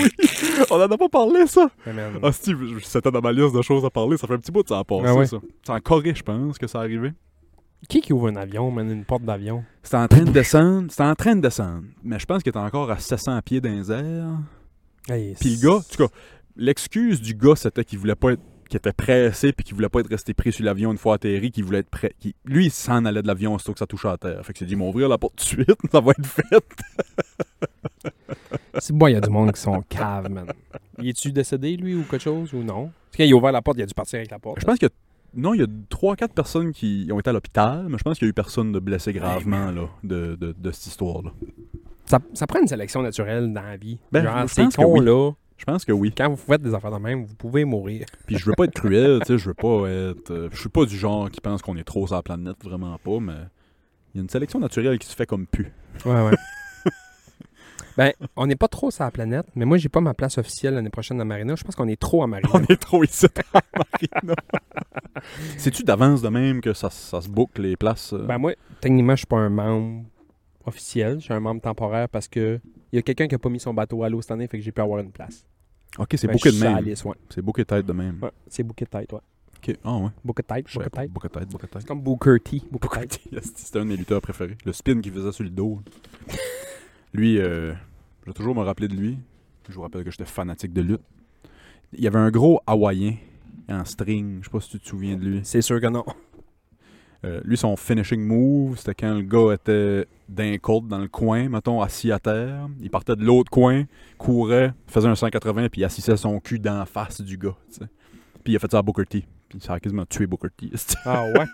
[SPEAKER 2] On en a pas parlé, ça.
[SPEAKER 3] hey, man.
[SPEAKER 2] Ah, Steve, je- c'était dans ma liste de choses à parler. Ça fait un petit bout de ça a passé,
[SPEAKER 3] Ah ouais.
[SPEAKER 2] ça. C'est en Corée, je pense, que ça arrivait.
[SPEAKER 3] Qui qui ouvre un avion, man? Une porte d'avion?
[SPEAKER 2] C'était en train de descendre. C'était en train de descendre. Mais je pense qu'il était encore à 700 pieds dans les airs.
[SPEAKER 3] Hey,
[SPEAKER 2] Puis le gars, en tout cas, l'excuse du gars, c'était qu'il voulait pas être qu'il était pressé puis qu'il voulait pas être resté pris sur l'avion une fois atterri, qu'il voulait être prêt. qu'il- Lui, il s'en allait de l'avion aussitôt que ça touche à terre. Fait que c'est dit, m'ouvrir la porte tout de suite, ça va être fait.
[SPEAKER 3] C'est bon, il y a du monde qui sont caves, man. Il est-tu décédé, lui, ou quelque chose, ou non? Parce qu'il a ouvert la porte, il a dû partir avec la porte.
[SPEAKER 2] Je pense que non, il y a 3-4 personnes qui ont été à l'hôpital, mais je pense qu'il y a eu personne de blessé gravement là, de, de, de cette histoire-là.
[SPEAKER 3] Ça, ça prend une sélection naturelle dans la vie.
[SPEAKER 2] Ben,
[SPEAKER 3] Genre,
[SPEAKER 2] je
[SPEAKER 3] ces
[SPEAKER 2] pense que oui.
[SPEAKER 3] cons-là,
[SPEAKER 2] Je pense que oui.
[SPEAKER 3] quand vous faites des affaires de même, vous pouvez mourir.
[SPEAKER 2] Puis je veux pas être cruel, tu sais, je veux pas être. euh, je suis pas du genre qui pense qu'on est trop sur la planète, vraiment pas, mais il y a une sélection naturelle qui se fait comme pu.
[SPEAKER 3] Ouais, ouais. ben, on n'est pas trop sur la planète, mais moi, j'ai pas ma place officielle l'année prochaine à Marina. Je pense qu'on est trop à Marina.
[SPEAKER 2] On est trop ici à Marina. Sais-tu d'avance de même que ça, ça se boucle les places? euh?
[SPEAKER 3] Ben moi, techniquement, je suis pas un membre officiel. Je suis un membre temporaire parce que il y a quelqu'un qui a pas mis son bateau à l'eau cette année, fait que j'ai pu avoir une place.
[SPEAKER 2] ok, c'est
[SPEAKER 3] Fait que
[SPEAKER 2] bouquet de
[SPEAKER 3] ben, je suis sur la
[SPEAKER 2] même.
[SPEAKER 3] liste, ouais.
[SPEAKER 2] C'est bouquet de tête de même.
[SPEAKER 3] Ouais, c'est bouquet de tête, ouais.
[SPEAKER 2] Ok, ah ouais.
[SPEAKER 3] Bouquet de tête,
[SPEAKER 2] Je
[SPEAKER 3] bouquet
[SPEAKER 2] savais
[SPEAKER 3] de
[SPEAKER 2] pas.
[SPEAKER 3] tête.
[SPEAKER 2] Bouquet de tête, booker de
[SPEAKER 3] C'est
[SPEAKER 2] tête.
[SPEAKER 3] comme Booker T, bouquet de tête.
[SPEAKER 2] Yes, C'était un de mes lutteurs préférés. Le spin qu'il faisait sur le dos. Lui, euh, je vais toujours me rappeler de lui. Je vous rappelle que j'étais fanatique de lutte. Il y avait un gros hawaïen en string. Je sais pas si tu te souviens de lui.
[SPEAKER 3] C'est sûr que non.
[SPEAKER 2] Euh, lui, son finishing move, c'était quand le gars était d'un côte dans le coin, mettons, assis à terre. Il partait de l'autre coin, courait, faisait un 180, puis il assissait son cul dans la face du gars. tu sais. Puis il a fait ça à Booker T. Puis ça a quasiment tué Booker T. C'est-
[SPEAKER 3] Ah ouais?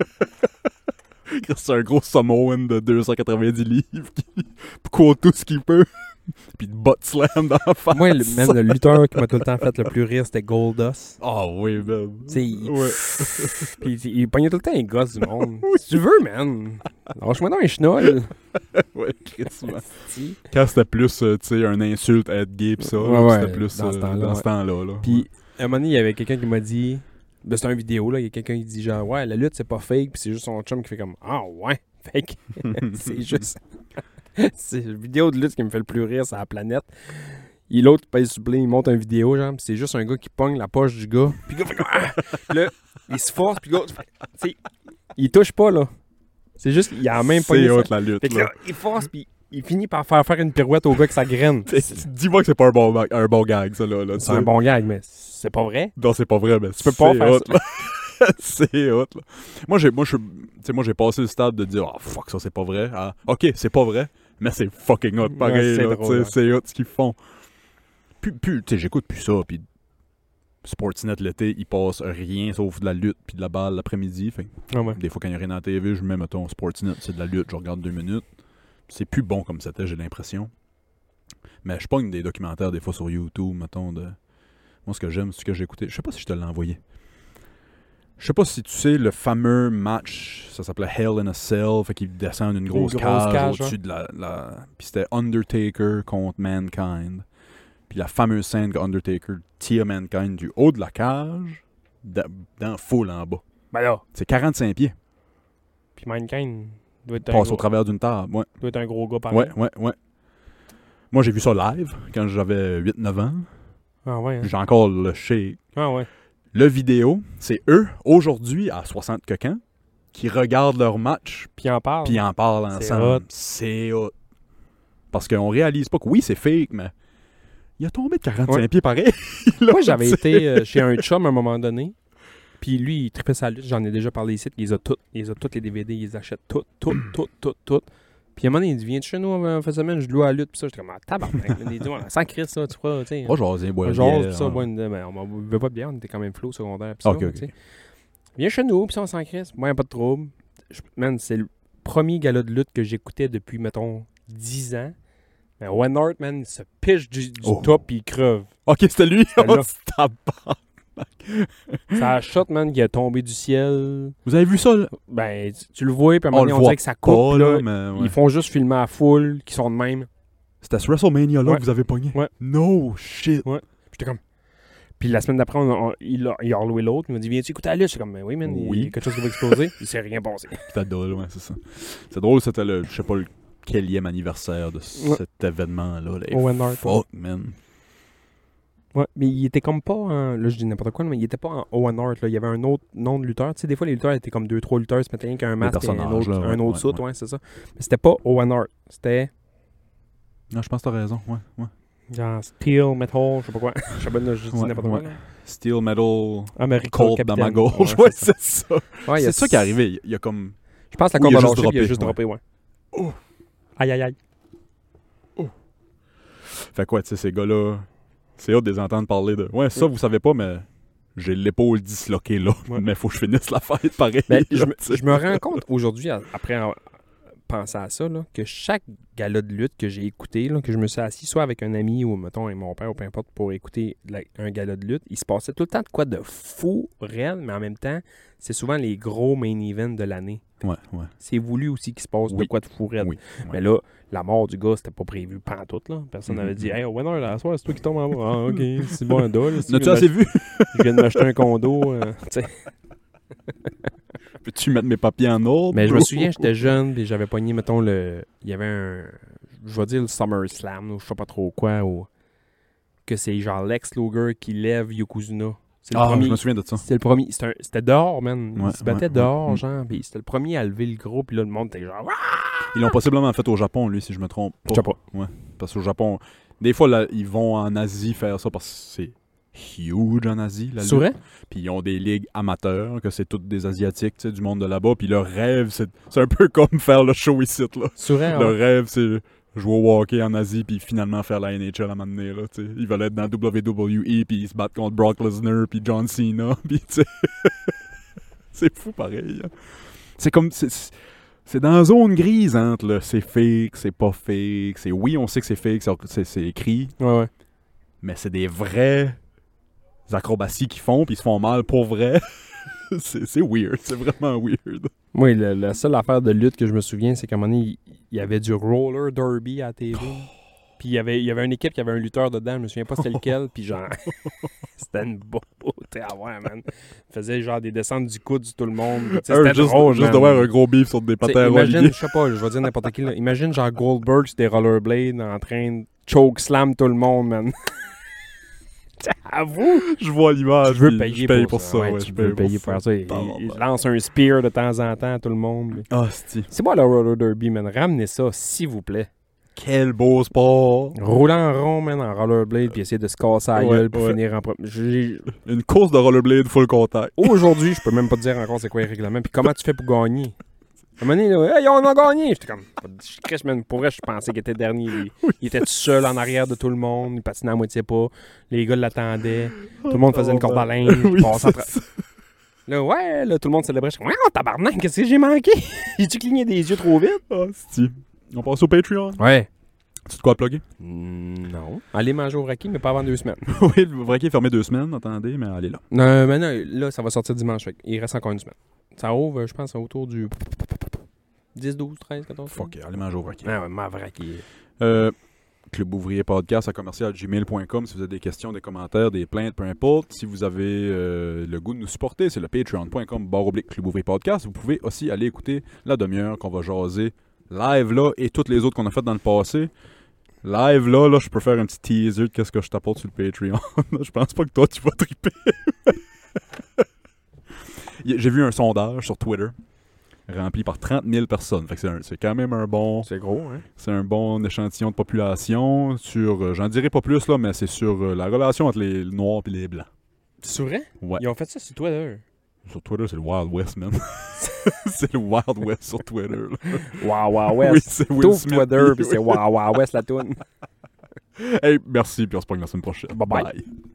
[SPEAKER 2] C'est un gros Samoan de 290 livres qui court tout ce qu'il peut, puis de butt slam dans la face.
[SPEAKER 3] moi, le, même le lutteur qui m'a tout le temps fait le plus rire, c'était Goldust.
[SPEAKER 2] Ah oui, ben.
[SPEAKER 3] Tu sais, il-
[SPEAKER 2] Ouais.
[SPEAKER 3] Puis il, il pognait tout le temps les gosses du monde. Si tu veux, man. Lâche-moi dans les chenolles.
[SPEAKER 2] ouais, crissement. Quand c'était plus, euh, tu sais, un insulte à être gay pis ça,
[SPEAKER 3] Ouais,
[SPEAKER 2] là,
[SPEAKER 3] ouais,
[SPEAKER 2] c'était plus
[SPEAKER 3] dans ce
[SPEAKER 2] euh,
[SPEAKER 3] temps-là,
[SPEAKER 2] dans
[SPEAKER 3] ouais.
[SPEAKER 2] ce temps-là. là.
[SPEAKER 3] Puis, à un moment donné, il y avait quelqu'un qui m'a dit. Ben, c'était une vidéo, là. Il y a quelqu'un qui dit, genre, ouais, la lutte, c'est pas fake. Puis c'est juste son chum qui fait comme, ah, ouais. Fait que c'est juste. c'est la vidéo de lutte qui me fait le plus rire sur la planète. Il l'autre paye sur play, il monte une vidéo, genre, puis c'est juste un gars qui pogne la poche du gars. Puis le gars fait comme, ah! Puis là, il se force, puis l'autre, tu sais, il touche pas, là. C'est juste, il a même pas.
[SPEAKER 2] C'est haute la lutte.
[SPEAKER 3] Fait que
[SPEAKER 2] là.
[SPEAKER 3] là, il force, puis il finit par faire faire une pirouette au gars avec sa graine. C'est
[SPEAKER 2] Dis-moi que c'est pas un bon, ma- un bon gag, ça, là. là, tu
[SPEAKER 3] un
[SPEAKER 2] sais.
[SPEAKER 3] bon gag, mais c'est pas vrai.
[SPEAKER 2] Non, c'est pas vrai, mais
[SPEAKER 3] Tu peux pas faire ça.
[SPEAKER 2] c'est hot, là. Moi, j'ai, moi, je, suis- tu sais, moi, j'ai passé le stade de dire « Ah, fuck, ça, c'est pas vrai. Ah, OK, c'est pas vrai, mais c'est fucking hot,
[SPEAKER 3] Ouais,
[SPEAKER 2] pareil,
[SPEAKER 3] c'est
[SPEAKER 2] là,
[SPEAKER 3] drôle,
[SPEAKER 2] tu sais,
[SPEAKER 3] ouais.
[SPEAKER 2] C'est hot, ce qu'ils font. Puis, puis tu sais, j'écoute plus ça, puis Sportsnet, l'été, il passe rien sauf de la lutte puis de la balle l'après-midi, fait que
[SPEAKER 3] Ah ouais.
[SPEAKER 2] Des fois, quand il n'y a rien à la TV, je mets, mettons, Sportsnet, c'est de la lutte, je regarde deux minutes. C'est plus bon comme c'était, j'ai l'impression. Mais je pogne des documentaires, des fois, sur YouTube, mettons, de Moi, ce que j'aime, c'est ce que j'ai écouté. Je sais pas si je te l'ai envoyé. Je sais pas si tu sais le fameux match, ça s'appelait Hell in a Cell, fait qu'il descend d'une grosse,
[SPEAKER 3] grosse
[SPEAKER 2] cage,
[SPEAKER 3] cage,
[SPEAKER 2] au-dessus
[SPEAKER 3] ouais.
[SPEAKER 2] de la, la- Puis c'était Undertaker contre Mankind. Puis la fameuse scène que Undertaker tire Mankind du haut de la cage, dans, dans full en bas.
[SPEAKER 3] Ben là.
[SPEAKER 2] C'est 45 pieds.
[SPEAKER 3] Puis Mankind doit être, un
[SPEAKER 2] Passe au
[SPEAKER 3] gros,
[SPEAKER 2] travers d'une table. Ouais,
[SPEAKER 3] doit être un gros gars pareil.
[SPEAKER 2] ouais, ouais, ouais. Moi, j'ai vu ça live quand j'avais 8-9 ans.
[SPEAKER 3] Ah ouais. hein.
[SPEAKER 2] J'ai encore le shake.
[SPEAKER 3] Ah ouais.
[SPEAKER 2] Le vidéo, c'est eux, aujourd'hui, à 60 coquins, qui regardent leur match
[SPEAKER 3] Puis il en parle.
[SPEAKER 2] puis en parlent
[SPEAKER 3] C'est
[SPEAKER 2] ensemble. C'est hot. Parce qu'on réalise pas que oui, c'est fake, mais il a tombé de 45
[SPEAKER 3] Ouais.
[SPEAKER 2] pieds pareil. Il l'a
[SPEAKER 3] Moi, j'avais
[SPEAKER 2] tiré.
[SPEAKER 3] été euh, chez un chum à un moment donné. Puis lui, il tripait sa lutte. J'en ai déjà parlé ici. Il les a toutes. Il les a toutes les DVD. Il les achète toutes, toutes, toutes, toutes, toutes. Puis à un moment donné, il dit Viens de chez nous en fin de semaine, je loue à la lutte. Puis ça, j'étais comme Ah, tabarnak. Il dit Ouais, Sans Chris, ça, tu vois. tu sais.
[SPEAKER 2] Moi, j'osais boire une
[SPEAKER 3] Genre,
[SPEAKER 2] bière,
[SPEAKER 3] pis ça,
[SPEAKER 2] hein.
[SPEAKER 3] boire une- ben, on ne veut pas de bière, on était quand même flou au secondaire. pis ça,
[SPEAKER 2] Ok, ok.
[SPEAKER 3] tu sais. Viens chez nous, puis ça, on s'en crisse. Moi, y a pas de trouble. Je- man, c'est le premier gala de lutte que j'écoutais depuis, mettons, 10 ans. Mais One Hart, man, il se piche du, du
[SPEAKER 2] Oh.
[SPEAKER 3] top puis il creve.
[SPEAKER 2] Ok, c'était lui.
[SPEAKER 3] C'était
[SPEAKER 2] Oh,
[SPEAKER 3] là.
[SPEAKER 2] tabarnak.
[SPEAKER 3] Ça shot, man, qui a tombé du ciel.
[SPEAKER 2] Vous avez vu ça, là?
[SPEAKER 3] Ben, tu, tu le vois, puis à un moment
[SPEAKER 2] On le
[SPEAKER 3] donné, on,
[SPEAKER 2] voit
[SPEAKER 3] dirait que ça coupe.
[SPEAKER 2] Pas,
[SPEAKER 3] là,
[SPEAKER 2] là, mais ouais.
[SPEAKER 3] Ils font juste filmer à full, qui sont de même.
[SPEAKER 2] C'était à ce WrestleMania, là,
[SPEAKER 3] Ouais.
[SPEAKER 2] que vous avez pogné.
[SPEAKER 3] Ouais.
[SPEAKER 2] No shit.
[SPEAKER 3] Puis J'étais comme. Puis la semaine d'après, on, on- il, a, il a reloué l'autre. Il m'a dit Viens-tu écouter la lutte J'étais comme Ben oui, man,
[SPEAKER 2] Oui.
[SPEAKER 3] il y a quelque chose qui va exploser. il s'est rien passé.
[SPEAKER 2] C'était drôle, ouais, c'est ça. C'est drôle, c'était le, je sais pas, le quelième anniversaire de
[SPEAKER 3] Ouais.
[SPEAKER 2] cet événement-là. là. Et
[SPEAKER 3] Owen Hart.
[SPEAKER 2] Fuck, man.
[SPEAKER 3] Ouais, mais il était comme pas en. Là, je dis n'importe quoi, mais il était pas en Owen Hart. Là. Il y avait un autre nom de lutteur. Tu sais, des fois, les lutteurs étaient comme deux, trois lutteurs. Ils se mettaient rien qu'un masque et un
[SPEAKER 2] personnages,
[SPEAKER 3] autre,
[SPEAKER 2] là, ouais,
[SPEAKER 3] un autre
[SPEAKER 2] ouais,
[SPEAKER 3] soute,
[SPEAKER 2] ouais.
[SPEAKER 3] ouais, c'est ça. Mais c'était pas Owen Hart. C'était
[SPEAKER 2] Non, Ah, je pense que t'as raison, ouais, ouais.
[SPEAKER 3] genre Steel, Metal, je sais pas quoi. je sais pas, là, je dis
[SPEAKER 2] Ouais,
[SPEAKER 3] n'importe
[SPEAKER 2] ouais.
[SPEAKER 3] quoi. là.
[SPEAKER 2] Steel Metal
[SPEAKER 3] America,
[SPEAKER 2] Colt
[SPEAKER 3] Capitaine.
[SPEAKER 2] dans ma gauche.
[SPEAKER 3] Ouais,
[SPEAKER 2] Ouais, c'est ça.
[SPEAKER 3] Ouais, il y a
[SPEAKER 2] c'est ça qui est arrivé. Il y a- Il y a comme.
[SPEAKER 3] Je pense que la
[SPEAKER 2] Ou il a
[SPEAKER 3] corde a
[SPEAKER 2] juste
[SPEAKER 3] lâché, puis il a
[SPEAKER 2] droppé,
[SPEAKER 3] juste
[SPEAKER 2] ouais.
[SPEAKER 3] droppé, ouais. Aïe, aïe, aïe.
[SPEAKER 2] Fait quoi, tu sais, ces gars-là. C'est hot de les entendre parler de. Ouais, ça, vous savez pas, mais j'ai l'épaule disloquée là.
[SPEAKER 3] Ouais.
[SPEAKER 2] Mais faut que je finisse la fête pareil.
[SPEAKER 3] Ben,
[SPEAKER 2] là,
[SPEAKER 3] je, me,
[SPEAKER 2] tu sais.
[SPEAKER 3] je me rends compte aujourd'hui, à- après en- penser à ça, là, que chaque gala de lutte que j'ai écouté, là, que je me suis assis soit avec un ami ou, mettons, avec mon père ou peu importe, pour écouter de la- un gala de lutte, il se passait tout le temps de quoi de fou, réel, mais en même temps, c'est souvent les gros main events de l'année.
[SPEAKER 2] Ouais, ouais.
[SPEAKER 3] C'est voulu aussi qu'il se passe de
[SPEAKER 2] Oui.
[SPEAKER 3] quoi de fou, réel.
[SPEAKER 2] Oui,
[SPEAKER 3] Mais là, la mort du gars, c'était pas prévu pantoute, là. Personne n'avait
[SPEAKER 2] Mhm.
[SPEAKER 3] dit « Hey, Winner, la soirée, c'est toi qui tombe en bas. » Ah, OK, c'est bon, un doll. c'est-
[SPEAKER 2] N'as-tu assez vu?
[SPEAKER 3] Je viens de m'acheter un condo. euh, tu sais.
[SPEAKER 2] Peux-tu mettre mes papiers en ordre?
[SPEAKER 3] Mais Ben, je me
[SPEAKER 2] bro?
[SPEAKER 3] souviens, j'étais jeune, puis j'avais pogné, mettons, le. Il y avait un. Je vais dire le Summer Slam, ou je sais pas trop quoi, ou. Que c'est genre Lex Luger qui lève Yokozuna. C'est le
[SPEAKER 2] Ah,
[SPEAKER 3] premier.
[SPEAKER 2] je me souviens de ça.
[SPEAKER 3] C'était le premier. C'était un- c'était dehors, man.
[SPEAKER 2] Ouais,
[SPEAKER 3] il se battait
[SPEAKER 2] ouais, Mm.
[SPEAKER 3] dehors,
[SPEAKER 2] ouais.
[SPEAKER 3] genre. Puis c'était le premier à lever le gros, puis là, le monde était genre. Ah!
[SPEAKER 2] Ils l'ont possiblement fait au Japon, lui, si je me trompe pas.
[SPEAKER 3] Je sais pas.
[SPEAKER 2] Parce qu'au Japon, des fois, là, ils vont en Asie faire ça parce que c'est huge en Asie, la
[SPEAKER 3] C'est
[SPEAKER 2] lutte.
[SPEAKER 3] vrai?
[SPEAKER 2] Puis ils ont des ligues amateurs, que c'est toutes des Asiatiques, tu sais, du monde de là-bas. Puis leur rêve, c'est c'est un peu comme faire le show ici, là.
[SPEAKER 3] C'est vrai,
[SPEAKER 2] Leur
[SPEAKER 3] hein?
[SPEAKER 2] rêve, c'est jouer au hockey en Asie, puis finalement faire la NHL à un moment donné, là, tu sais. Ils veulent être dans WWE, puis ils se battent contre Brock Lesnar, puis John Cena, puis tu sais. c'est fou pareil. hein. C'est comme... c'est- C'est dans la zone grise entre le c'est fake, c'est pas fake, c'est oui, on sait que c'est fake, c'est- c'est- c'est écrit,
[SPEAKER 3] Ouais, ouais.
[SPEAKER 2] mais c'est des vrais acrobaties qu'ils font, puis ils se font mal pour vrai. c'est c'est weird, c'est vraiment weird.
[SPEAKER 3] Oui, le- la seule affaire de lutte que je me souviens, c'est qu'à un moment donné, il- il y avait du roller derby à la TV.
[SPEAKER 2] Oh.
[SPEAKER 3] Puis il y avait, il y avait une équipe qui avait un lutteur dedans, je me souviens pas c'était lequel. Puis genre, c'était une beauté à voir, man. Il faisait genre des descentes du coude du tout le monde. puis tu sais,
[SPEAKER 2] Un,
[SPEAKER 3] C'était
[SPEAKER 2] juste
[SPEAKER 3] drôle,
[SPEAKER 2] juste
[SPEAKER 3] man.
[SPEAKER 2] de voir un gros bif sur des
[SPEAKER 3] Tu sais,
[SPEAKER 2] patins à
[SPEAKER 3] Imagine,
[SPEAKER 2] relier.
[SPEAKER 3] je sais pas, je vais dire n'importe qui. là. Imagine genre Goldberg sur des rollerblades en train de choke slam tout le monde, man. J'avoue!
[SPEAKER 2] Je vois l'image.
[SPEAKER 3] Je veux
[SPEAKER 2] puis
[SPEAKER 3] payer
[SPEAKER 2] je paye
[SPEAKER 3] pour ça. Ouais,
[SPEAKER 2] ouais,
[SPEAKER 3] tu
[SPEAKER 2] je
[SPEAKER 3] veux
[SPEAKER 2] paye
[SPEAKER 3] payer pour ça. Il
[SPEAKER 2] Tabarnak.
[SPEAKER 3] il lance un spear de temps en temps à tout le monde. mais-
[SPEAKER 2] Ah, c'est
[SPEAKER 3] C'est moi le roller derby, man. Ramenez ça, s'il vous plaît.
[SPEAKER 2] Quel beau sport.
[SPEAKER 3] Rouler en rond, man, en rollerblade, puis essayer de se casser la
[SPEAKER 2] Ouais,
[SPEAKER 3] gueule pour
[SPEAKER 2] ouais.
[SPEAKER 3] finir en pro- J'ai-
[SPEAKER 2] Une course de rollerblade full contact.
[SPEAKER 3] Aujourd'hui, je peux même pas te dire encore c'est quoi les règlements, puis comment tu fais pour gagner. À un moment donné, là, hey, on a gagné! J'étais comme, je crèche, man. Pour vrai, je pensais qu'il était dernier. lui. Il était tout seul en arrière de tout le monde, il patinait à moitié pas. Les gars l'attendaient. Tout le monde faisait une corde à linge.
[SPEAKER 2] Oui,
[SPEAKER 3] il passait
[SPEAKER 2] c'est
[SPEAKER 3] après-
[SPEAKER 2] ça.
[SPEAKER 3] Là, ouais, là, tout le monde célébrait. Je suis comme, ouais, tabarnak, qu'est-ce que j'ai manqué? J'ai-tu cligné des yeux trop vite?
[SPEAKER 2] Ah, c'est-tu. On passe au Patreon.
[SPEAKER 3] Ouais.
[SPEAKER 2] Tu te quoi à plugger?
[SPEAKER 3] Non. Allez manger au Raki, mais pas avant deux semaines.
[SPEAKER 2] oui, le vrai qui est fermé deux semaines, attendez, mais allez là.
[SPEAKER 3] Non, Euh, mais non, là, ça va sortir dimanche. fait que Il reste encore une semaine. Ça ouvre, je pense, autour du 10, 12, 13, 14.
[SPEAKER 2] Fuck, it, allez manger au vrai qui est.
[SPEAKER 3] Ah ouais, ma vraie qui est-
[SPEAKER 2] Euh, Club Ouvrier Podcast à commercial gmail.com si vous avez des questions, des commentaires, des plaintes, peu importe. Si vous avez euh, le goût de nous supporter, c'est le patreon.com barre oblique Club Ouvrier Podcast. Vous pouvez aussi aller écouter la demi-heure qu'on va jaser live là et toutes les autres qu'on a faites dans le passé. Live là, là, je peux faire un petit teaser de qu'est-ce que je t'apporte sur le Patreon. je pense pas que toi tu vas triper. Y- J'ai vu un sondage sur Twitter rempli par 30 000 personnes. Fait que c'est un- c'est quand même un bon.
[SPEAKER 3] C'est gros, hein?
[SPEAKER 2] C'est un bon échantillon de population sur, euh, j'en dirai pas plus là, mais c'est sur euh, la relation entre les noirs et les blancs.
[SPEAKER 3] C'est vrai?
[SPEAKER 2] Ouais.
[SPEAKER 3] Ils ont fait ça sur Twitter.
[SPEAKER 2] Sur Twitter, c'est le Wild West, man. c'est le Wild West sur Twitter. là.
[SPEAKER 3] Wow, wow,
[SPEAKER 2] Oui, c'est Will
[SPEAKER 3] T'ouvres
[SPEAKER 2] Smith.
[SPEAKER 3] Twitter,
[SPEAKER 2] Oui,
[SPEAKER 3] puis c'est
[SPEAKER 2] oui.
[SPEAKER 3] wow, wow, West la toune.
[SPEAKER 2] Hey, merci, puis on se pogne la semaine prochaine.
[SPEAKER 3] Bye-bye.
[SPEAKER 2] bye.